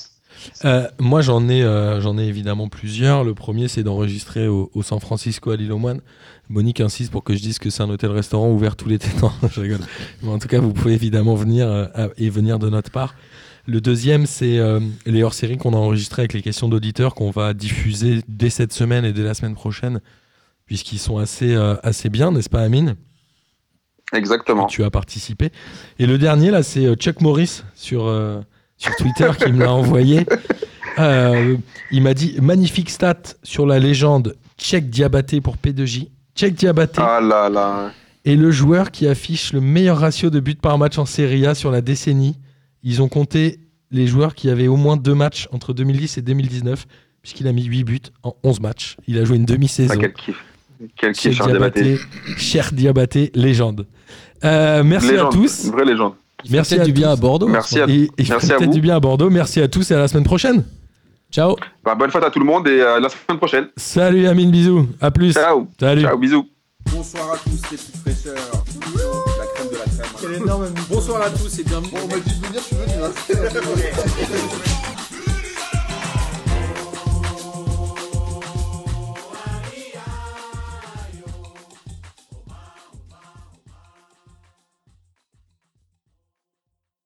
S4: Euh, moi, j'en ai, euh, j'en ai évidemment plusieurs. Le premier, c'est d'enregistrer au, au San Francisco à l'île aux moines. Monique insiste pour que je dise que c'est un hôtel-restaurant ouvert tout l'été. Non, *laughs* je rigole. Mais en tout cas, vous pouvez évidemment venir euh, à- et venir de notre part. Le deuxième, c'est euh, les hors-séries qu'on a enregistrées avec les questions d'auditeurs qu'on va diffuser dès cette semaine et dès la semaine prochaine, puisqu'ils sont assez, euh, assez bien, n'est-ce pas, Amine
S1: Exactement.
S4: tu as participé. Et le dernier, là, c'est euh, Chuck Morris sur, euh, sur Twitter qui
S1: *laughs*
S4: me l'a envoyé. Euh, il m'a dit magnifique stat sur la légende Tchèque Diabaté pour P2J. Tchèque Diabaté
S1: Ah là là.
S4: est le joueur qui affiche le meilleur ratio de buts par match en Serie A sur la décennie. Ils ont compté les joueurs qui avaient au moins deux matchs entre 2010 et 2019. puisqu'il a mis 8 buts en 11 matchs. Il a joué une demi-saison.
S1: Ah, quel kiff. Quel
S4: Cher
S1: kiff, Charles Diabaté.
S4: Diabaté, cher Diabaté, légende. Euh, merci à
S1: Légende,
S4: tous.
S1: Une vraie légende.
S2: Il fait
S4: Merci
S2: peut-être
S4: à
S2: du bien
S4: tous.
S2: à Bordeaux. en ce
S1: Merci
S2: moment.
S1: à
S4: Et, et je
S1: Merci
S4: ferai
S1: à
S4: peut-être
S1: vous.
S4: du bien à Bordeaux. Merci à tous et à la semaine prochaine.
S2: Ciao.
S1: Bah, bonne fête à tout le monde et à la semaine prochaine.
S4: Salut Amine, bisous. À plus.
S1: Ciao.
S4: Salut.
S1: Ciao, bisous.
S3: Bonsoir à tous les petites fraîcheurs. La crème de la crème.
S6: Bonsoir à tous et bienvenue.
S3: On m'a dit de venir, je suis venu.